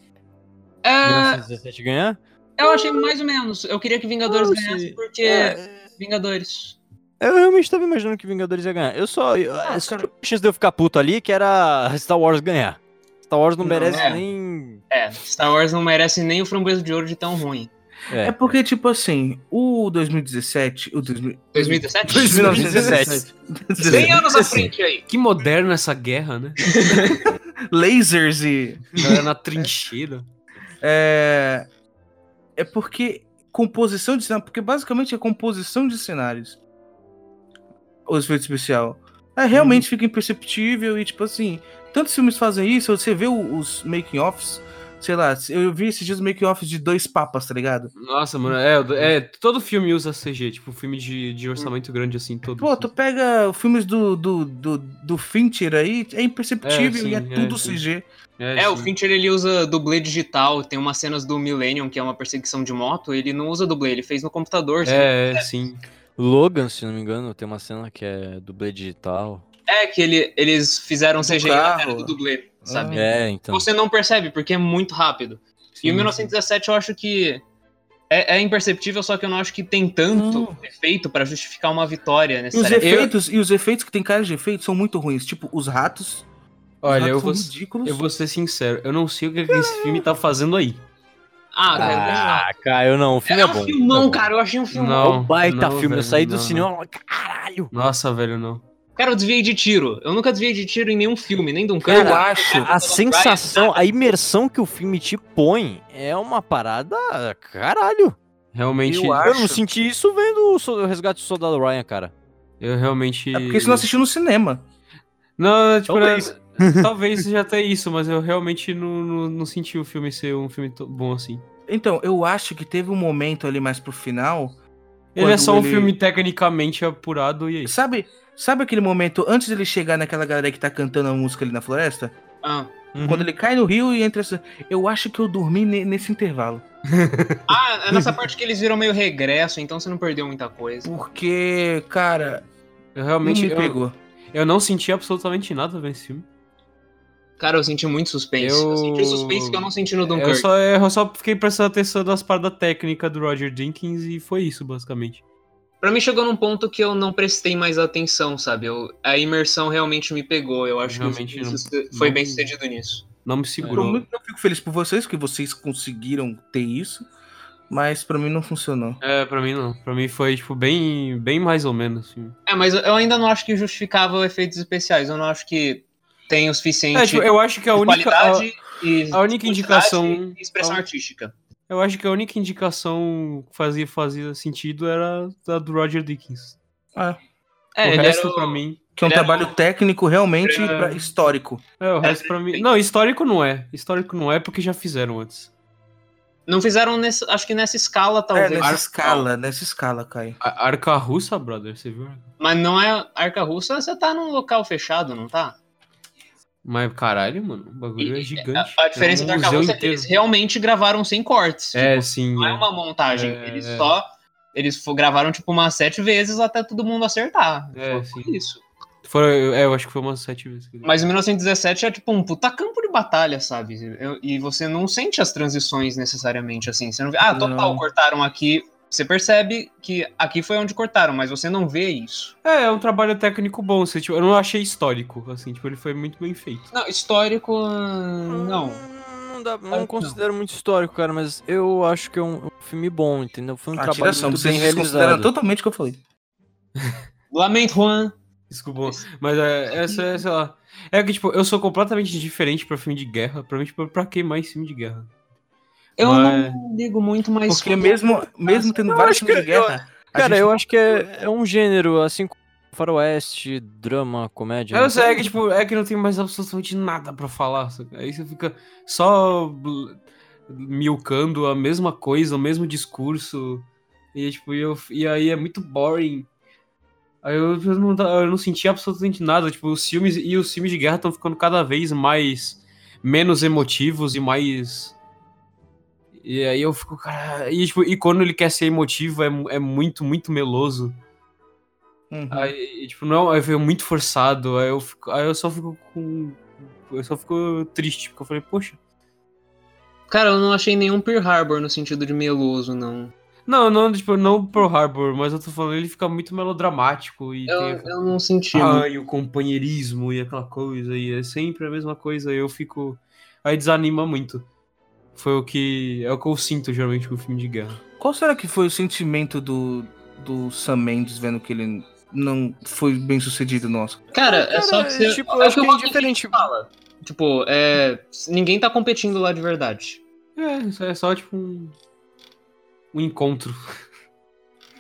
[SPEAKER 5] É,
[SPEAKER 6] 1917 ganhar?
[SPEAKER 5] eu achei mais ou menos. Eu queria que Vingadores ganhasse porque.
[SPEAKER 6] É.
[SPEAKER 5] Vingadores.
[SPEAKER 6] Eu realmente tava imaginando que Vingadores ia ganhar. Eu só. Eu, a só tinha chance de eu ficar puto ali que era Star Wars ganhar. Star Wars não,
[SPEAKER 5] Não,
[SPEAKER 6] merece
[SPEAKER 5] é.
[SPEAKER 6] nem.
[SPEAKER 5] É, Star Wars não merece nem o framboesa de ouro de tão ruim.
[SPEAKER 2] É. porque, tipo assim, o 2017. O 2000
[SPEAKER 5] 2017?
[SPEAKER 2] 1917.
[SPEAKER 5] 100 anos à frente aí.
[SPEAKER 3] Que moderno essa guerra, né?
[SPEAKER 2] Lasers e.
[SPEAKER 3] Era na trincheira.
[SPEAKER 2] É, é porque composição de cenário, porque basicamente é composição de cenários. O
[SPEAKER 3] Uhum.
[SPEAKER 2] efeito especial. É, realmente fica imperceptível e tipo assim, Tantos filmes fazem isso, você vê o- os making-offs, sei lá, eu vi esses dias o making-offs de dois papas, tá ligado?
[SPEAKER 3] Nossa, mano, é, é, todo filme usa CG, tipo, filme de, de orçamento grande, assim, todo.
[SPEAKER 2] Pô, tu pega filmes do, do, do, do Fincher aí, é imperceptível
[SPEAKER 3] É, sim,
[SPEAKER 2] e é
[SPEAKER 3] é,
[SPEAKER 2] tudo
[SPEAKER 3] sim.
[SPEAKER 2] CG.
[SPEAKER 5] É, o Fincher ele usa dublê digital, tem umas cenas do Millennium, que é uma perseguição de moto, ele não usa dublê, ele fez no
[SPEAKER 6] É.
[SPEAKER 5] computador. se não me engano.
[SPEAKER 3] É, sim.
[SPEAKER 6] Logan, se não me engano, tem uma cena que é dublê digital.
[SPEAKER 5] É que ele- eles fizeram CGI na
[SPEAKER 6] carro.
[SPEAKER 5] tela do dublê, sabe?
[SPEAKER 6] É, então.
[SPEAKER 5] Você não percebe, porque é muito rápido. e
[SPEAKER 6] Sim,
[SPEAKER 5] o 1917 eu acho que é, é imperceptível, só que eu não acho que tem tanto efeito pra justificar uma vitória
[SPEAKER 2] E os,
[SPEAKER 5] necessariamente.
[SPEAKER 2] efeitos, e os efeitos que tem cara de efeito são muito ruins, tipo os ratos.
[SPEAKER 3] Olha, eu
[SPEAKER 2] ratos
[SPEAKER 3] vou,
[SPEAKER 2] são ridículos.
[SPEAKER 3] eu vou ser sincero, eu não sei o que, que esse filme tá fazendo aí.
[SPEAKER 5] Ah, cara,
[SPEAKER 6] Ah, cara, eu não. O filme é, bom.
[SPEAKER 5] é um filmão, cara, eu achei um filmão.
[SPEAKER 6] Ô,
[SPEAKER 3] Não,
[SPEAKER 6] É baita
[SPEAKER 3] não,
[SPEAKER 6] filme, eu
[SPEAKER 3] velho,
[SPEAKER 6] saí do
[SPEAKER 3] não,
[SPEAKER 6] cinema.
[SPEAKER 3] Nossa, velho, não.
[SPEAKER 5] Cara, eu desviei de tiro. Eu nunca desviei de tiro em nenhum filme, nem de um
[SPEAKER 6] Cara,
[SPEAKER 5] cara.
[SPEAKER 6] a sensação, a imersão que o filme te põe é uma parada, caralho.
[SPEAKER 3] Realmente.
[SPEAKER 6] Eu, não senti isso vendo o so- o Resgate do Soldado Ryan, cara.
[SPEAKER 3] Eu realmente.
[SPEAKER 2] É Porque você não assistiu no cinema.
[SPEAKER 3] Não, tipo,
[SPEAKER 2] Talvez.
[SPEAKER 3] né, talvez seja até isso, mas eu realmente não, não, não senti o filme ser um filme to- bom assim.
[SPEAKER 2] Então, eu acho que teve um momento ali mais pro final.
[SPEAKER 3] Ele é
[SPEAKER 2] quando
[SPEAKER 3] só um
[SPEAKER 2] ele-
[SPEAKER 3] filme tecnicamente apurado e é isso.
[SPEAKER 2] Sabe, sabe aquele momento antes dele chegar naquela galera que tá cantando a música ali na floresta?
[SPEAKER 5] Ah.
[SPEAKER 2] Quando ele cai no rio e entra. essa- Eu acho que eu dormi ne- nesse intervalo.
[SPEAKER 5] Ah, é nessa parte que eles viram meio regresso, então você não perdeu muita coisa.
[SPEAKER 2] Porque, cara.
[SPEAKER 3] Eu realmente.
[SPEAKER 2] não me
[SPEAKER 3] eu,
[SPEAKER 2] pegou.
[SPEAKER 3] eu não senti absolutamente nada vendo esse filme.
[SPEAKER 5] Cara, eu senti muito suspense. Eu,
[SPEAKER 3] Eu-
[SPEAKER 5] senti o suspense que eu não senti no
[SPEAKER 3] Eu
[SPEAKER 5] Dunkirk.
[SPEAKER 3] só, eu só fiquei prestando atenção nas paradas técnicas do Roger Jenkins e foi isso, basicamente.
[SPEAKER 5] Pra mim chegou num ponto que eu não prestei mais atenção, sabe? Eu- a imersão realmente me pegou. Eu acho
[SPEAKER 3] Realmente
[SPEAKER 5] que o
[SPEAKER 3] não-
[SPEAKER 5] Vinícius foi
[SPEAKER 3] não-
[SPEAKER 5] bem sucedido nisso.
[SPEAKER 3] Não me
[SPEAKER 2] Eu,
[SPEAKER 3] segurou.
[SPEAKER 2] muito- eu fico feliz por vocês, que vocês conseguiram ter isso. Mas pra mim não funcionou.
[SPEAKER 3] É, pra mim não. Pra mim foi, tipo, bem, bem mais ou menos. Assim.
[SPEAKER 5] É, mas eu ainda não acho que justificava efeitos especiais. Eu não acho que tem o suficiente.
[SPEAKER 3] É, tipo, eu acho que a
[SPEAKER 5] de
[SPEAKER 3] única-
[SPEAKER 5] Qualidade
[SPEAKER 3] a-
[SPEAKER 5] e
[SPEAKER 3] a única
[SPEAKER 5] quantidade
[SPEAKER 3] indicação-
[SPEAKER 5] E expressão
[SPEAKER 3] a-
[SPEAKER 5] artística.
[SPEAKER 3] Eu acho que a única indicação que fazia, fazia sentido era a do Roger Dickens.
[SPEAKER 2] Ah.
[SPEAKER 3] É,
[SPEAKER 2] É,
[SPEAKER 3] o
[SPEAKER 2] ele
[SPEAKER 3] resto
[SPEAKER 2] era o-
[SPEAKER 3] pra mim.
[SPEAKER 2] Que é um trabalho técnico realmente
[SPEAKER 3] É.
[SPEAKER 2] pra- histórico.
[SPEAKER 3] É, o resto pra mim. Não, histórico não é. Histórico não é porque já fizeram antes.
[SPEAKER 5] Não fizeram, nessa- acho que nessa escala,
[SPEAKER 2] É,
[SPEAKER 5] talvez.
[SPEAKER 2] nessa escala, nessa escala, Caio.
[SPEAKER 3] A- Arca russa, brother, você viu?
[SPEAKER 5] Mas não é arca russa, você tá num local fechado, não tá?
[SPEAKER 3] Mas caralho, mano, o bagulho é gigante.
[SPEAKER 5] A diferença
[SPEAKER 3] é um
[SPEAKER 5] da
[SPEAKER 3] museu
[SPEAKER 5] carroça é que
[SPEAKER 3] inteiro.
[SPEAKER 5] eles realmente gravaram sem cortes.
[SPEAKER 3] É,
[SPEAKER 5] tipo,
[SPEAKER 3] sim.
[SPEAKER 5] Não é
[SPEAKER 3] é.
[SPEAKER 5] uma montagem.
[SPEAKER 3] É,
[SPEAKER 5] eles
[SPEAKER 3] é.
[SPEAKER 5] só. Eles fo- gravaram, tipo, umas sete vezes até todo mundo acertar.
[SPEAKER 3] É,
[SPEAKER 5] Foi
[SPEAKER 3] sim.
[SPEAKER 5] isso.
[SPEAKER 3] Foi- é, eu acho que foi umas sete vezes.
[SPEAKER 5] Mas o 1917 é, tipo, um puta campo de batalha, sabe? Eu- e você não sente as transições necessariamente assim. Você não vê. Ah, total,
[SPEAKER 3] Não.
[SPEAKER 5] cortaram aqui. Você percebe que aqui foi onde cortaram, mas você não vê isso.
[SPEAKER 3] É, é um trabalho técnico bom. Assim, tipo, eu não achei histórico, assim, tipo, ele foi muito bem feito.
[SPEAKER 5] Não, histórico. hum, Não.
[SPEAKER 6] Não, dá, não considero muito histórico, cara, mas eu acho que é um, um filme bom, entendeu? Foi um
[SPEAKER 2] A
[SPEAKER 6] trabalho
[SPEAKER 2] tiração,
[SPEAKER 6] muito
[SPEAKER 2] vocês
[SPEAKER 6] bem
[SPEAKER 2] desconsideraram
[SPEAKER 6] realizado.
[SPEAKER 2] totalmente o que eu falei.
[SPEAKER 5] Lamento, Juan.
[SPEAKER 3] Desculpa, mas é, essa, é, sei lá. É que, tipo, eu sou completamente diferente pra filme de guerra. Pra mim, tipo, pra que mais filme de guerra?
[SPEAKER 5] Eu
[SPEAKER 3] Mas-
[SPEAKER 5] não ligo muito, mas.
[SPEAKER 2] Porque mesmo, mesmo tendo
[SPEAKER 6] Eu
[SPEAKER 2] vários
[SPEAKER 6] acho que-
[SPEAKER 2] filmes de guerra. a
[SPEAKER 6] Cara,
[SPEAKER 2] gente
[SPEAKER 6] eu
[SPEAKER 2] não-
[SPEAKER 6] acho que é, é um gênero, assim como faroeste, drama, comédia.
[SPEAKER 3] Eu
[SPEAKER 6] né?
[SPEAKER 3] sei, é que, tipo, é que não tem mais absolutamente nada pra falar. saca? Aí você fica só bl- milcando a mesma coisa, o mesmo discurso. E, tipo, eu, e aí é muito boring. Aí eu, eu não, tá- eu não senti absolutamente nada. Tipo, os filmes e os filmes de guerra estão ficando cada vez mais. menos emotivos e mais. E aí eu fico, cara. E, tipo, e quando ele quer ser emotivo, é, mu- é muito, muito meloso.
[SPEAKER 2] Uhum.
[SPEAKER 3] Aí, tipo, não, aí foi muito forçado. Aí eu, fico- aí eu só fico com. Eu só fico triste, porque eu falei, poxa.
[SPEAKER 5] Cara, eu não achei nenhum Pearl Harbor no sentido de meloso, não.
[SPEAKER 3] Não, não, tipo, não Pearl Harbor, mas eu tô falando, ele fica muito melodramático e
[SPEAKER 5] Eu,
[SPEAKER 3] tem
[SPEAKER 5] eu não senti.
[SPEAKER 3] Ah,
[SPEAKER 5] muito.
[SPEAKER 3] e o companheirismo e aquela coisa, e é sempre a mesma coisa, e eu fico. Aí desanima muito. Foi o que. É o que eu sinto geralmente com filme de guerra.
[SPEAKER 2] Qual será que foi o sentimento do, do Sam Mendes vendo que ele não foi bem sucedido no Oscar?
[SPEAKER 5] Cara, é só que você.
[SPEAKER 6] tipo,
[SPEAKER 5] é
[SPEAKER 6] eu
[SPEAKER 5] o
[SPEAKER 6] acho
[SPEAKER 5] que
[SPEAKER 6] que
[SPEAKER 5] o
[SPEAKER 6] é
[SPEAKER 5] Rodrigo fala. Tipo, é, ninguém tá competindo lá de verdade.
[SPEAKER 3] É, isso é só tipo um. Um encontro.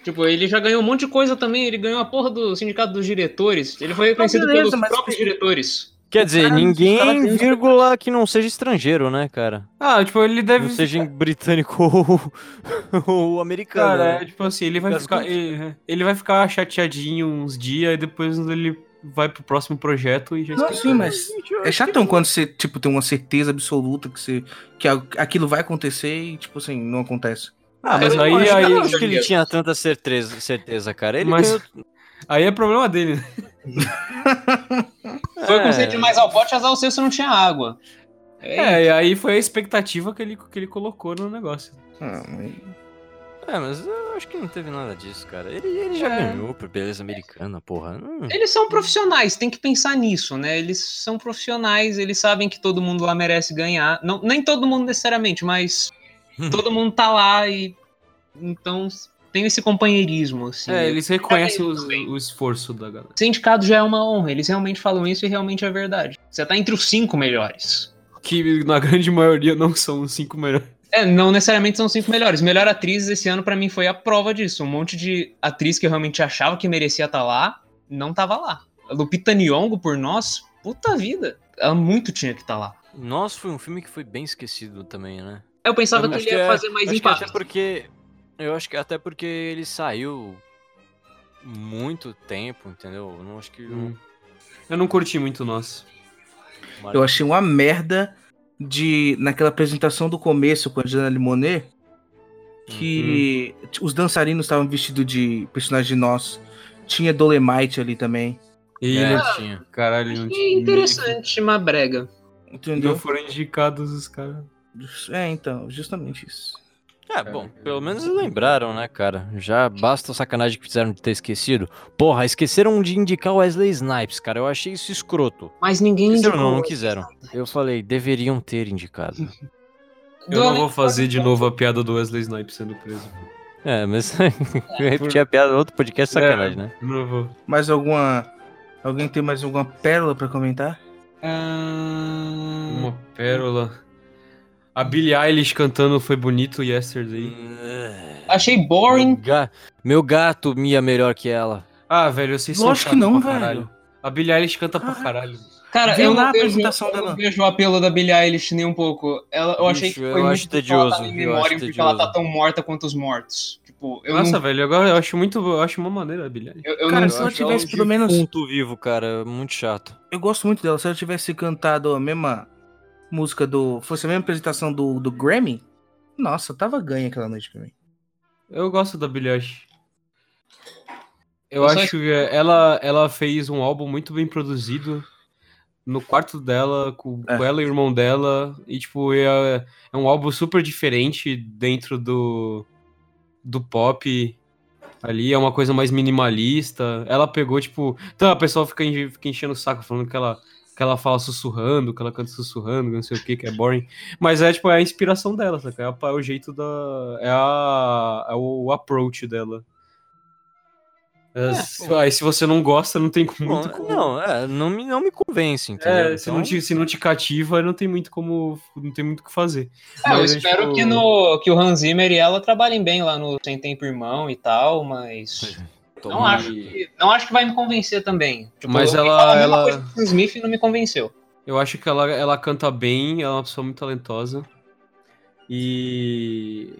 [SPEAKER 5] Tipo, ele já ganhou um monte de coisa também. Ele ganhou a porra do sindicato dos diretores. Ele foi
[SPEAKER 2] Ah,
[SPEAKER 5] reconhecido
[SPEAKER 2] beleza,
[SPEAKER 5] pelos
[SPEAKER 2] mas-
[SPEAKER 5] próprios diretores.
[SPEAKER 6] Quer dizer, ninguém, vírgula, que não seja estrangeiro, né, cara?
[SPEAKER 3] Ah, tipo, ele deve.
[SPEAKER 6] Não seja em britânico ou, ou americano.
[SPEAKER 3] Cara,
[SPEAKER 6] né?
[SPEAKER 3] é tipo assim, ele vai
[SPEAKER 6] Mas
[SPEAKER 3] ficar.
[SPEAKER 6] quando-
[SPEAKER 3] Ele, ele vai ficar chateadinho uns dias e depois ele vai pro próximo projeto e já
[SPEAKER 2] Não,
[SPEAKER 3] esqueceu.
[SPEAKER 2] sim, mas é chatão quando você, tipo, tem uma certeza absoluta que, você, que a- aquilo vai acontecer e, tipo assim, não acontece.
[SPEAKER 6] Ah, mas aí, aí eu acho que ele tinha tanta certeza, certeza cara. Ele
[SPEAKER 2] Mas-
[SPEAKER 3] Aí é problema dele.
[SPEAKER 5] Foi o conceito de mais ao pote, azar o seu se não tinha água.
[SPEAKER 3] É, e aí foi a expectativa que ele, que ele colocou no negócio.
[SPEAKER 2] Ah,
[SPEAKER 6] É, mas eu acho que não teve nada disso, cara. Ele, ele já
[SPEAKER 5] É.
[SPEAKER 6] ganhou por beleza americana, porra. Hum.
[SPEAKER 5] Eles são profissionais, tem que pensar nisso, né? Eles são profissionais, eles sabem que todo mundo lá merece ganhar. Não, nem todo mundo necessariamente, mas todo mundo tá lá e. Então tem esse companheirismo, assim.
[SPEAKER 3] É, eles reconhecem
[SPEAKER 5] Cada-
[SPEAKER 3] os- o esforço da galera.
[SPEAKER 5] Ser indicado já é uma honra, eles realmente falam isso e realmente é verdade. Você tá entre os cinco melhores.
[SPEAKER 3] Que na grande maioria não são os cinco melhores.
[SPEAKER 5] É, não necessariamente são os cinco melhores. Melhor atriz esse ano pra mim foi a prova disso. Um monte de atriz que eu realmente achava que merecia estar lá, não tava lá. A Lupita Nyong'o por nós, puta vida. Ela muito tinha que estar lá.
[SPEAKER 6] Nossa, foi um filme que foi bem esquecido também, né?
[SPEAKER 5] Eu pensava que
[SPEAKER 6] Acho
[SPEAKER 5] ele ia
[SPEAKER 6] é-
[SPEAKER 5] fazer mais
[SPEAKER 6] acho que
[SPEAKER 5] impacto.
[SPEAKER 6] Até porque. Eu acho que até porque ele saiu muito tempo, entendeu? Eu não acho que.
[SPEAKER 3] Hum. Eu não curti muito nós.
[SPEAKER 2] Eu achei uma merda de naquela apresentação do começo com a Jana Limonet, que t- os dançarinos estavam vestidos de personagem de nós. Tinha Dolemite ali também.
[SPEAKER 3] E
[SPEAKER 5] É,
[SPEAKER 3] não
[SPEAKER 5] tinha.
[SPEAKER 3] Caralho, não
[SPEAKER 5] E É
[SPEAKER 3] Uhum.
[SPEAKER 5] interessante, uma brega.
[SPEAKER 2] Entendeu?
[SPEAKER 3] Não foram indicados os caras.
[SPEAKER 2] É, então, justamente isso.
[SPEAKER 6] É, bom, pelo menos lembraram, né, cara? Já basta a sacanagem que fizeram de ter esquecido. Porra, esqueceram de indicar o Wesley Snipes, cara. Eu achei isso escroto.
[SPEAKER 5] Mas ninguém
[SPEAKER 6] Esqueceram,
[SPEAKER 5] indicou
[SPEAKER 6] não, não
[SPEAKER 5] o
[SPEAKER 6] quiseram. Eu falei, deveriam ter indicado.
[SPEAKER 3] Eu não vou fazer de novo a piada do Wesley Snipes sendo preso.
[SPEAKER 6] É, mas eu repeti a piada no outro podcast,
[SPEAKER 3] É.
[SPEAKER 6] sacanagem, né?
[SPEAKER 3] Não vou.
[SPEAKER 2] Mais alguma. Alguém tem mais alguma pérola pra comentar?
[SPEAKER 3] Uma pérola. A Billie Eilish cantando foi bonito yesterday.
[SPEAKER 5] Achei boring.
[SPEAKER 6] Ga- Meu gato Mia melhor que ela.
[SPEAKER 3] Ah, velho, vocês são
[SPEAKER 6] Lógico que
[SPEAKER 3] chatos
[SPEAKER 6] não,
[SPEAKER 3] pra caralho.
[SPEAKER 6] velho.
[SPEAKER 3] A Billie Eilish canta pra caralho.
[SPEAKER 5] Cara,
[SPEAKER 3] Viu
[SPEAKER 5] eu
[SPEAKER 3] na
[SPEAKER 5] não, vejo,
[SPEAKER 3] apresentação
[SPEAKER 5] eu não
[SPEAKER 3] dela.
[SPEAKER 5] vejo o apelo da Billie Eilish nem um pouco. Ela, eu achei
[SPEAKER 3] Bicho,
[SPEAKER 5] que
[SPEAKER 3] eu
[SPEAKER 5] foi
[SPEAKER 3] acho
[SPEAKER 5] muito
[SPEAKER 3] tedioso,
[SPEAKER 5] em
[SPEAKER 3] eu
[SPEAKER 5] memória
[SPEAKER 3] acho
[SPEAKER 5] porque ela tá
[SPEAKER 3] tedioso.
[SPEAKER 5] tão morta quanto os mortos. Tipo, eu
[SPEAKER 3] Nossa,
[SPEAKER 5] não...
[SPEAKER 3] velho, agora eu acho muito. Eu acho uma maneira a Billie Eilish.
[SPEAKER 5] Eu, eu
[SPEAKER 2] Cara,
[SPEAKER 5] não...
[SPEAKER 2] se ela tivesse pelo menos.
[SPEAKER 6] Ponto vivo, cara. Muito chato.
[SPEAKER 2] Eu gosto muito dela. Se ela tivesse cantado a mesma música do. Fosse a mesma apresentação do, do Grammy, nossa, tava ganha aquela noite pra mim.
[SPEAKER 3] Eu gosto da Billie Eilish. Eu,
[SPEAKER 2] Eu só
[SPEAKER 3] acho que ela, ela fez um álbum muito bem produzido no quarto dela, com,
[SPEAKER 2] É.
[SPEAKER 3] com ela e o irmão dela. E, tipo, é, é um álbum super diferente dentro do, do pop. Ali é uma coisa mais minimalista. Ela pegou, tipo. Então a pessoa fica, enche- fica enchendo o saco, falando que ela, que ela fala sussurrando, que ela canta sussurrando, que não sei o que, que é boring. Mas é, tipo, é a inspiração dela, saca? É, a- é o jeito da. É, a, é o approach dela. É, se- aí se você não gosta, não tem como.
[SPEAKER 6] Bom,
[SPEAKER 3] muito como-
[SPEAKER 6] não, é, não, me, não me convence, entendeu? Então,
[SPEAKER 3] É, se,
[SPEAKER 5] então
[SPEAKER 3] não te, se não te cativa, não tem muito como. Não tem muito o que fazer.
[SPEAKER 5] Ah, eu
[SPEAKER 3] Mas é,
[SPEAKER 5] espero
[SPEAKER 3] tipo,
[SPEAKER 5] que, no, que o Hans Zimmer e ela trabalhem bem lá no Sem Tempo Irmão e tal, mas.
[SPEAKER 3] é.
[SPEAKER 5] Não
[SPEAKER 3] Tomara.
[SPEAKER 5] acho, que, não acho que vai me convencer também. Tipo,
[SPEAKER 3] Mas
[SPEAKER 5] eu ouvi
[SPEAKER 3] ela-
[SPEAKER 5] falar a mesma
[SPEAKER 3] ela-
[SPEAKER 5] coisa do Sam Smith e não me convenceu.
[SPEAKER 3] Eu acho que ela, ela canta bem, ela é uma pessoa muito talentosa. E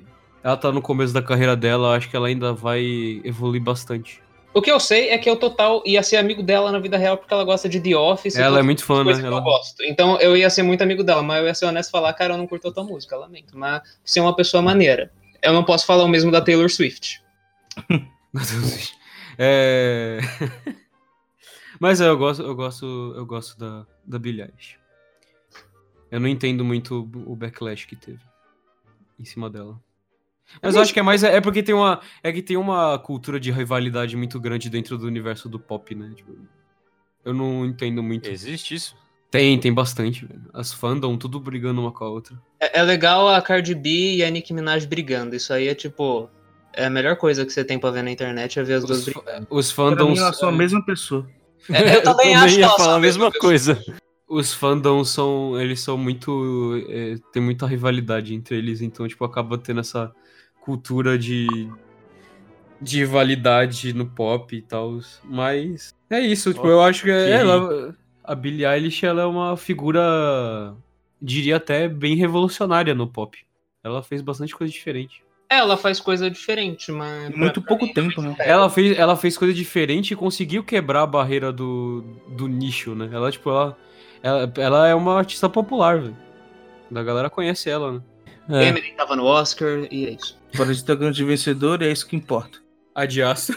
[SPEAKER 3] ela tá no começo da carreira dela, eu acho que ela ainda vai evoluir bastante.
[SPEAKER 5] O que eu sei é que eu total ia ser amigo dela na vida real porque ela gosta de The Office. e
[SPEAKER 3] Ela é
[SPEAKER 5] todas
[SPEAKER 3] muito
[SPEAKER 5] as
[SPEAKER 3] fã, né?
[SPEAKER 5] coisas que
[SPEAKER 3] Ela-
[SPEAKER 5] Eu gosto. Então eu ia ser muito amigo dela, mas eu ia ser honesto e falar, cara, eu não curto a tua música, lamento. Mas ser uma pessoa maneira. Eu não posso falar o mesmo da Taylor Swift.
[SPEAKER 3] É... Mas é, eu gosto, eu gosto, eu gosto da, da Billie Eilish. Eu não entendo muito o backlash que teve em cima dela. Mas eu acho que é mais é é porque tem uma é que tem uma cultura de rivalidade muito grande dentro do universo do pop, né? Tipo, eu não entendo muito.
[SPEAKER 6] Existe isso?
[SPEAKER 3] Tem, tem bastante, velho. As fandom tudo brigando uma com a outra.
[SPEAKER 5] É, é legal a Cardi B e a Nicki Minaj brigando. Isso aí é tipo. É a melhor coisa que você tem pra ver na internet é ver as duas brigando.
[SPEAKER 3] Os
[SPEAKER 2] Pra mim,
[SPEAKER 3] fandoms
[SPEAKER 2] elas são a mesma pessoa.
[SPEAKER 5] É, eu também acho que
[SPEAKER 6] ia
[SPEAKER 5] elas
[SPEAKER 6] falar
[SPEAKER 5] são
[SPEAKER 6] a mesma coisa.
[SPEAKER 3] Os fandoms são. Eles são muito. é, tem muita rivalidade entre eles, então, tipo, acaba tendo essa cultura de. de rivalidade no pop e tal. Mas. É isso, tipo, eu acho que. é,
[SPEAKER 6] Ok.
[SPEAKER 3] ela- a Billie Eilish ela é uma figura, diria até, bem revolucionária no pop. Ela fez bastante coisa diferente.
[SPEAKER 5] É, Ela faz coisa diferente, mas.
[SPEAKER 2] Muito pouco tempo, né?
[SPEAKER 3] Ela fez, ela fez coisa diferente e conseguiu quebrar a barreira do, do nicho, né? Ela, tipo, ela, ela, ela é uma artista popular, velho. A galera conhece ela, né?
[SPEAKER 5] É. Eminem tava no Oscar e é isso.
[SPEAKER 2] Parasita grande vencedor e é isso que importa.
[SPEAKER 3] A Diastra.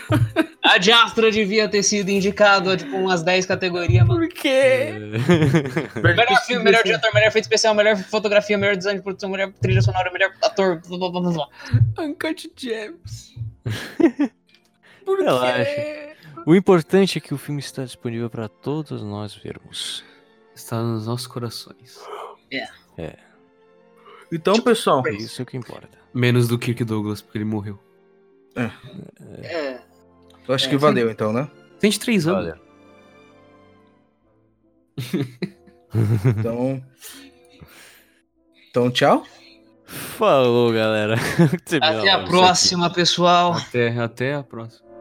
[SPEAKER 5] A Diastra devia ter sido indicado a tipo, umas 10 categorias, mano.
[SPEAKER 2] Por
[SPEAKER 6] É.
[SPEAKER 2] quê?
[SPEAKER 5] melhor filme, assim. melhor diretor, melhor efeito especial, melhor fotografia, melhor design de produção, melhor trilha sonora, melhor ator. Blá, blá, blá, blá.
[SPEAKER 2] Uncut Gems.
[SPEAKER 6] Por Relaxa. quê? O importante é que o filme está disponível para todos nós vermos.
[SPEAKER 3] Está nos nossos corações.
[SPEAKER 5] É.
[SPEAKER 6] É.
[SPEAKER 2] Então,
[SPEAKER 5] Tipo,
[SPEAKER 2] pessoal.
[SPEAKER 6] É isso que importa.
[SPEAKER 3] Menos do Kirk Douglas, porque ele morreu.
[SPEAKER 2] É.
[SPEAKER 5] É.
[SPEAKER 2] Eu acho
[SPEAKER 5] É,
[SPEAKER 2] que
[SPEAKER 5] sim.
[SPEAKER 2] valeu, então, né?
[SPEAKER 3] 23 anos.
[SPEAKER 6] Olha.
[SPEAKER 2] Então. Então, tchau.
[SPEAKER 6] Falou, galera.
[SPEAKER 5] Até a próxima, pessoal.
[SPEAKER 3] Até, até a próxima.